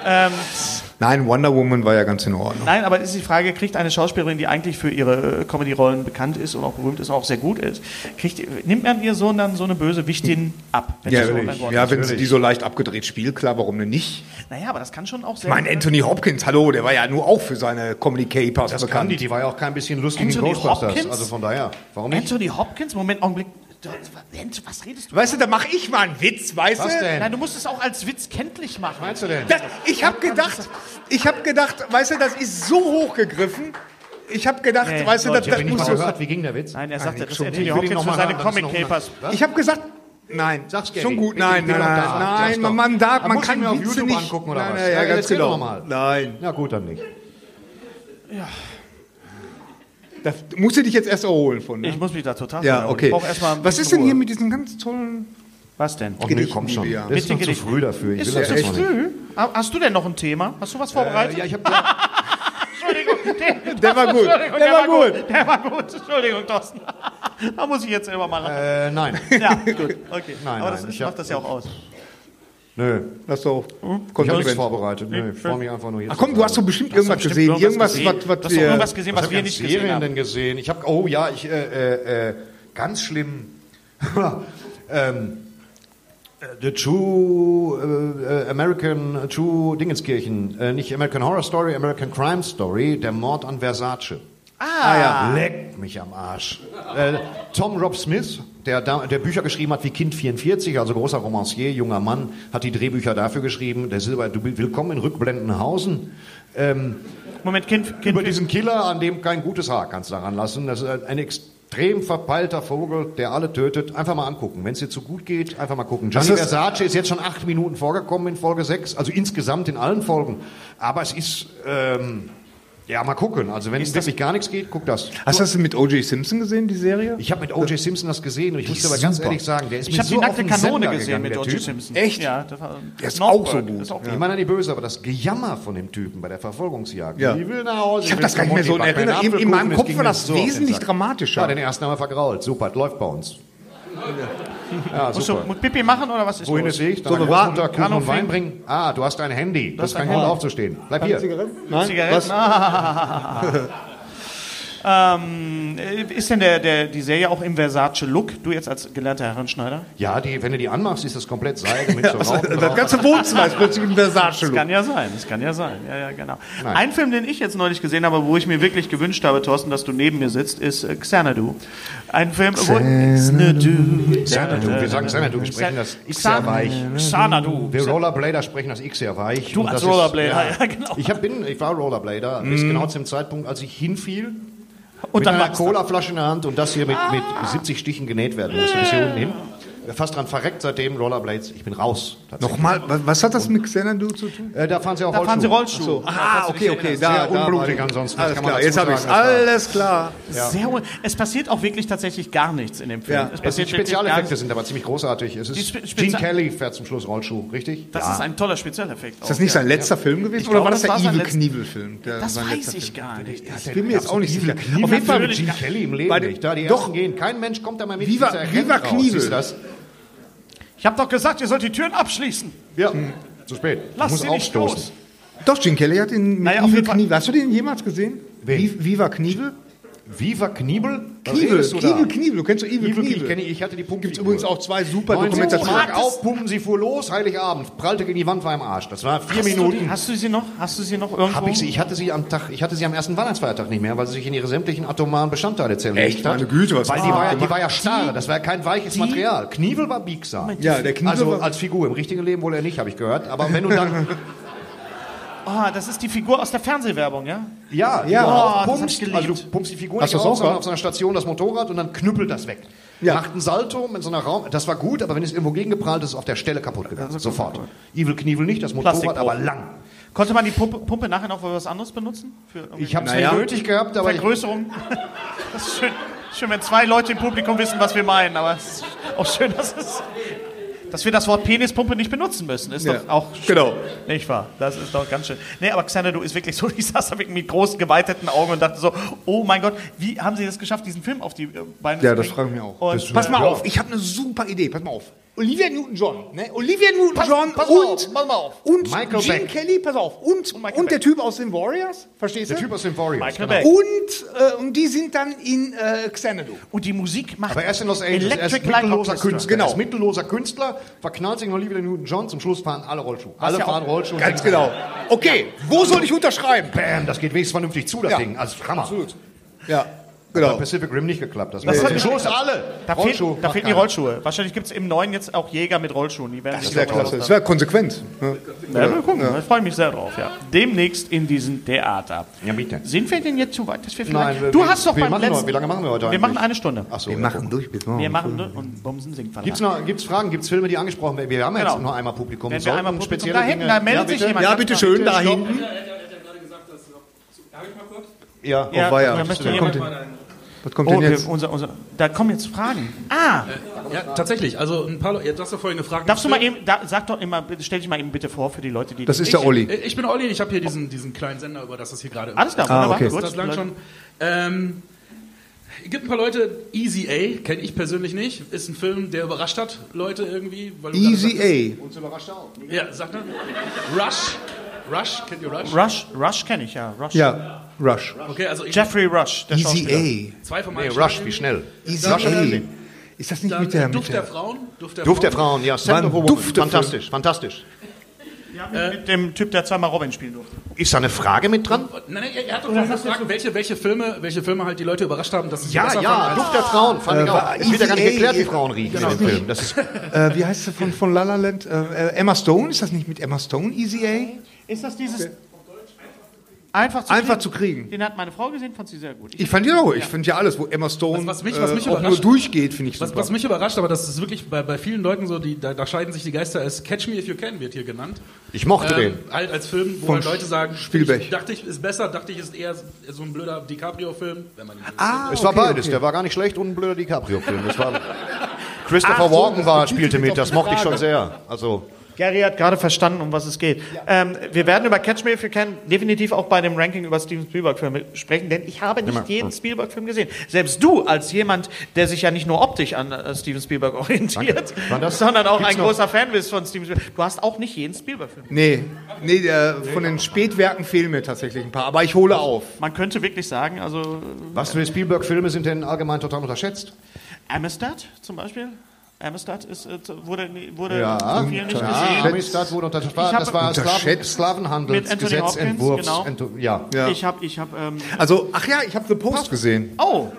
Speaker 6: Nein, Wonder Woman war ja ganz in Ordnung.
Speaker 5: Nein, aber ist die Frage, kriegt eine Schauspielerin, die eigentlich für ihre äh, Comedy-Rollen bekannt ist und auch berühmt ist und auch sehr gut ist, kriegt, nimmt man ihr so dann so eine böse Wichtin ab? wenn
Speaker 6: Ja,
Speaker 5: ich so
Speaker 6: natürlich.
Speaker 5: mein Wort
Speaker 6: ja,
Speaker 5: nutze?
Speaker 6: wenn sie die so leicht abgedreht spielt, klar, warum denn nicht?
Speaker 5: Naja, aber das kann schon auch sehr...
Speaker 6: Mein Anthony Hopkins, hallo, der war ja nur auch für seine Comedy Capers
Speaker 4: Das kann
Speaker 6: bekannt.
Speaker 4: die, die war ja auch kein bisschen lustig in
Speaker 5: Anthony
Speaker 4: Ghostbusters.
Speaker 5: Hopkins?
Speaker 4: Also von daher, warum nicht?
Speaker 5: Anthony Hopkins? Moment, Augenblick. Ent- Was redest du?
Speaker 6: Weißt du, da mache ich mal einen Witz, weißt
Speaker 4: Was
Speaker 6: du?
Speaker 4: denn?
Speaker 5: Nein, du musst es auch als Witz kenntlich machen.
Speaker 4: Meinst du denn?
Speaker 6: Das, ich habe gedacht, ich habe gedacht, weißt du, das ist so hochgegriffen. Ich habe gedacht,
Speaker 5: Nee,
Speaker 6: weißt du, das,
Speaker 5: Leute,
Speaker 6: das
Speaker 4: Bin ich
Speaker 6: muss
Speaker 4: mal
Speaker 6: so
Speaker 4: gehört, wie ging der Witz?
Speaker 5: Nein, er sagte, dass
Speaker 4: schon.
Speaker 5: Anthony
Speaker 4: Ich will ihn
Speaker 5: Hopkins
Speaker 4: noch
Speaker 5: für
Speaker 4: mal
Speaker 5: seine
Speaker 4: hören, das ist noch
Speaker 5: Comic-Capers...
Speaker 4: Was?
Speaker 6: Ich habe gesagt, nein,
Speaker 4: Sag's, Gary.
Speaker 6: schon gut,
Speaker 4: Ich bin-
Speaker 6: nein,
Speaker 4: ich bin
Speaker 6: nein,
Speaker 4: doch da.
Speaker 6: nein,
Speaker 4: Sag's
Speaker 6: nein,
Speaker 4: doch.
Speaker 6: man, man darf, man
Speaker 4: muss ich
Speaker 6: kann
Speaker 4: mir auf
Speaker 6: Witze
Speaker 4: YouTube
Speaker 6: nicht.
Speaker 4: angucken oder
Speaker 6: nein,
Speaker 4: was?
Speaker 6: Ja, ja, ganz
Speaker 4: erzähl
Speaker 6: genau.
Speaker 4: doch mal.
Speaker 6: Nein,
Speaker 4: Na gut, dann nicht.
Speaker 6: das musst du dich jetzt erst erholen von. Ne?
Speaker 5: Ich muss mich da total
Speaker 6: Ja,
Speaker 5: verhauen.
Speaker 6: okay.
Speaker 5: Ich brauch erstmal ein
Speaker 6: Was
Speaker 5: bisschen
Speaker 6: ist denn
Speaker 5: Ruhe.
Speaker 6: hier mit diesem ganz tollen?
Speaker 5: Was denn?
Speaker 4: Ach nee,
Speaker 6: Gedicht,
Speaker 4: komm schon.
Speaker 6: liebe ja.
Speaker 4: Das ist noch zu
Speaker 5: Gedicht.
Speaker 4: früh dafür. Ich
Speaker 5: Ist
Speaker 4: will
Speaker 5: das
Speaker 4: das
Speaker 5: zu
Speaker 4: jetzt mal nicht.
Speaker 5: früh? Ha- Hast du denn noch ein Thema? Hast
Speaker 6: Äh,
Speaker 5: du was vorbereitet?
Speaker 4: Ja, ich hab
Speaker 5: Entschuldigung, der,
Speaker 6: Der war gut.
Speaker 5: Entschuldigung,
Speaker 6: Der war gut.
Speaker 5: Der war gut. Entschuldigung, Thorsten. Da muss ich jetzt selber mal lachen.
Speaker 4: äh, nein.
Speaker 5: Ja, gut. Okay.
Speaker 4: Nein,
Speaker 5: Aber
Speaker 4: nein,
Speaker 5: das ist,
Speaker 4: ich hab-
Speaker 5: macht das ja auch aus.
Speaker 4: Nö.
Speaker 6: Das doch.
Speaker 4: Ich habe nichts
Speaker 6: Konsequent.
Speaker 4: vorbereitet. Nö, ich freue mich einfach nur jetzt.
Speaker 6: Ach komm, du hast doch bestimmt irgendwas
Speaker 5: Hast du
Speaker 6: gesehen,
Speaker 5: bestimmt
Speaker 6: irgendwas,
Speaker 5: gesehen.
Speaker 6: was,
Speaker 5: Du
Speaker 6: was
Speaker 5: hast doch
Speaker 6: wir.
Speaker 5: irgendwas gesehen,
Speaker 4: was
Speaker 5: was
Speaker 4: hab ich
Speaker 5: wir nicht
Speaker 4: an
Speaker 5: gesehen
Speaker 4: Serien
Speaker 5: haben.
Speaker 4: denn gesehen? Ich habe, oh ja, ich, äh, äh, äh, ganz schlimm. ähm, äh, The True äh, äh, American äh, True Dingenskirchen, äh, nicht American Horror Story, American Crime Story, der Mord an Versace. Ah, ja. Leckt mich am Arsch. Äh, Tom Rob Smith, der, da- der Bücher geschrieben hat wie Kind 44, also großer Romancier, junger Mann, hat die Drehbücher dafür geschrieben. Der Silber, du, willkommen in Rückblendenhausen.
Speaker 5: Moment, Kind,
Speaker 4: Über
Speaker 5: kind
Speaker 4: diesen Killer, an dem kein gutes Haar kannst du daran lassen. Das ist ein, ein extrem verpeilter Vogel, der alle tötet. Einfach mal angucken. Wenn es dir zu gut geht, einfach mal gucken. Gianni
Speaker 6: ist-
Speaker 4: Versace ist jetzt schon acht Minuten vorgekommen in Folge sechs, also insgesamt in allen Folgen. Aber es ist, ähm, ja, mal gucken. Also wenn es wirklich gar nichts geht, guck das.
Speaker 6: Hast du das mit O.J. Simpson gesehen, die Serie?
Speaker 4: Ich habe mit O.J. Simpson das gesehen und ich muss dir aber
Speaker 6: ist
Speaker 4: ganz
Speaker 6: super.
Speaker 4: ehrlich sagen, der ist
Speaker 5: ich
Speaker 4: mir
Speaker 5: habe
Speaker 4: so
Speaker 5: die
Speaker 4: auf
Speaker 5: nackte
Speaker 4: den
Speaker 5: Kanone
Speaker 4: Sender
Speaker 5: gesehen
Speaker 4: gegangen,
Speaker 5: mit
Speaker 4: der
Speaker 5: O.J.
Speaker 4: Typ.
Speaker 5: Simpson.
Speaker 6: Echt?
Speaker 5: Ja, das war,
Speaker 6: Der ist
Speaker 5: Northberg.
Speaker 6: auch so gut.
Speaker 5: Ist auch
Speaker 4: Ich meine nicht böse, aber das Gejammer von dem Typen bei der Verfolgungsjagd.
Speaker 6: Ja.
Speaker 4: Ich will nach Hause.
Speaker 6: Ich hab das gar nicht mehr so in Erinnerung. In- in meinem Kopf war das wesentlich dramatischer.
Speaker 4: Ja, den ersten haben wir vergrault. Super, läuft bei uns. Ja,
Speaker 5: Musst du
Speaker 4: Ah, super.
Speaker 5: muss Pipi machen oder was ist
Speaker 4: Wohin
Speaker 5: los?
Speaker 4: ist ich?
Speaker 6: So, wir warten.
Speaker 4: runter, Kuchen
Speaker 5: Kann
Speaker 4: und
Speaker 5: und
Speaker 4: Wein
Speaker 5: Fink.
Speaker 4: bringen. Ah, du hast ein Handy. Das ist kein Grund aufzustehen. Bleib hier.
Speaker 6: Nein?
Speaker 5: Zigaretten? Ah. ähm, äh, ist denn der, der, die Serie auch im Versace-Look? Du jetzt als gelernter Herrenschneider?
Speaker 4: Ja, die, wenn du die anmachst, ist das komplett Seide mit so
Speaker 6: Was?
Speaker 4: Rauchen
Speaker 6: Das
Speaker 4: drauf.
Speaker 6: ganze Wohnzimmer ist plötzlich ein
Speaker 5: Das
Speaker 6: Versace-Look.
Speaker 5: kann ja sein, das kann ja sein. Ja, ja, genau.
Speaker 4: Nein.
Speaker 5: Ein Film, den ich jetzt neulich gesehen habe, wo ich mir wirklich gewünscht habe, Thorsten, dass du neben mir sitzt, ist äh, Xanadu. Ein Film, wo... Äh, Xanadu.
Speaker 4: Xanadu, wir sagen Xanadu, wir sprechen das X sehr weich.
Speaker 5: Xanadu.
Speaker 4: Wir Rollerblader sprechen das X sehr weich.
Speaker 5: Du
Speaker 4: Und
Speaker 5: als
Speaker 4: das ist-
Speaker 5: Rollerblader, ja, genau. Mhm.
Speaker 4: Ich, hab, bin, ich war Rollerblader bis genau zum Zeitpunkt, als ich hinfiel
Speaker 5: Und
Speaker 4: mit
Speaker 5: dann Ah.
Speaker 4: einer
Speaker 5: war
Speaker 4: Colaflasche in der Hand und das hier mit, mit 70 Stichen genäht werden musste bis hier unten hin. Fast dran verreckt seitdem Rollerblades. Ich bin raus. tatsächlich.
Speaker 6: Nochmal, wa- was hat das mit Xanadu zu tun?
Speaker 4: Äh, da fahren sie auch
Speaker 5: Da
Speaker 4: Rollschuh.
Speaker 5: fahren sie Rollschuh.
Speaker 6: Ah, okay, okay, da,
Speaker 4: Sehr unblutig
Speaker 6: war-
Speaker 4: ansonsten,
Speaker 6: Alles
Speaker 4: kann man
Speaker 6: klar,
Speaker 4: dazu
Speaker 6: jetzt habe ich es.
Speaker 4: sagen, das war-
Speaker 6: Alles klar.
Speaker 5: Sehr un- es passiert auch wirklich tatsächlich gar nichts in dem Film.
Speaker 6: Ja.
Speaker 5: es
Speaker 4: Es sind
Speaker 5: passiert wirklich gar
Speaker 4: Spezialeffekte
Speaker 5: nichts.
Speaker 4: sind aber ziemlich großartig. Es
Speaker 5: Die
Speaker 4: ist
Speaker 5: Spe-
Speaker 4: Gene
Speaker 5: Spezi-
Speaker 4: Kelly fährt zum Schluss Rollschuh, richtig?
Speaker 5: Das ist ein toller Spezialeffekt.
Speaker 6: Ist das nicht sein letzter Film gewesen?
Speaker 5: glaube,
Speaker 6: oder war das,
Speaker 5: das war
Speaker 6: der
Speaker 5: sein
Speaker 6: Evil
Speaker 5: letzter-
Speaker 6: Knievel-Film? der-
Speaker 5: Das
Speaker 6: sein letzter
Speaker 5: weiß ich
Speaker 6: Film?
Speaker 5: gar nicht.
Speaker 6: Ich bin mir jetzt auch nicht sicher. Auf jeden Fall,
Speaker 4: mit Gene Kelly im Leben
Speaker 6: Bei den-
Speaker 4: nicht. Da die
Speaker 6: Doch.
Speaker 4: ersten gehen, kein Mensch kommt da mal mit.
Speaker 6: Viva-
Speaker 4: dieser Erkenntnis
Speaker 6: Viva
Speaker 4: raus.
Speaker 6: Knievel.
Speaker 4: Siehst du das?
Speaker 5: Ich habe doch gesagt, ihr sollt die Türen abschließen.
Speaker 4: Ja, zu spät. Ich
Speaker 5: Lasst
Speaker 4: muss
Speaker 5: Hm. sie nicht
Speaker 4: aufstoßen.
Speaker 5: los.
Speaker 6: doch, Gene Kelly hat ihn mit
Speaker 5: Naja, auf
Speaker 6: Evil
Speaker 5: jeden Fall-
Speaker 6: Knievel. Hast du den jemals gesehen?
Speaker 4: Wen?
Speaker 6: Vi- Viva Knievel?
Speaker 4: Viva Knievel? Was
Speaker 6: Knievel,
Speaker 4: redest du da?
Speaker 6: Knievel, Knievel. Du kennst du Evil
Speaker 4: Evil Knievel
Speaker 6: Knievel?
Speaker 4: kenne ich, ich hatte die Pumpe.
Speaker 6: Gibt es übrigens auch zwei super
Speaker 4: 19
Speaker 6: Dokumentationen.
Speaker 4: Mark auf, Pumpen, sie fuhr los, Heiligabend, prallte gegen die Wand, war im Arsch. Das war vier
Speaker 5: Hast du, die,
Speaker 4: Minuten.
Speaker 5: hast du sie noch? Hast du sie noch irgendwo?
Speaker 4: Hab ich sie, ich hatte sie am Tag, ich hatte sie am ersten Weihnachtsfeiertag nicht mehr, weil sie sich in ihre sämtlichen atomaren Bestandteile zerlegt
Speaker 6: Echt?
Speaker 4: hat.
Speaker 6: Meine Güte, was
Speaker 4: Weil
Speaker 6: hast
Speaker 4: die
Speaker 6: du
Speaker 4: war, ja,
Speaker 6: gemacht?
Speaker 4: die war ja starr, das war ja kein weiches Material. Knievel war biegsam.
Speaker 6: Ja, der Knievel
Speaker 4: Also
Speaker 6: war-
Speaker 4: als Figur, im richtigen Leben wohl eher nicht, habe ich gehört. Aber wenn du dann,
Speaker 5: Ah, das ist die Figur aus der Fernsehwerbung, ja?
Speaker 4: ja,
Speaker 6: Ja.
Speaker 4: ja
Speaker 5: Oh, das hab ich
Speaker 4: pumpst,
Speaker 5: geliebt.
Speaker 4: also du pumpst die Figur
Speaker 6: Hast
Speaker 4: nicht
Speaker 6: du das
Speaker 4: auf,
Speaker 6: auch
Speaker 4: sondern
Speaker 6: gemacht?
Speaker 4: auf so einer Station das Motorrad und dann knüppelt das weg.
Speaker 6: Ja.
Speaker 4: Macht einen Salto mit so einer Raum, das war gut, aber wenn es irgendwo gegengeprallt ist, ist es auf der Stelle kaputt gegangen, sofort. Evil Knievel nicht, das Motorrad,
Speaker 5: Plastikbruch.
Speaker 4: aber lang.
Speaker 5: Konnte man die Pumpe, Pumpe nachher noch für was anderes benutzen? Für irgendwie-
Speaker 4: Ich habe es
Speaker 6: Naja.
Speaker 4: nicht nötig gehabt, aber ich,
Speaker 5: Vergrößerung. Das ist schön, schön, wenn zwei Leute im Publikum wissen, was wir meinen. Aber es ist auch schön, dass, es, dass wir das Wort Penispumpe nicht benutzen müssen. Ist doch auch schön.
Speaker 6: Genau.
Speaker 5: Nicht wahr? Das ist doch ganz schön. Nee, aber Xanadu ist wirklich so, ich saß da wirklich mit großen, geweiteten Augen und dachte so, oh mein Gott, wie haben sie das geschafft, diesen Film auf die äh, Beine
Speaker 6: Ja,
Speaker 5: zu
Speaker 6: das
Speaker 5: bringen?
Speaker 6: frage ich mich auch.
Speaker 5: Und,
Speaker 6: Das- Pass mal auf, ich habe eine super Idee. Pass mal auf. Olivia Newton-John, ne? Olivia Newton-John
Speaker 5: pass mal
Speaker 6: und,
Speaker 5: auf, pass mal auf.
Speaker 6: und
Speaker 4: Michael
Speaker 6: Gene
Speaker 4: Beck.
Speaker 6: Kelly, pass auf, und, und,
Speaker 5: Michael
Speaker 6: der Typ aus den Warriors, verstehst
Speaker 4: der
Speaker 6: du?
Speaker 4: Typ aus den Warriors.
Speaker 5: Michael
Speaker 4: genau.
Speaker 5: Beck.
Speaker 6: Und, äh, und die sind dann in äh, Xanadu.
Speaker 5: und die Musik macht
Speaker 4: Aber er ist in Los Angeles, er ist
Speaker 5: Electric Light
Speaker 4: mittelloser
Speaker 5: Orchestra.
Speaker 4: Künstler.
Speaker 6: Genau.
Speaker 4: Er ist mittelloser Künstler, verknallt sich noch lieber den Newton-John, zum Schluss fahren alle Rollschuh. Alle
Speaker 5: ja
Speaker 4: fahren Rollschuh. und
Speaker 6: Ganz
Speaker 4: singen.
Speaker 6: genau. Okay, wo soll ich unterschreiben?
Speaker 4: Bam, das geht wenigstens vernünftig zu, das
Speaker 6: Ja.
Speaker 4: Ding. Also Hammer. Absolut.
Speaker 6: Ja,
Speaker 4: Bei
Speaker 6: genau.
Speaker 4: Pacific Rim nicht geklappt. Das, war
Speaker 5: hat
Speaker 4: zum
Speaker 5: nicht-
Speaker 4: Schluss alle.
Speaker 5: Da, fehlt,
Speaker 4: Rollschuh,
Speaker 5: da
Speaker 4: macht
Speaker 5: fehlen die
Speaker 4: keiner.
Speaker 5: Rollschuhe. Wahrscheinlich gibt es im neuen jetzt auch Jäger mit Rollschuhen. Die werden sich
Speaker 6: Sehr
Speaker 5: auch
Speaker 6: klasse.
Speaker 5: raus-
Speaker 6: Das wäre konsequent. ne?
Speaker 5: Ja, mal gucken. Da freue ich mich sehr drauf, ja. Demnächst in diesem Theater.
Speaker 4: Ja, bitte.
Speaker 5: Sind wir denn jetzt so weit, dass wir vielleicht...
Speaker 4: Nein, wir-
Speaker 5: du
Speaker 4: wir-
Speaker 5: hast doch
Speaker 4: wir
Speaker 5: beim
Speaker 4: machen nur-
Speaker 5: letzten...
Speaker 4: wie lange machen wir heute
Speaker 5: Wir
Speaker 4: eigentlich?
Speaker 5: machen eine Stunde.
Speaker 4: Achso,
Speaker 6: Wir machen durch bis morgen.
Speaker 5: Wir machen ne- und Bumsen singt verdammt.
Speaker 4: Gibt's noch, gibt's Fragen? Gibt's Filme, die angesprochen werden? Wir haben ja
Speaker 5: Genau.
Speaker 4: jetzt nur einmal Publikum.
Speaker 5: Wenn wir
Speaker 4: Sollten
Speaker 5: einmal Publikum-
Speaker 4: spezielle
Speaker 5: da hinten,
Speaker 4: Dinge-
Speaker 5: da meldet
Speaker 4: ja,
Speaker 5: sich
Speaker 4: bitte?
Speaker 5: jemand.
Speaker 6: Ja, bitte schön, da hinten.
Speaker 4: Ja.
Speaker 5: Ja,
Speaker 6: Oh, weia.
Speaker 5: da möchte jemand-
Speaker 6: kommt denn- Was kommt
Speaker 5: Oh,
Speaker 6: denn
Speaker 5: wir,
Speaker 6: jetzt?
Speaker 5: unser, unser, da kommen jetzt Fragen. Ah,
Speaker 4: Äh,
Speaker 8: Ja, tatsächlich. Also ein paar Leute. Ja, du hast ja vorhin gefragt.
Speaker 5: darfst du mal eben, da, sag doch immer, bitte- stell dich mal eben bitte vor für die Leute, die.
Speaker 6: Das ist der Olli.
Speaker 8: Äh, Ich bin Olli, ich habe hier diesen, diesen kleinen Sender, über das es hier gerade
Speaker 5: Alles klar,
Speaker 6: Ah,
Speaker 5: wunderbar,
Speaker 6: okay.
Speaker 5: gut.
Speaker 8: Das langt schon. Ähm, es gibt ein paar Leute, Easy A, kenne ich persönlich nicht. Ist ein Film, der überrascht hat, Leute irgendwie. Weil du gerade
Speaker 6: Easy A.
Speaker 8: sagtest- Ja, sag mal. Rush. Rush, kennt ihr Rush?
Speaker 5: Rush, Rush kenne ich ja. Rush.
Speaker 6: Ja, Rush.
Speaker 8: Okay, also ich
Speaker 5: Jeffrey Rush, der Schauspieler.
Speaker 6: Easy
Speaker 8: zwei von
Speaker 4: Nee,
Speaker 8: meinen
Speaker 4: Rush, wie schnell.
Speaker 6: A. Easy A. Ist das nicht
Speaker 8: Dann
Speaker 6: mit der...
Speaker 8: Duft
Speaker 6: Mit
Speaker 8: der
Speaker 6: der
Speaker 8: Frauen. Duft der
Speaker 4: Duft der Frauen, ja. Scent
Speaker 6: Mann,
Speaker 4: of a Woman.
Speaker 6: Duft der
Speaker 4: fantastisch, fantastisch.
Speaker 5: Ja, mit, mit dem Typ, der zweimal Robin spielen durfte.
Speaker 4: Ist da eine Frage mit dran?
Speaker 8: Nein, nein, er hat doch vorhin gefragt, welche, welche, Filme, welche Filme halt die Leute überrascht haben, dass sie sie besser fanden. als-
Speaker 4: Duft der Frauen, fand ich auch. Es wird ja gar nicht
Speaker 6: Easy A.
Speaker 4: geklärt, wie Frauen riechen in dem Film. Das ist
Speaker 6: äh, wie heißt sie von, von La La Land? Äh, äh, Emma Stone? Ist das nicht mit Emma Stone, Easy A?
Speaker 5: Ist das dieses. Einfach zu
Speaker 6: Einfach
Speaker 5: kriegen?
Speaker 6: zu kriegen.
Speaker 5: Den hat meine Frau gesehen, fand sie sehr gut.
Speaker 6: Ich fand die auch. Ich finde ja alles, wo Emma Stone
Speaker 8: Was- was mich- was mich
Speaker 6: äh, auch nur
Speaker 8: überrascht-
Speaker 6: durchgeht, finde ich
Speaker 8: Was,
Speaker 6: super.
Speaker 8: was mich überrascht, aber das ist wirklich bei, bei vielen Leuten so, die, da, da scheiden sich die Geister, ist Catch Me If You Can wird hier genannt.
Speaker 4: Ich mochte
Speaker 8: Ähm,
Speaker 4: den.
Speaker 8: halt als Film, wo
Speaker 6: Von
Speaker 8: halt Leute sagen,
Speaker 6: Spielberg.
Speaker 8: Ich, dachte ich, ist besser, dachte ich, ist eher so ein blöder DiCaprio-Film, wenn man ihn so
Speaker 6: ah,
Speaker 4: Es war
Speaker 6: okay,
Speaker 4: beides.
Speaker 6: okay.
Speaker 4: Der war gar nicht schlecht und ein blöder DiCaprio-Film. Das war Christopher Walken war, spielte mit. Das mochte ich schon sehr. Also
Speaker 5: Gary hat gerade verstanden, um was es geht. Ähm, wir werden über Catch Me If You Can definitiv auch bei dem Ranking über Steven Spielberg-Filme sprechen, denn ich habe nicht
Speaker 4: Hm.
Speaker 5: jeden Spielberg-Film gesehen. Selbst du, als jemand, der sich ja nicht nur optisch an äh, Steven Spielberg orientiert,
Speaker 4: Danke. War das-
Speaker 5: sondern auch
Speaker 4: Gibt's
Speaker 5: ein
Speaker 4: noch-
Speaker 5: großer Fan bist von Steven Spielberg, du hast auch nicht jeden Spielberg-Film.
Speaker 6: Nee, nee der, von den Spätwerken fehlen mir tatsächlich ein paar, aber ich hole auf.
Speaker 5: Man könnte wirklich sagen, also
Speaker 4: was für Spielberg-Filme sind denn allgemein total unterschätzt?
Speaker 5: Amistad zum Beispiel. Amistad ist, äh, wurde, wurde
Speaker 4: Ja,
Speaker 5: von vielen nicht
Speaker 4: Ah,
Speaker 5: gesehen.
Speaker 4: Amistad wurde unterschätzt. Das war Slaven,
Speaker 6: Unterschätzt.
Speaker 5: Mit Anthony Hopkins,
Speaker 4: Sklavenhandelsgesetzentwurfs.
Speaker 5: genau.
Speaker 4: Entu- Ja.
Speaker 5: Ich habe, ich habe, ähm,
Speaker 6: Also, ach ja, ich habe The Post gesehen.
Speaker 5: oh,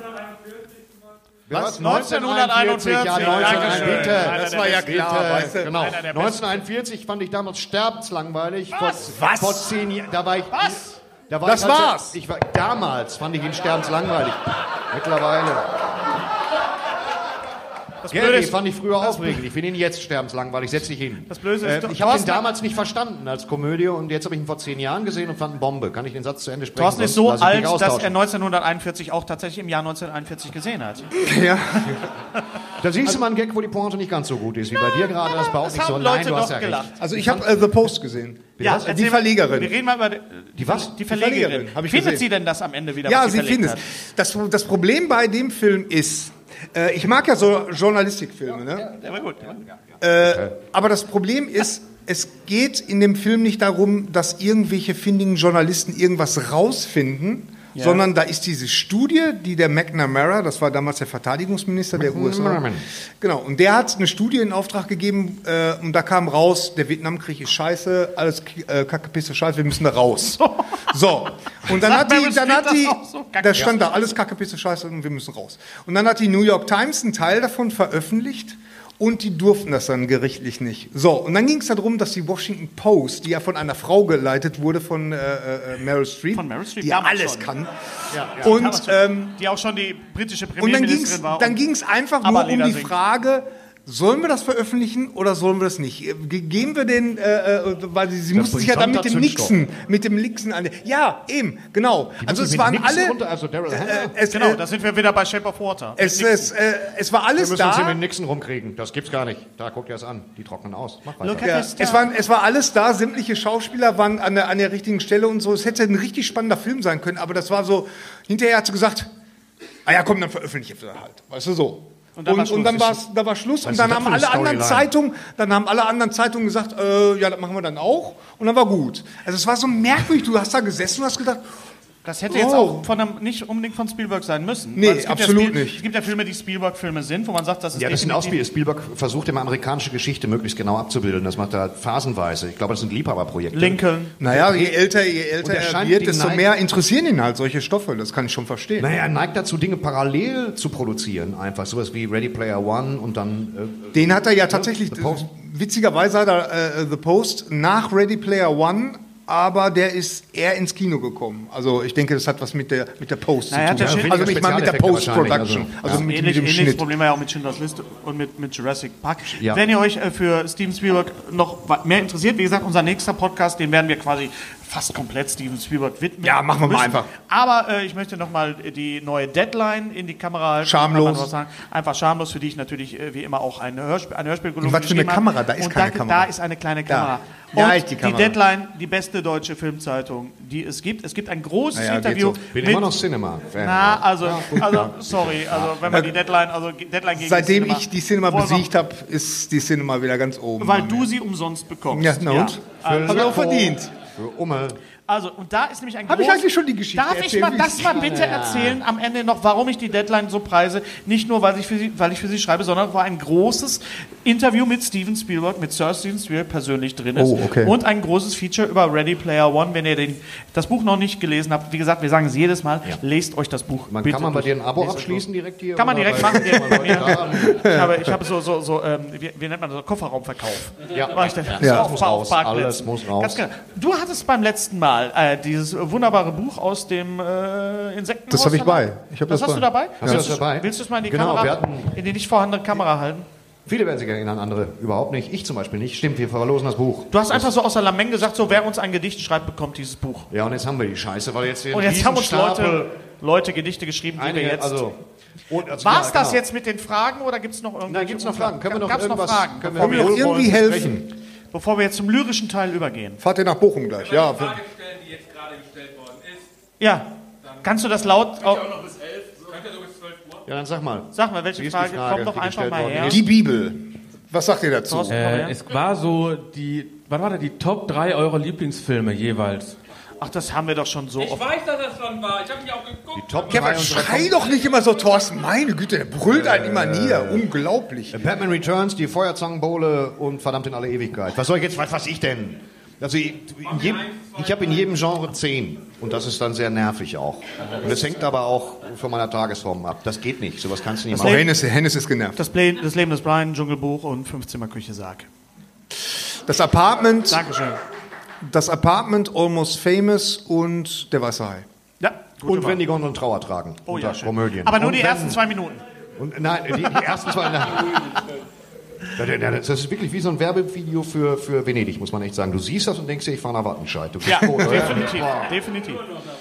Speaker 4: Was?
Speaker 5: 1941,
Speaker 4: Ja, 1941.
Speaker 5: Dankeschön.
Speaker 4: Bitte.
Speaker 5: Einer
Speaker 4: Das
Speaker 5: der
Speaker 4: war ja
Speaker 5: besten.
Speaker 4: klar.
Speaker 6: weißt du.
Speaker 4: Genau.
Speaker 5: Einer der besten.
Speaker 4: 1941 fand ich damals sterbenslangweilig.
Speaker 5: Was?
Speaker 4: Vor,
Speaker 5: Was?
Speaker 4: vor zehn Jahren. Da war ich.
Speaker 5: was?
Speaker 4: Da war
Speaker 6: Das
Speaker 4: ich halt-
Speaker 6: war's.
Speaker 4: Ich war, damals fand ich ihn sterbenslangweilig. Mittlerweile.
Speaker 5: Das Blöde
Speaker 4: Gary
Speaker 5: ist,
Speaker 4: fand ich früher aufregend. Ich finde ihn jetzt sterbenslangweilig. Setz dich hin.
Speaker 5: Das Blöde ist,
Speaker 4: äh, ich habe ihn damals nicht verstanden als Komödie und jetzt habe ich ihn vor zehn Jahren gesehen und fand ihn Bombe. Kann ich den Satz zu Ende sprechen?
Speaker 5: Thorsten ist
Speaker 4: Sonst
Speaker 5: so
Speaker 4: lass also ich mich
Speaker 5: alt, dass er
Speaker 4: austauschen.
Speaker 5: 1941 auch tatsächlich im Jahr 1941 gesehen hat.
Speaker 4: Da siehst du mal einen Gag, wo die Pointe nicht ganz so gut ist, wie bei dir gerade. Das war auch
Speaker 5: Also- Das
Speaker 4: nicht so.
Speaker 5: haben Leute
Speaker 4: Nein, du hast
Speaker 5: doch
Speaker 4: ja recht.
Speaker 5: gelacht.
Speaker 6: Also ich habe äh, The Post gesehen.
Speaker 5: Ja,
Speaker 6: die
Speaker 5: erzähl mal-
Speaker 6: Verlegerin.
Speaker 5: Wir reden mal über die,
Speaker 4: Die was?
Speaker 5: die Verlegerin.
Speaker 6: Verlegerin, hab ich
Speaker 5: findet
Speaker 6: gesehen.
Speaker 5: sie denn das am Ende wieder?
Speaker 6: Ja,
Speaker 5: was
Speaker 6: sie
Speaker 5: verlegt
Speaker 6: findet
Speaker 5: hat?
Speaker 6: es. Das, das Problem bei dem Film ist, äh, ich mag ja so Journalistikfilme, ne?
Speaker 5: Ja, aber gut.
Speaker 6: Äh, aber das Problem ist, es geht in dem Film nicht darum, dass irgendwelche findigen Journalisten irgendwas rausfinden, sondern da ist diese Studie, die der McNamara, das war damals der Verteidigungsminister der USA,
Speaker 4: McNamara.
Speaker 6: genau, und der hat eine Studie in Auftrag gegeben äh, und da kam raus, der Vietnamkrieg ist scheiße, alles K- äh, Kacke, Pisse, Scheiße, wir müssen da raus. So, und
Speaker 5: Sagt
Speaker 6: dann hat die,
Speaker 5: Meryl
Speaker 6: dann
Speaker 5: Streep
Speaker 6: hat
Speaker 5: das
Speaker 6: die,
Speaker 5: auch so? Kacke,
Speaker 6: da stand da alles Kacke, Pisse, Scheiße und wir müssen raus. Und dann hat die New York Times einen Teil davon veröffentlicht und die durften das dann gerichtlich nicht. So, und dann ging es darum, dass die Washington Post, die ja von einer Frau geleitet wurde, von äh, äh, Meryl Streep,
Speaker 5: Von Meryl Streep,
Speaker 6: die ja
Speaker 5: damals
Speaker 6: alles
Speaker 5: schon. ne?
Speaker 6: kann,
Speaker 5: damals
Speaker 6: und
Speaker 5: schon.
Speaker 6: ähm,
Speaker 5: Die auch schon die britische
Speaker 6: und dann
Speaker 5: Premierministerin
Speaker 6: ging es
Speaker 5: war.
Speaker 6: dann
Speaker 5: und-
Speaker 6: ging's einfach nur um
Speaker 5: Aberlieder
Speaker 6: die
Speaker 5: singen.
Speaker 6: Frage, sollen wir das veröffentlichen oder sollen wir das nicht? Äh, ge- Gehen wir den, äh, äh, weil sie, sie mussten sich ja dann mit dem
Speaker 4: brisanter
Speaker 6: Nixon, mit dem Nixon an. Ja, eben, genau. Also es
Speaker 4: Mit
Speaker 6: waren
Speaker 4: Nixon
Speaker 6: alle,
Speaker 4: Runter, also Daryl
Speaker 6: äh,
Speaker 4: Hannah.
Speaker 6: es,
Speaker 5: Genau,
Speaker 6: äh,
Speaker 5: da sind wir wieder bei Shape of Water.
Speaker 6: es, es, äh, es war
Speaker 4: Wir
Speaker 6: alles
Speaker 4: müssen uns hier
Speaker 6: da.
Speaker 4: mit Nixon rumkriegen. Das gibt's gar nicht. Da guck dir das an. Die trocknen aus. Mach weiter.
Speaker 5: Look at
Speaker 6: Ja,
Speaker 5: this
Speaker 6: es,
Speaker 5: star.
Speaker 6: waren, es war alles da, sämtliche Schauspieler waren an der, an der richtigen Stelle und so. Es hätte ein richtig spannender Film sein können, aber das war so, hinterher hat sie gesagt, ah ja komm, dann veröffentliche ich das halt. Weißt du so.
Speaker 5: Und
Speaker 6: Und
Speaker 5: dann
Speaker 6: dann,
Speaker 5: war
Speaker 6: und,
Speaker 5: Schluss.
Speaker 6: dann war's, da war Schluss und dann
Speaker 4: ist
Speaker 6: haben
Speaker 4: das für
Speaker 6: alle
Speaker 4: eine
Speaker 6: anderen Zeitungen, dann haben alle anderen Zeitungen gesagt, äh, ja, das machen wir dann auch und dann war gut. Also es war so merkwürdig, du hast da gesessen und hast gedacht,
Speaker 5: Das hätte jetzt
Speaker 6: Oh.
Speaker 5: auch von einem, nicht unbedingt von Spielberg sein müssen.
Speaker 6: Nee,
Speaker 5: Weil es gibt
Speaker 6: absolut
Speaker 5: ja Spiel-
Speaker 6: nicht.
Speaker 5: Es gibt ja Filme, die Spielberg-Filme sind, wo man sagt, das ist
Speaker 4: Ja, das sind auch
Speaker 5: definitiv-
Speaker 4: Spiel. Spielberg versucht immer amerikanische Geschichte möglichst genau abzubilden. Das macht er phasenweise. Ich glaube, das sind Liebhaberprojekte.
Speaker 5: Lincoln.
Speaker 6: naja, je älter, je
Speaker 4: Und
Speaker 6: älter
Speaker 4: er
Speaker 6: er
Speaker 4: scheint die
Speaker 6: wird, desto
Speaker 4: Neigung-
Speaker 6: mehr interessieren ihn halt solche Stoffe, das kann ich schon verstehen.
Speaker 4: Naja, er neigt dazu, Dinge parallel zu produzieren. Einfach sowas wie Ready Player One und dann. Äh,
Speaker 6: Den hat er ja tatsächlich,
Speaker 4: The Post.
Speaker 6: witzigerweise hat er äh, The Post nach Ready Player One, aber der ist eher ins Kino gekommen. Also ich denke, das hat was mit der, mit der Post
Speaker 5: Naja,
Speaker 6: zu
Speaker 5: hat
Speaker 6: tun.
Speaker 5: der
Speaker 6: also ich meine mit der
Speaker 4: Spezialeffekte
Speaker 6: Post-Production,
Speaker 4: wahrscheinlich,
Speaker 6: also, mit, mit
Speaker 5: Ähnlich,
Speaker 6: dem
Speaker 5: ähnliches
Speaker 6: Schnitt.
Speaker 5: Problem war ja auch mit Schindlers Liste und mit, mit Jurassic Park.
Speaker 4: Ja.
Speaker 5: Wenn ihr euch äh, für Steven Spielberg noch wa- mehr interessiert, wie gesagt, unser nächster Podcast, den werden wir quasi fast komplett Steven Spielberg widmen.
Speaker 6: Ja, machen wir mal
Speaker 5: müssen.
Speaker 6: einfach.
Speaker 5: Aber äh, ich möchte nochmal die neue Deadline in die Kamera halten.
Speaker 6: Schamlos.
Speaker 5: Kann man was sagen. Einfach schamlos, für die ich natürlich äh, wie immer auch eine Hörspiel, eine Hörspielkolumne
Speaker 6: Was für eine
Speaker 5: geschrieben habe.
Speaker 6: Kamera? Da ist
Speaker 5: und
Speaker 6: keine
Speaker 5: da,
Speaker 6: Kamera.
Speaker 5: Da ist eine kleine
Speaker 6: Da.
Speaker 5: Kamera.
Speaker 6: Da
Speaker 5: und
Speaker 6: ist die Kamera.
Speaker 5: die Deadline, die beste deutsche Filmzeitung, die es gibt. Es gibt ein großes
Speaker 6: Naja, geht
Speaker 5: Interview
Speaker 6: so.
Speaker 4: Bin
Speaker 5: mit
Speaker 4: äh, immer noch Äh, Cinema-Fan.
Speaker 5: na, also, also sorry, also wenn man die Deadline, also Deadline gegen
Speaker 6: Seitdem
Speaker 5: Cinema-
Speaker 6: ich die Cinema
Speaker 5: Wollen wir-
Speaker 6: besiegt habe, ist die Cinema wieder ganz oben.
Speaker 5: Weil du sie umsonst bekommst.
Speaker 6: Ja, na und?
Speaker 5: Also,
Speaker 6: Hab ich auch verdient.
Speaker 4: Für Umme.
Speaker 5: also, und da ist nämlich ein
Speaker 6: Hab ich
Speaker 5: groß-
Speaker 6: eigentlich schon die Geschichte
Speaker 5: Darf ich
Speaker 6: erzählt,
Speaker 5: mal
Speaker 6: wie
Speaker 5: das
Speaker 6: ich-
Speaker 5: mal bitte erzählen am Ende noch, warum ich die Deadline so preise? Nicht nur, weil ich für sie, weil ich für sie schreibe, sondern weil ein großes Interview mit Steven Spielberg, mit Sir Steven Spielberg persönlich drin ist.
Speaker 6: Oh, okay.
Speaker 5: Und ein großes Feature über Ready Player One. Wenn ihr den, das Buch noch nicht gelesen habt, wie gesagt, wir sagen es jedes Mal, lest euch das Buch
Speaker 4: Man
Speaker 5: bitte
Speaker 4: kann man bei
Speaker 5: durch.
Speaker 4: dir ein Abo
Speaker 5: Lest euch
Speaker 4: abschließen direkt hier.
Speaker 5: Kann man
Speaker 4: oder
Speaker 5: direkt
Speaker 4: bei-
Speaker 5: machen, direkt bei mir.
Speaker 4: Da-
Speaker 5: Ich habe, ich habe so, so, so ähm, wie, wie nennt man das, so Kofferraumverkauf.
Speaker 4: Ja.
Speaker 5: Mach ich dann.
Speaker 4: Ja.
Speaker 5: So
Speaker 4: Ja.
Speaker 5: auf-
Speaker 4: Muss
Speaker 5: auf
Speaker 4: raus.
Speaker 5: Parkplätzen.
Speaker 4: Alles muss raus.
Speaker 5: Ganz genau. Du hattest beim letzten Mal äh, dieses wunderbare Buch aus dem äh, Insektenhaus.
Speaker 6: Das habe ich
Speaker 5: dabei.
Speaker 6: bei. Ich hab
Speaker 5: das,
Speaker 6: das
Speaker 5: hast du
Speaker 6: bei.
Speaker 5: dabei?
Speaker 4: Hast du das
Speaker 5: Willst du-
Speaker 4: dabei?
Speaker 5: Willst du es mal in die
Speaker 4: Genau, wir
Speaker 5: Kamera,
Speaker 4: hatten-
Speaker 5: in die nicht vorhandene Kamera halten?
Speaker 4: Viele werden sich erinnern, andere überhaupt nicht. Ich zum Beispiel nicht. Stimmt, wir verlosen das Buch.
Speaker 5: Du hast einfach so außer Lameng gesagt, so wer uns ein Gedicht schreibt, bekommt dieses Buch.
Speaker 4: Ja, und jetzt haben wir die Scheiße, weil jetzt hier
Speaker 5: Und jetzt
Speaker 4: diesen
Speaker 5: haben uns
Speaker 4: Stapel-
Speaker 5: Leute, Leute Gedichte geschrieben, die wir
Speaker 4: Einige,
Speaker 5: jetzt...
Speaker 4: also, und, also
Speaker 5: War es
Speaker 4: ja, genau.
Speaker 5: das jetzt mit den Fragen oder gibt es noch irgendwelche?
Speaker 4: Nein, gibt's noch Fragen? Können wir noch
Speaker 5: Gab's
Speaker 4: irgendwas?
Speaker 5: Fragen,
Speaker 4: Können
Speaker 5: bevor
Speaker 4: wir
Speaker 5: wir-
Speaker 4: noch
Speaker 6: Irgendwie helfen.
Speaker 5: Bevor wir jetzt zum lyrischen Teil übergehen.
Speaker 6: Fahrt ihr nach Bochum gleich? Ja.
Speaker 2: Frage stellen, die jetzt gerade gestellt worden ist.
Speaker 5: Ja. Kannst du das laut. oh,
Speaker 2: Auch noch bis 11. So. Könnt ihr so bis 12 Uhr?
Speaker 4: Ja, dann sag mal.
Speaker 5: sag mal, welche
Speaker 4: Wie ist die
Speaker 5: Frage?
Speaker 4: Frage,
Speaker 5: Kommt doch
Speaker 4: die
Speaker 5: einfach
Speaker 4: gestellt
Speaker 5: mal
Speaker 4: worden
Speaker 5: her.
Speaker 4: ist?
Speaker 6: Die Bibel. Was sagt ihr dazu?
Speaker 5: Thorsten, komm
Speaker 2: Äh,
Speaker 5: her.
Speaker 2: es war so die, was war da, die Top 3 eurer Lieblingsfilme jeweils.
Speaker 5: Ach, das haben wir doch schon so oft.
Speaker 2: weiß, dass das schon war. Ich habe mich auch geguckt.
Speaker 4: Top
Speaker 6: Ja, aber
Speaker 4: drei unserer
Speaker 6: schrei doch nicht immer so, Thorsten. Meine Güte, der brüllt einen immer nieder. Unglaublich.
Speaker 4: Batman Returns, die Feuerzangenbowle und verdammt in alle Ewigkeit. Was soll ich jetzt, was weiß ich denn? Also ich, in jedem, ich habe in jedem Genre zehn und das ist dann sehr nervig auch. Und das hängt aber auch von meiner Tagesform ab. Das geht nicht, sowas kannst du nicht machen.
Speaker 6: Hennes, Hennes ist genervt.
Speaker 5: Das, Play, das Leben des Brian, Dschungelbuch und Fünfzimmerküche Sarg.
Speaker 6: Das Apartment,
Speaker 5: Dankeschön.
Speaker 6: das Apartment Almost Famous und der Weiße Hai.
Speaker 5: Ja, gute
Speaker 4: Und
Speaker 5: Wahl.
Speaker 4: wenn die Gondeln Trauer tragen.
Speaker 5: oh,
Speaker 4: unter
Speaker 5: ja, schön.
Speaker 4: Komödien.
Speaker 5: Aber nur
Speaker 4: und
Speaker 5: die
Speaker 4: wenn,
Speaker 5: ersten zwei Minuten.
Speaker 4: Und nein, die, die ersten zwei. Nein. Ja, ja, Das ist wirklich wie so ein Werbevideo für, für Venedig, muss man echt sagen. Du siehst das und denkst dir, ich fahre nach Wattenscheid. Du bist
Speaker 5: Ja,
Speaker 4: tot, oder?
Speaker 5: definitiv. definitiv.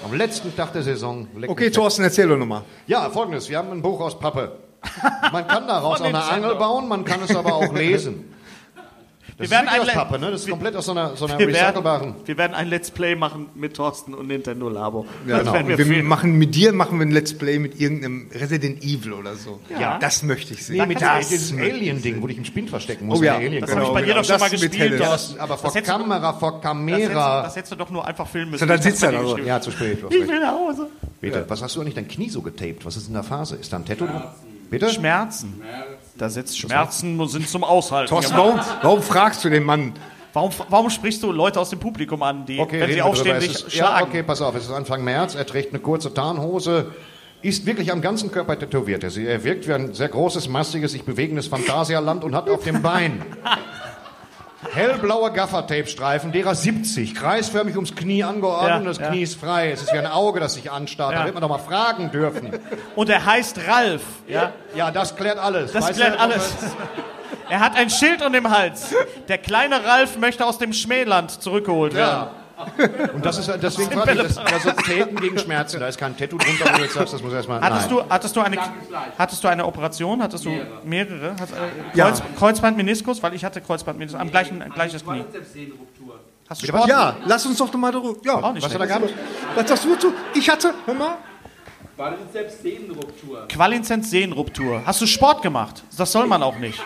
Speaker 4: Am letzten Tag der Saison. leck mich
Speaker 6: Okay,
Speaker 4: fett.
Speaker 6: Thorsten, erzähl doch nochmal.
Speaker 4: Ja, folgendes: Wir haben ein Buch aus Pappe. Man kann daraus auch
Speaker 5: Von
Speaker 4: eine
Speaker 5: Nintendo.
Speaker 4: Angel bauen, man kann es aber auch lesen. Das
Speaker 5: werden
Speaker 4: ist wirklich
Speaker 5: ein
Speaker 4: aus
Speaker 5: Le-
Speaker 4: Pappe, ne? Das ist komplett aus so einer, so einer
Speaker 5: Wir werden,
Speaker 4: recycelbaren.
Speaker 5: wir werden ein Let's Play machen mit Thorsten und Nintendo Labo.
Speaker 6: Ja,
Speaker 5: das
Speaker 6: genau.
Speaker 5: werden wir,
Speaker 6: wir
Speaker 5: filmen.
Speaker 6: machen mit dir machen wir ein Let's Play mit irgendeinem Resident Evil oder so.
Speaker 5: Ja.
Speaker 6: Das möchte ich sehen.
Speaker 4: Nee, mit
Speaker 6: das
Speaker 4: diesem
Speaker 6: möchte ich
Speaker 4: Alien-Ding, wo ich im Spind verstecken muss.
Speaker 6: Oh ja,
Speaker 4: der Alien
Speaker 5: Das
Speaker 6: Genau,
Speaker 5: habe ich bei dir
Speaker 6: genau.
Speaker 5: doch schon
Speaker 6: Das
Speaker 5: mal
Speaker 6: mit
Speaker 5: gespielt.
Speaker 6: Helen.
Speaker 5: Das,
Speaker 4: aber vor
Speaker 5: das hättest du-
Speaker 4: Kamera, vor
Speaker 5: das, hättest, du-
Speaker 4: Kamera.
Speaker 5: das hättest du doch nur einfach filmen müssen.
Speaker 6: So, dann
Speaker 5: Ich hab's
Speaker 6: sitzt
Speaker 5: bei
Speaker 6: er
Speaker 5: dir
Speaker 6: da so.
Speaker 5: geschrieben.
Speaker 4: ja, zu spät. du hast
Speaker 5: Ich
Speaker 4: recht.
Speaker 5: will nach Hause.
Speaker 4: Bitte. Was hast du eigentlich dein Knie so getaped? Was ist in der Phase? Ist da ein Tattoo drin? Bitte?
Speaker 5: Schmerzen. Da sitzt Schmerzen sind zum Aushalten.
Speaker 6: Thorsten, warum, warum fragst du den Mann?
Speaker 5: Warum, warum sprichst du Leute aus dem Publikum an, die, wenn
Speaker 4: reden
Speaker 5: sie
Speaker 4: wir
Speaker 5: aufstehen,
Speaker 4: drüber.
Speaker 5: dich
Speaker 4: Es ist, Ja,
Speaker 5: schlagen?
Speaker 4: okay, pass auf, es ist Anfang März, er trägt eine kurze Tarnhose, ist wirklich am ganzen Körper tätowiert. Er- Er wirkt wie ein sehr großes, mastiges, sich bewegendes Phantasialand und hat auf dem Bein hellblaue Gaffertape-Streifen, derer 70, kreisförmig ums Knie angeordnet,
Speaker 5: Ja,
Speaker 4: das
Speaker 5: ja.
Speaker 4: Knie ist frei, es ist wie ein Auge, das sich anstarrt, da
Speaker 5: Ja.
Speaker 4: wird man doch mal fragen dürfen.
Speaker 5: Und er heißt Ralf. Ja?
Speaker 4: Ja, das klärt alles.
Speaker 5: Das
Speaker 4: Weißt
Speaker 5: klärt
Speaker 4: du,
Speaker 5: alles. Er hat ein Schild um dem Hals. Der kleine Ralf möchte aus dem Schmähland zurückgeholt werden.
Speaker 4: Ja. Und das ist deswegen frage ich, das, das ist Täten gegen Schmerzen. Da ist kein Tattoo drunter, wo du jetzt sagst, das muss erstmal.
Speaker 5: Hattest
Speaker 4: nein.
Speaker 5: du, hattest, du eine, hattest du eine Operation? Hattest du mehrere? Hat, äh,
Speaker 6: Ja.
Speaker 5: Kreuz, Kreuzband Meniskus? Weil ich hatte Kreuzband Meniskus. Am gleichen, am gleiches Knie. Hast du Sport?
Speaker 6: Ja, lass uns doch nochmal darüber. Ja,
Speaker 5: nicht
Speaker 6: was hat er
Speaker 5: schlecht.
Speaker 6: gehabt? Was sagst du dazu? Ich hatte, hör mal.
Speaker 8: Qualizenz-Sehnenruptur.
Speaker 5: Qualinzenz-Sehnenruptur. Hast du Sport gemacht? Das soll man auch nicht.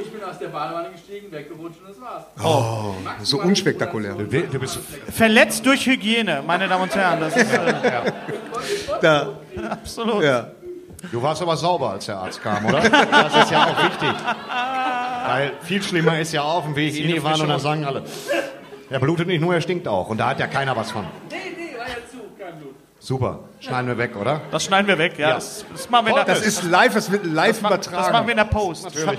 Speaker 8: Ich bin aus der Badewanne gestiegen, weggerutscht und das war's.
Speaker 6: So unspektakulär.
Speaker 4: Du bist
Speaker 5: Verletzt durch Hygiene, meine Damen und Herren. Das ist äh,
Speaker 6: Da,
Speaker 5: absolut.
Speaker 6: ja.
Speaker 4: Du warst aber sauber, als der Arzt kam, oder? Das ist ja auch wichtig. Weil viel schlimmer ist ja auf dem Weg in die Wanne und dann sagen alle, er blutet nicht nur, er stinkt auch. Und da hat ja keiner was von.
Speaker 8: Nee, nee, war ja zu, kein Blut.
Speaker 4: Super, schneiden wir weg, oder?
Speaker 5: Das schneiden wir weg, ja.
Speaker 4: Ja.
Speaker 5: Das, das machen wir in der,
Speaker 6: Das ist live, das wird live
Speaker 5: das machen wir
Speaker 6: übertragen.
Speaker 5: in der Post.
Speaker 4: Natürlich.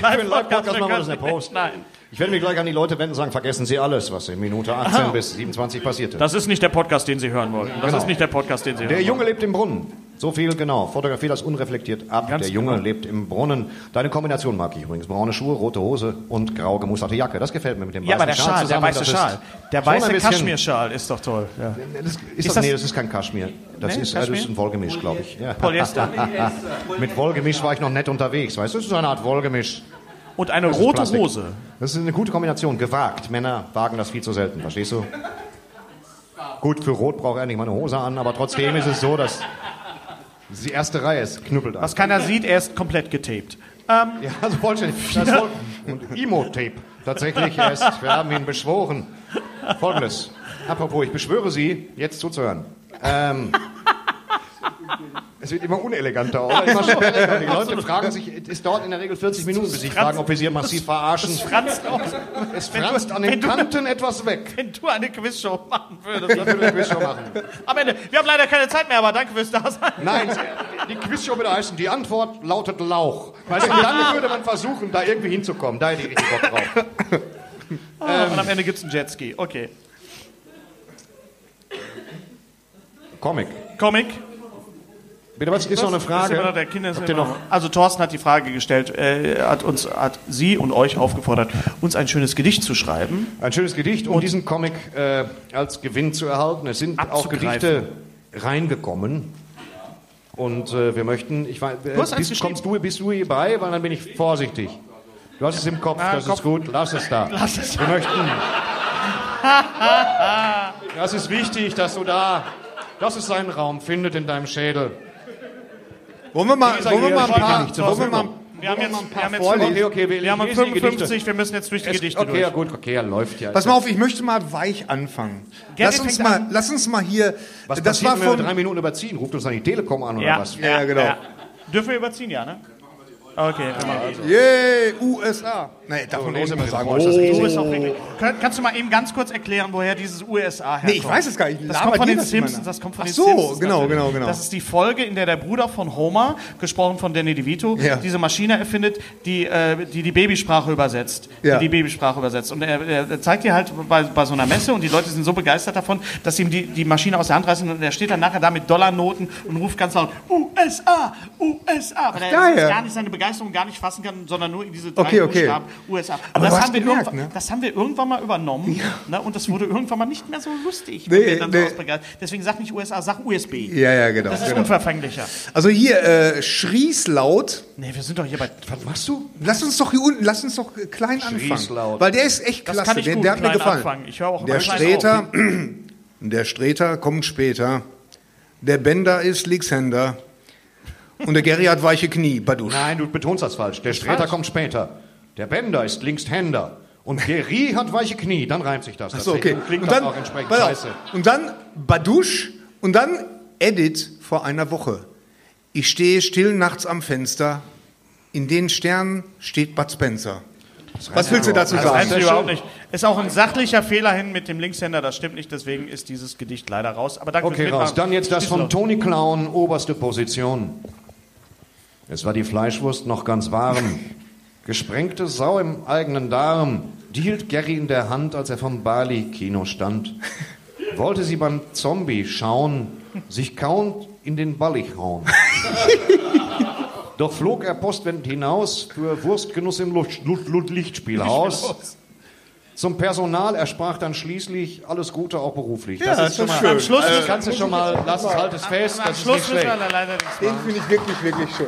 Speaker 5: Live
Speaker 4: Für den Live-Podcast machen wir das in der Post.
Speaker 5: Nein.
Speaker 4: Ich werde mich gleich an die Leute wenden und sagen, vergessen Sie alles, was in Minute
Speaker 5: Ah.
Speaker 4: 18 bis 27 passierte.
Speaker 5: Das ist nicht der Podcast, den Sie hören wollen. Das ist nicht der Podcast, den Sie
Speaker 4: Der
Speaker 5: hören
Speaker 4: Junge lebt im Brunnen. So viel, genau. Fotografier das unreflektiert ab.
Speaker 5: Ganz
Speaker 4: der Junge
Speaker 5: genau.
Speaker 4: lebt im Brunnen. Deine Kombination mag ich übrigens. Braune Schuhe, rote Hose und grau gemusterte Jacke. Das gefällt mir mit dem
Speaker 5: wollen. Ja, aber
Speaker 4: weißen
Speaker 5: der Schal, der
Speaker 4: zusammen.
Speaker 5: weiße
Speaker 4: Das ist
Speaker 5: Schal. Der
Speaker 4: schon ein
Speaker 5: weiße
Speaker 4: bisschen-
Speaker 5: Kaschmirschal ist doch toll. Ja.
Speaker 4: Das ist, ist das,
Speaker 5: das-
Speaker 4: nee, das ist kein Kaschmir. Das,
Speaker 5: Nee,
Speaker 4: ist, äh, das ist
Speaker 5: Kaschmir?
Speaker 4: ein Wollgemisch, glaube ich. Ja.
Speaker 5: Polyester.
Speaker 4: Mit Wollgemisch war ich noch nett unterwegs. Weißt du, das ist eine Art Wollgemisch.
Speaker 5: Und eine
Speaker 4: Das ist
Speaker 5: rote
Speaker 4: Also Plastik.
Speaker 5: Hose.
Speaker 4: Das ist eine gute Kombination. Gewagt. Männer wagen das viel zu selten. Verstehst du? Gut, für Rot braucht er nicht meine Hose an, aber trotzdem ist es so, dass dass die erste Reihe ist. Knüppelt an.
Speaker 5: Was keiner sieht, er ist komplett getaped.
Speaker 4: Ja, also vollständig. Das Vol und Imo-Tape. Tatsächlich, er ist, wir haben ihn beschworen. Folgendes. Apropos, ich beschwöre Sie, jetzt zuzuhören. Ähm, es wird immer uneleganter, oder? Immer schon eleganter. Die Leute fragen sich, es dauert in der Regel 40 Minuten, bis sie fragen, ob wir sie massiv verarschen.
Speaker 5: Franz, auch,
Speaker 4: Es franzt an den
Speaker 5: wenn du-
Speaker 4: Kanten etwas weg.
Speaker 5: wenn du eine Quizshow machen würdest.
Speaker 4: Würde ich Quizshow machen.
Speaker 5: Am Ende, wir haben leider keine Zeit mehr, aber danke fürs Dasein.
Speaker 4: Nein, die Quizshow würde heißen, die Antwort lautet Lauch. Weißt du, und dann würde man versuchen, da irgendwie hinzukommen. Da hätte ich richtig Bock drauf. Ähm.
Speaker 5: Und am Ende gibt es einen Jetski. Okay.
Speaker 4: Comic.
Speaker 5: Comic.
Speaker 4: Bitte, was ist noch eine
Speaker 5: Das ist immer
Speaker 4: Frage?
Speaker 5: noch der Kinder ist
Speaker 4: Habt ihr
Speaker 5: immer
Speaker 4: noch?
Speaker 5: Also Thorsten hat die Frage gestellt, äh, hat uns, hat sie und euch aufgefordert, uns ein schönes Gedicht zu schreiben.
Speaker 4: Ein schönes Gedicht, um diesen Comic äh, als Gewinn zu erhalten. Es sind auch
Speaker 5: Abzugreifen.
Speaker 4: Gedichte äh, reingekommen. Und äh, wir möchten, ich weiß, äh,
Speaker 5: Du hast eins
Speaker 4: bist,
Speaker 5: geschrieben.
Speaker 4: kommst du, bist du hier bei, weil dann bin ich vorsichtig. Du hast es im
Speaker 5: Ah,
Speaker 4: Ah, Kopf, das ist gut, lass es da. Lass es wir möchten. das ist wichtig, dass du da, dass es seinen Raum findet in deinem Schädel.
Speaker 6: Wollen wir mal,
Speaker 4: Dieser
Speaker 6: wollen wir mal ein
Speaker 4: Gehirn
Speaker 6: paar,
Speaker 4: spricht nicht,
Speaker 6: wollen
Speaker 4: Thorsten.
Speaker 6: wir mal,
Speaker 5: Wir haben jetzt, wir haben jetzt,
Speaker 6: vorlesen?
Speaker 4: Okay, okay, wir,
Speaker 5: wir haben
Speaker 4: ich lese die Gedichte.
Speaker 5: 55, wir müssen jetzt durch die
Speaker 4: Es,
Speaker 5: Gedichte
Speaker 4: okay, ja
Speaker 5: durch.
Speaker 4: gut, okay, er läuft ja.
Speaker 6: pass mal auf, ich möchte mal weich anfangen.
Speaker 5: Gerrit
Speaker 6: Lass uns
Speaker 5: fängt
Speaker 6: mal,
Speaker 5: an.
Speaker 6: lass uns mal hier,
Speaker 4: Was
Speaker 6: das war
Speaker 4: passiert, wenn wir
Speaker 6: von, genau.
Speaker 4: drei Minuten überziehen? Ruft uns dann die Telekom an oder was?
Speaker 6: Ja, genau.
Speaker 5: Dürfen wir überziehen, ja, ne? Okay, wir machen also.
Speaker 6: Yay, USA. Nee, darf man auch nicht mehr sagen. weil ich das
Speaker 5: Du
Speaker 6: nicht-
Speaker 5: bist auch wirklich. Kön- Kannst du mal eben ganz kurz erklären, woher dieses USA herkommt?
Speaker 6: Nee, ich weiß es gar nicht.
Speaker 5: Das
Speaker 6: Labert
Speaker 5: kommt von
Speaker 6: ihr
Speaker 5: den
Speaker 6: das immer
Speaker 5: Simpsons.
Speaker 6: nach?
Speaker 5: Das kommt von
Speaker 6: Ach
Speaker 5: den
Speaker 6: so,
Speaker 5: Simpsons.
Speaker 6: genau,
Speaker 5: natürlich.
Speaker 6: genau, genau.
Speaker 5: Das ist die Folge, in der der Bruder von Homer, gesprochen von Danny DeVito,
Speaker 6: Ja.
Speaker 5: diese Maschine erfindet, die äh, die, die Babysprache übersetzt.
Speaker 6: Ja.
Speaker 5: Die die Babysprache übersetzt. Und er, er er zeigt ihr halt bei, bei so einer Messe und die Leute sind so begeistert davon, dass sie ihm die, die Maschine aus der Hand reißen und er steht dann nachher da mit Dollarnoten und ruft ganz laut USA, USA. Weil er
Speaker 6: daher.
Speaker 5: selbst gar nicht seine Begeisterung gar nicht fassen kann, sondern nur in diese drei
Speaker 6: Okay, okay.
Speaker 5: Buchstaben USA.
Speaker 6: Aber
Speaker 5: das,
Speaker 6: du hast
Speaker 5: haben wir
Speaker 6: gemerkt,
Speaker 5: irgendwann-
Speaker 6: ne?
Speaker 5: das haben wir irgendwann mal übernommen ne? und das wurde irgendwann mal nicht mehr so lustig.
Speaker 6: Nee,
Speaker 5: wenn wir dann so
Speaker 6: nee.
Speaker 5: ausbegeistert- Deswegen sag nicht USA, sag USB.
Speaker 6: Ja, ja, genau.
Speaker 5: Das ist
Speaker 6: genau.
Speaker 5: unverfänglicher.
Speaker 6: Also hier, äh, Schries laut.
Speaker 5: Nee, wir sind doch hier bei...
Speaker 9: Was machst du?
Speaker 6: Lass uns doch hier unten, lass uns doch äh, klein anfangen.
Speaker 9: laut.
Speaker 6: Weil der ist echt
Speaker 5: Das
Speaker 6: klasse.
Speaker 5: kann ich
Speaker 6: der,
Speaker 5: gut,
Speaker 6: der hat mir
Speaker 5: klein
Speaker 6: gefallen.
Speaker 5: anfangen. Ich höre auch
Speaker 6: der
Speaker 5: immer klein
Speaker 6: Streter, der Streter kommt später. Der Bender ist Linkshänder. Und der Gary hat weiche Knie. Badusch.
Speaker 9: Nein, du betonst das falsch. Der Sträter kommt später. Der Bender ist Linkshänder. Und Geri hat weiche Knie. Dann reimt sich das.
Speaker 6: So, okay.
Speaker 9: Deswegen Klingt
Speaker 6: und dann,
Speaker 9: das auch entsprechend
Speaker 6: pass auf.
Speaker 9: scheiße.
Speaker 6: Und dann Badusch und dann Edit vor einer Woche. Ich stehe still nachts am Fenster. In den Sternen steht Bud Spencer. Was willst du dazu
Speaker 9: also,
Speaker 5: Das reimt
Speaker 6: sagen?
Speaker 5: sich überhaupt nicht. Ist auch ein sachlicher Fehler hin mit dem Linkshänder, das stimmt nicht, deswegen ist dieses Gedicht leider raus. Aber danke
Speaker 9: Okay,
Speaker 5: fürs
Speaker 9: raus.
Speaker 5: Mitmachen.
Speaker 9: Dann jetzt das von
Speaker 5: Schließloch.
Speaker 9: Tony Clown, oberste Position. Es war die Fleischwurst noch ganz warm. Gesprengte Sau im eigenen Darm. Die hielt Gary in der Hand, als er vom Bali-Kino stand. Wollte sie beim Zombie schauen, sich kauend in den Ballig hauen. Doch flog er postwendend hinaus für Wurstgenuss im Luft, Luft, Luft Lichtspielhaus. Zum Personal ersprach dann schließlich alles Gute auch beruflich. das ist schon mal
Speaker 5: Am Schluss,
Speaker 9: das kannst du schon mal, lass es halt es fest,
Speaker 5: Äh, am
Speaker 9: Äh, das ist nicht
Speaker 5: Schluss müssen
Speaker 9: schlecht.
Speaker 5: wir leider nichts
Speaker 6: Den
Speaker 5: machen.
Speaker 6: finde ich wirklich, wirklich schön.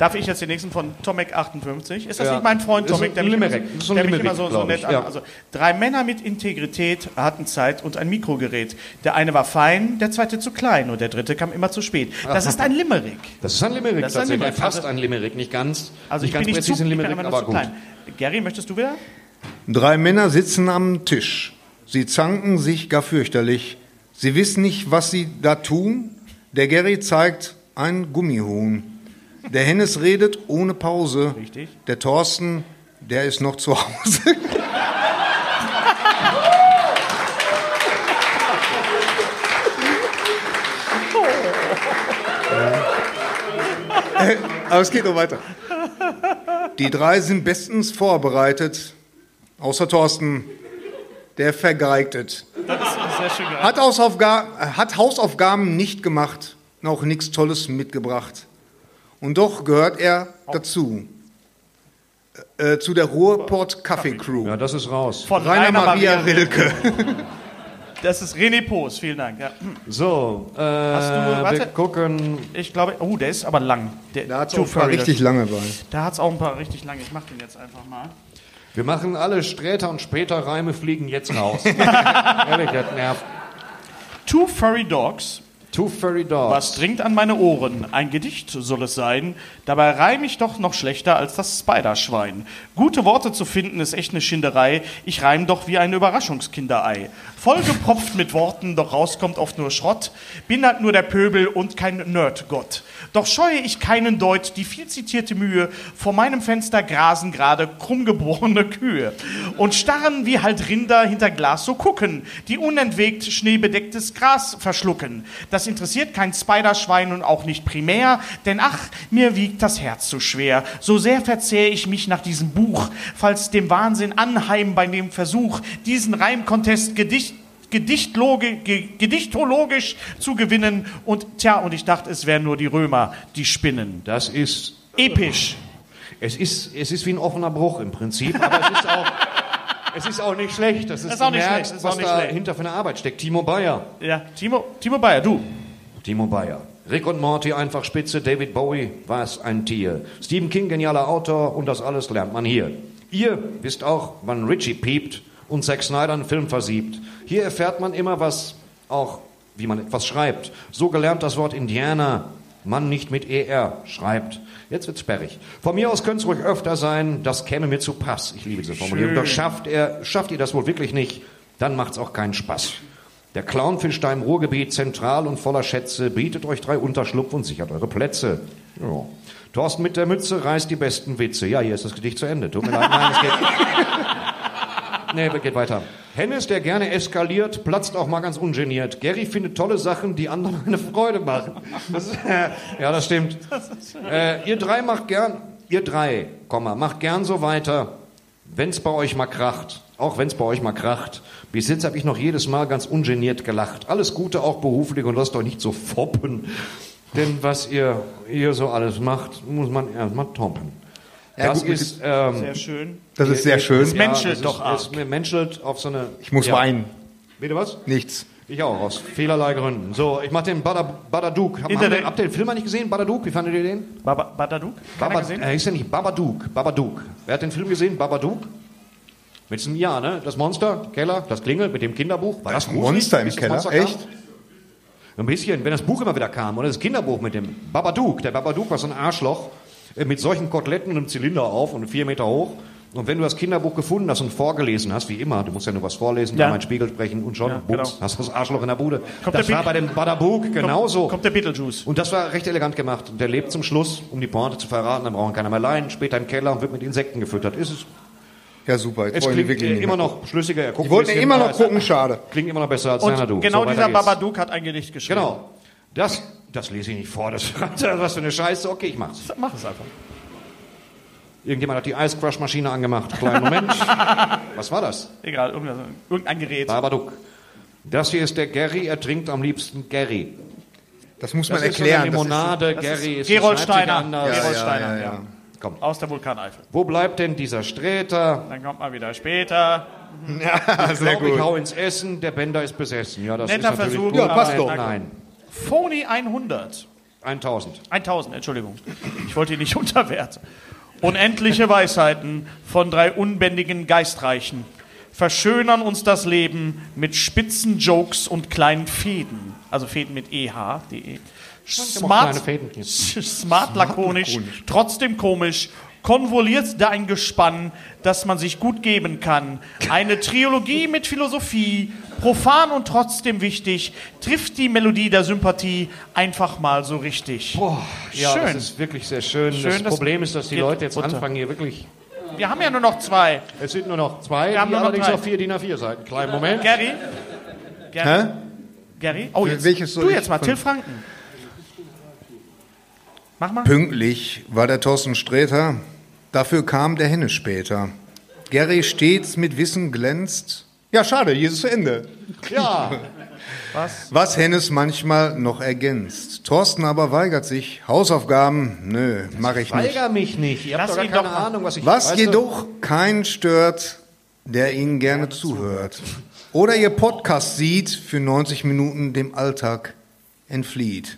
Speaker 5: Darf ich jetzt den nächsten von Tomek58? Ist das
Speaker 9: Ja.
Speaker 5: nicht mein Freund
Speaker 9: Ist
Speaker 5: Tomek,
Speaker 9: ein
Speaker 5: der mich immer,
Speaker 9: Limerick. Ist
Speaker 5: so,
Speaker 9: ein
Speaker 5: der mich immer
Speaker 9: Limerick,
Speaker 5: so, so
Speaker 9: glaub
Speaker 5: nett
Speaker 9: ich,
Speaker 5: an?
Speaker 9: ja.
Speaker 5: Also, drei Männer mit Integrität hatten Zeit und ein Mikrogerät. Der eine war fein, der zweite zu klein und der dritte kam immer zu spät. Das ist ein Limerick.
Speaker 9: Das ist ein Limerick
Speaker 5: Das ist ein
Speaker 9: tatsächlich,
Speaker 5: Limerick.
Speaker 9: fast ein Limerick, nicht ganz,
Speaker 5: Also,
Speaker 9: nicht
Speaker 5: ich bin
Speaker 9: ganz
Speaker 5: nicht zu,
Speaker 9: präzise ein
Speaker 5: ich bin
Speaker 9: Limerick,
Speaker 5: immer noch
Speaker 9: aber
Speaker 5: zu
Speaker 9: gut.
Speaker 5: klein. Gary, möchtest du wieder?
Speaker 6: Drei Männer sitzen am Tisch. Sie zanken sich gar fürchterlich. Sie wissen nicht, was sie da tun. Der Gary zeigt ein Gummihuhn. Der Hennes redet ohne Pause.
Speaker 5: Richtig.
Speaker 6: Der Thorsten, der ist noch zu Hause. Äh, Aber es geht noch weiter. Die drei sind bestens vorbereitet. Außer Thorsten, der vergeigtet.
Speaker 5: Das ist sehr schön geraten.
Speaker 6: Hat, Hausaufga äh, hat Hausaufgaben nicht gemacht, noch nichts Tolles mitgebracht. Und doch gehört er dazu. Äh, zu der Ruhrport Kaffee Crew.
Speaker 9: Ja, das ist raus.
Speaker 5: Von
Speaker 6: Rainer, Maria, Rilke.
Speaker 5: Das ist René Poos, vielen Dank. Ja.
Speaker 9: So, äh,
Speaker 5: warte.
Speaker 9: wir gucken.
Speaker 5: Ich glaube, oh, der ist aber lang. Der,
Speaker 6: Da hat
Speaker 5: Too
Speaker 6: es
Speaker 5: furry.
Speaker 6: richtig lange bei.
Speaker 5: Da hat's auch ein paar richtig lange. Ich mach den jetzt einfach mal.
Speaker 9: Wir machen alle Sträter und später Reime fliegen jetzt raus. Ehrlich, das nervt.
Speaker 5: Two Furry Dogs.
Speaker 9: Two Furry Dogs.
Speaker 5: Was dringt an meine Ohren? Ein Gedicht soll es sein. Dabei reim ich doch noch schlechter als das Spiderschwein. Gute Worte zu finden ist echt eine Schinderei. Ich reim doch wie ein Überraschungskinderei. Vollgepropft mit Worten, doch rauskommt oft nur Schrott. Bin halt nur der Pöbel und kein Nerdgott. Doch scheue ich keinen Deut, die viel zitierte Mühe. Vor meinem Fenster grasen gerade krummgeborene Kühe. Und starren wie halt Rinder hinter Glas so gucken, die unentwegt schneebedecktes Gras verschlucken. Das interessiert kein Spiderschwein und auch nicht primär, denn ach, mir wiegt das Herz so schwer. So sehr verzehr ich mich nach diesem Buch, falls dem Wahnsinn anheim bei dem Versuch, diesen Reimcontest Gedicht Gedichtloge, ge, gedichtologisch zu gewinnen und tja, und ich dachte, es wären nur die Römer, die spinnen.
Speaker 9: Das ist
Speaker 5: Episch.
Speaker 9: Es ist, es ist wie ein offener Bruch im Prinzip, aber es ist auch, es ist auch nicht schlecht. Das ist,
Speaker 5: ist auch
Speaker 9: du
Speaker 5: nicht
Speaker 9: merkst,
Speaker 5: schlecht, ist
Speaker 9: was
Speaker 5: auch nicht schlecht.
Speaker 9: dahinter für eine Arbeit steckt. Timo Bayer.
Speaker 5: Ja, Timo, Timo Bayer, du.
Speaker 9: Timo Bayer. Rick und Morty einfach spitze, David Bowie was ein Tier. Stephen King genialer Autor und das alles lernt man hier. Ihr wisst auch, wann Richie piept und Zack Snyder einen Film versiebt. Hier erfährt man immer was, auch wie man etwas schreibt. So gelernt das Wort Indianer, man nicht mit ER schreibt. Jetzt wird's sperrig. Von mir aus könnte es ruhig öfter sein, das käme mir zu Pass. Ich liebe diese Formulierung. Doch schafft, er, schafft ihr das wohl wirklich nicht, dann macht's auch keinen Spaß. Der Clownfisch da im Ruhrgebiet, zentral und voller Schätze, bietet euch drei Unterschlupf und sichert eure Plätze. Ja. Thorsten mit der Mütze reißt die besten Witze. Ja, hier ist das Gedicht zu Ende. Tut mir leid, nein, es geht. Nee, geht weiter. Hennes, der gerne eskaliert, platzt auch mal ganz ungeniert. Gary findet tolle Sachen, die anderen eine Freude machen. Das ist, ja, das stimmt. Äh, ihr drei macht gern, ihr drei, Komma, macht gern so weiter, wenn's bei euch mal kracht. Auch wenn's bei euch mal kracht. Bis jetzt habe ich noch jedes Mal ganz ungeniert gelacht. Alles Gute auch beruflich und lasst euch nicht so foppen. Denn was ihr, ihr so alles macht, muss man erstmal toppen. das
Speaker 6: gut, mit-
Speaker 9: ist, ähm,
Speaker 5: Sehr schön.
Speaker 6: Das ist sehr schön.
Speaker 5: Ja, menschelt
Speaker 9: das
Speaker 5: doch ah.
Speaker 9: Ist, Ah, es menschelt auf so eine.
Speaker 6: Ich muss
Speaker 9: ja.
Speaker 6: weinen.
Speaker 9: Bitte was?
Speaker 6: Nichts.
Speaker 9: Ich auch, aus vielerlei Gründen. So, ich mach den Bada, Badaduk. Hab, habt
Speaker 5: Internet-
Speaker 9: ihr habt ihr den Film mal nicht gesehen, Badaduk? Wie fandet ihr den?
Speaker 5: Baba, Badaduk? Keiner
Speaker 9: Baba- äh,
Speaker 5: gesehen?
Speaker 9: Er hieß ja nicht Babadook, Babadook. Wer hat den Film gesehen? Babadook? Mit einem Ja, ne? Das Monster, Keller, das Klingel mit dem Kinderbuch. War
Speaker 6: ein
Speaker 9: gruselig,
Speaker 6: Monster im
Speaker 9: bis das
Speaker 6: Keller?
Speaker 9: kam?
Speaker 6: Echt?
Speaker 9: Ein bisschen, wenn das Buch immer wieder kam, oder das Kinderbuch mit dem Babadook. Der Babadook war so ein Arschloch äh, mit solchen Koteletten und einem Zylinder auf und vier Meter hoch. Und wenn du das Kinderbuch gefunden hast und vorgelesen hast, wie immer, du musst ja nur was vorlesen,
Speaker 5: Ja.
Speaker 9: dann mal in den Spiegel sprechen und schon,
Speaker 5: Ja,
Speaker 9: bums,
Speaker 5: genau.
Speaker 9: hast du das Arschloch in der Bude.
Speaker 5: Kommt
Speaker 9: das
Speaker 5: der
Speaker 9: war
Speaker 5: Beat-
Speaker 9: bei dem Badabuk genauso.
Speaker 5: Kommt der Beetlejuice.
Speaker 9: Und das war recht elegant gemacht. Und der lebt zum Schluss, um die Pointe zu verraten, dann brauchen keiner mehr leiden, später im Keller und wird mit Insekten gefüttert. Ist es,
Speaker 6: Ja, super. Jetzt
Speaker 9: es
Speaker 6: wollen wir
Speaker 9: klingt
Speaker 6: wirklich
Speaker 9: äh,
Speaker 6: nicht
Speaker 9: immer
Speaker 6: mehr.
Speaker 9: noch schlüssiger. Er guckt
Speaker 6: Die
Speaker 9: ein
Speaker 6: wollten
Speaker 9: bisschen,
Speaker 6: immer
Speaker 9: aber
Speaker 6: noch
Speaker 9: es
Speaker 6: gucken, schade.
Speaker 9: Klingt immer noch besser als Xanadu.
Speaker 5: Und genau
Speaker 9: So, weiter
Speaker 5: dieser
Speaker 9: geht's.
Speaker 5: Babadook hat ein Gedicht geschrieben.
Speaker 9: Genau. Das, das lese ich nicht vor. Das, was für eine Scheiße. Okay, ich mach's.
Speaker 5: Mach es einfach.
Speaker 9: Irgendjemand hat die Ice Crush Maschine angemacht. Kleinen Moment. was war das?
Speaker 5: Egal, irgendein, irgendein Gerät.
Speaker 9: Babadook. Das hier ist der Gary. Er trinkt am liebsten Gary.
Speaker 6: Das muss
Speaker 9: Das
Speaker 6: man
Speaker 9: ist so eine
Speaker 6: erklären. Das ist,
Speaker 9: Limonade.
Speaker 5: Das
Speaker 9: Gary ist,
Speaker 5: ist Gerold
Speaker 9: in Leipzig
Speaker 5: Steiner.
Speaker 9: anders.
Speaker 5: Gerold
Speaker 6: ja,
Speaker 5: Steiner,
Speaker 6: ja, ja.
Speaker 9: Komm.
Speaker 5: Aus der Vulkaneifel.
Speaker 9: Wo bleibt denn dieser Sträter?
Speaker 5: Dann kommt mal wieder später.
Speaker 9: Ich glaub, ich hau ins Essen. Der Bender ist besessen. Ja, das
Speaker 5: Netter
Speaker 9: ist natürlich
Speaker 5: Versuch.
Speaker 9: gut.
Speaker 5: Ja, passt
Speaker 9: Nein,
Speaker 5: doch.
Speaker 9: Nein.
Speaker 5: Phony 100.
Speaker 9: 1000.
Speaker 5: 1000, Entschuldigung. Ich wollte ihn nicht unterwerten. Unendliche Weisheiten von drei unbändigen Geistreichen verschönern uns das Leben mit spitzen Jokes und kleinen Fäden. Also Fäden mit EH, DE. Smart,
Speaker 9: kleine Fäden gibt.
Speaker 5: smart lakonisch, trotzdem komisch, konvoliert da ein Gespann, das man sich gut geben kann. Eine Trilogie mit Philosophie, profan und trotzdem wichtig, trifft die Melodie der Sympathie einfach mal so richtig.
Speaker 9: Ja, das
Speaker 5: Schön.
Speaker 9: ist wirklich sehr schön.
Speaker 5: Schön,
Speaker 9: das
Speaker 5: das
Speaker 9: Problem ist, dass die
Speaker 5: geht
Speaker 9: Leute jetzt
Speaker 5: runter.
Speaker 9: anfangen, hier wirklich
Speaker 5: Wir haben ja nur noch zwei.
Speaker 9: Es sind nur noch zwei,
Speaker 5: Wir haben
Speaker 9: die
Speaker 5: nur noch
Speaker 9: allerdings
Speaker 5: drei. Äh,
Speaker 9: auf vier DIN A4-Seiten. Kleinen Moment.
Speaker 5: Gary? Gary?
Speaker 6: Hä?
Speaker 5: Gary? Oh, jetzt.
Speaker 6: Welches soll
Speaker 5: du
Speaker 6: ich
Speaker 5: jetzt mal,
Speaker 6: von-
Speaker 5: Till Franken. Mach mal.
Speaker 6: Pünktlich war der Thorsten Sträter, dafür kam der Henne später. Gary stets mit Wissen glänzt. Ja, schade, hier ist zu Ende.
Speaker 9: Ja,
Speaker 6: Was Hennes manchmal noch ergänzt. Thorsten aber weigert sich. Hausaufgaben? Nö, mache ich nicht.
Speaker 9: weigere mich nicht. Ihr habt
Speaker 5: Lass
Speaker 9: doch gar
Speaker 5: ihn
Speaker 9: keine
Speaker 5: eh doch mal.
Speaker 9: Ahnung, was ich...
Speaker 6: Was
Speaker 9: Weißt du,
Speaker 6: jedoch keinen stört, der ihnen gerne zuhört. Oder ihr Podcast sieht, für 90 Minuten dem Alltag entflieht.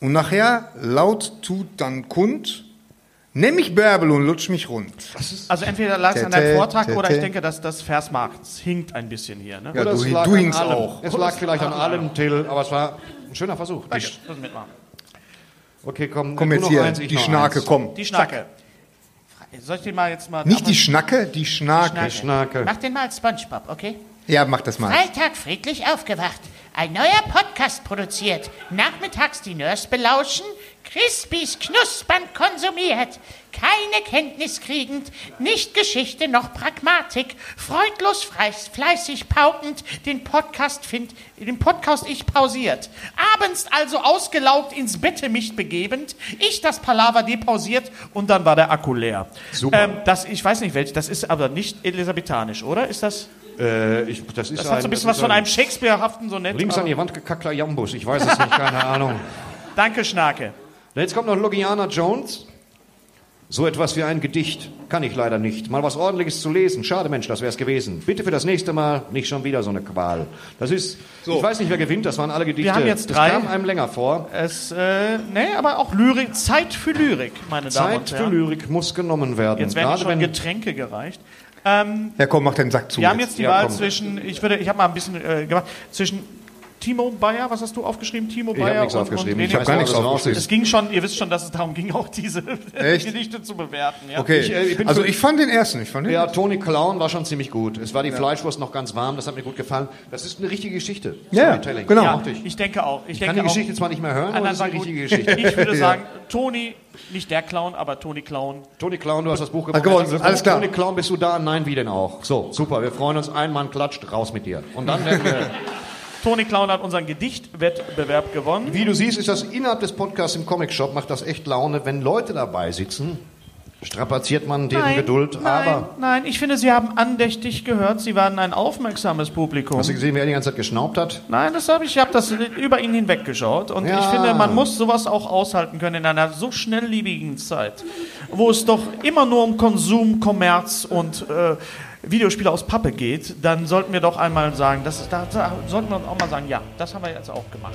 Speaker 6: Und nachher laut tut dann kund, nimm mich Bärbel und lutsch mich rund.
Speaker 5: Also entweder lag es an
Speaker 6: Tete,
Speaker 5: deinem Vortrag oder ich
Speaker 6: tete.
Speaker 5: denke, dass das Versmarkt hinkt ein bisschen hier. Ne?
Speaker 6: Ja,
Speaker 9: oder
Speaker 6: du,
Speaker 9: es lag
Speaker 6: du
Speaker 9: an
Speaker 6: hingst
Speaker 9: allem.
Speaker 6: auch.
Speaker 9: Es lag vielleicht an allem, Till, aber es war ein schöner Versuch. Die Sch-
Speaker 5: Lass uns mitmachen.
Speaker 9: Okay, komm,
Speaker 6: Komm
Speaker 9: du
Speaker 6: jetzt
Speaker 9: noch
Speaker 6: hier,
Speaker 9: eins, ich
Speaker 6: die
Speaker 9: noch
Speaker 6: Schnake,
Speaker 9: eins.
Speaker 6: komm.
Speaker 5: Die Schnacke. Soll ich den mal jetzt mal.
Speaker 6: Nicht die Schnacke, die Schnake.
Speaker 9: Die Schnake.
Speaker 10: Mach den mal als SpongeBob, okay?
Speaker 6: Ja, mach das mal.
Speaker 10: Freitag friedlich aufgewacht. Ein neuer Podcast produziert. Nachmittags die Nurse belauschen. Crispies knuspernd konsumiert. Keine Kenntnis kriegend, nicht Geschichte noch Pragmatik. Freudlos fleiß- fleißig paukend, den Podcast find, den Podcast ich pausiert. Abends also ausgelaugt ins Bette mich begebend, ich das Palaver depausiert und dann war der Akku leer.
Speaker 9: Super.
Speaker 5: Ähm, das, ich weiß nicht welch, das ist aber nicht elisabethanisch, oder? Ist das?
Speaker 9: Äh, ich, das ist
Speaker 5: Das hat so ein bisschen
Speaker 9: das
Speaker 5: was
Speaker 9: ist
Speaker 5: von einem Shakespeare-haften Sonett.
Speaker 9: Links an die Wand gekackter Jambus, ich weiß es nicht, keine Ahnung.
Speaker 5: Danke, Schnake.
Speaker 9: Jetzt kommt noch Logiana Jones. So etwas wie ein Gedicht kann ich leider nicht. Mal was Ordentliches zu lesen. Schade, Mensch, das wär's gewesen. Bitte für das nächste Mal nicht schon wieder so eine Qual. Das ist, ich weiß nicht, wer gewinnt, das waren alle Gedichte.
Speaker 5: Wir haben jetzt
Speaker 9: das
Speaker 5: drei.
Speaker 9: kam einem länger vor.
Speaker 5: Es, äh, nee, aber auch Lyrik, Zeit für Lyrik, meine Damen
Speaker 9: Zeit
Speaker 5: und
Speaker 9: für
Speaker 5: Herren.
Speaker 9: Lyrik muss genommen werden.
Speaker 5: Jetzt werden
Speaker 9: Gerade
Speaker 5: schon
Speaker 9: wenn-
Speaker 5: Getränke gereicht.
Speaker 6: Ja, komm, mach den Sack zu.
Speaker 5: Wir haben jetzt die
Speaker 9: Ja,
Speaker 5: Wahl
Speaker 9: komm.
Speaker 5: zwischen, ich würde, ich habe mal ein bisschen äh, gemacht, zwischen Timo Bayer, was hast du aufgeschrieben? Timo
Speaker 4: Ich
Speaker 5: Bayer.
Speaker 4: habe nichts
Speaker 5: und-
Speaker 4: aufgeschrieben.
Speaker 5: und
Speaker 4: Ich habe
Speaker 5: René
Speaker 4: gar nichts
Speaker 5: Deutsch.
Speaker 4: aufgeschrieben.
Speaker 5: Es ging schon, ihr wisst schon, dass es darum ging, auch diese
Speaker 6: Echt?
Speaker 5: Gedichte zu bewerten. Ja.
Speaker 6: Okay,
Speaker 4: Ich, äh, ich bin
Speaker 6: also
Speaker 4: für-
Speaker 6: ich fand den ersten. Ich fand den
Speaker 4: Ja, Toni Clown war schon ziemlich gut. Es war die Fleischwurst noch ganz warm, das hat mir gut gefallen. Das ist eine richtige Geschichte.
Speaker 6: Ja,
Speaker 4: Storytelling.
Speaker 6: genau.
Speaker 5: Ja,
Speaker 4: Mochte ich.
Speaker 5: ich denke auch. Ich,
Speaker 4: kann
Speaker 5: denke
Speaker 4: die Geschichte
Speaker 5: auch,
Speaker 4: zwar nicht mehr hören, aber
Speaker 5: Anderen
Speaker 4: es ist eine
Speaker 5: sagen,
Speaker 4: richtige
Speaker 5: gut,
Speaker 4: Geschichte.
Speaker 5: Ich würde
Speaker 6: Ja.
Speaker 5: sagen, Toni, nicht der Clown, aber Toni Clown.
Speaker 4: Toni Clown, du hast das Buch gewonnen.
Speaker 6: gewonnen,
Speaker 4: Herzlichen
Speaker 6: alles
Speaker 4: Glückwunsch,
Speaker 6: klar.
Speaker 4: Toni Clown, bist du da? Nein, wie denn auch? So, super, wir freuen uns. Ein Mann klatscht, raus mit dir. Und dann, äh, werden wir-
Speaker 5: Toni Clown hat unseren Gedichtwettbewerb gewonnen.
Speaker 4: wie du siehst, ist das innerhalb des Podcasts im Comicshop, macht das echt Laune. Wenn Leute dabei sitzen, strapaziert man deren Geduld.
Speaker 5: nein,
Speaker 4: Aber,
Speaker 5: nein, ich finde, Sie haben andächtig gehört. Sie waren ein aufmerksames Publikum.
Speaker 4: hast du gesehen, wer die ganze Zeit geschnaubt hat?
Speaker 5: Nein, das habe ich. Ich habe das über ihn hinweggeschaut. Und
Speaker 4: Ja.
Speaker 5: ich finde, man muss sowas auch aushalten können in einer so schnellliebigen Zeit, wo es doch immer nur um Konsum, Kommerz und äh, Videospiele aus Pappe geht. Dann sollten wir doch einmal sagen, das ist, da, da sollten wir uns auch mal sagen, ja, das haben wir jetzt auch gemacht.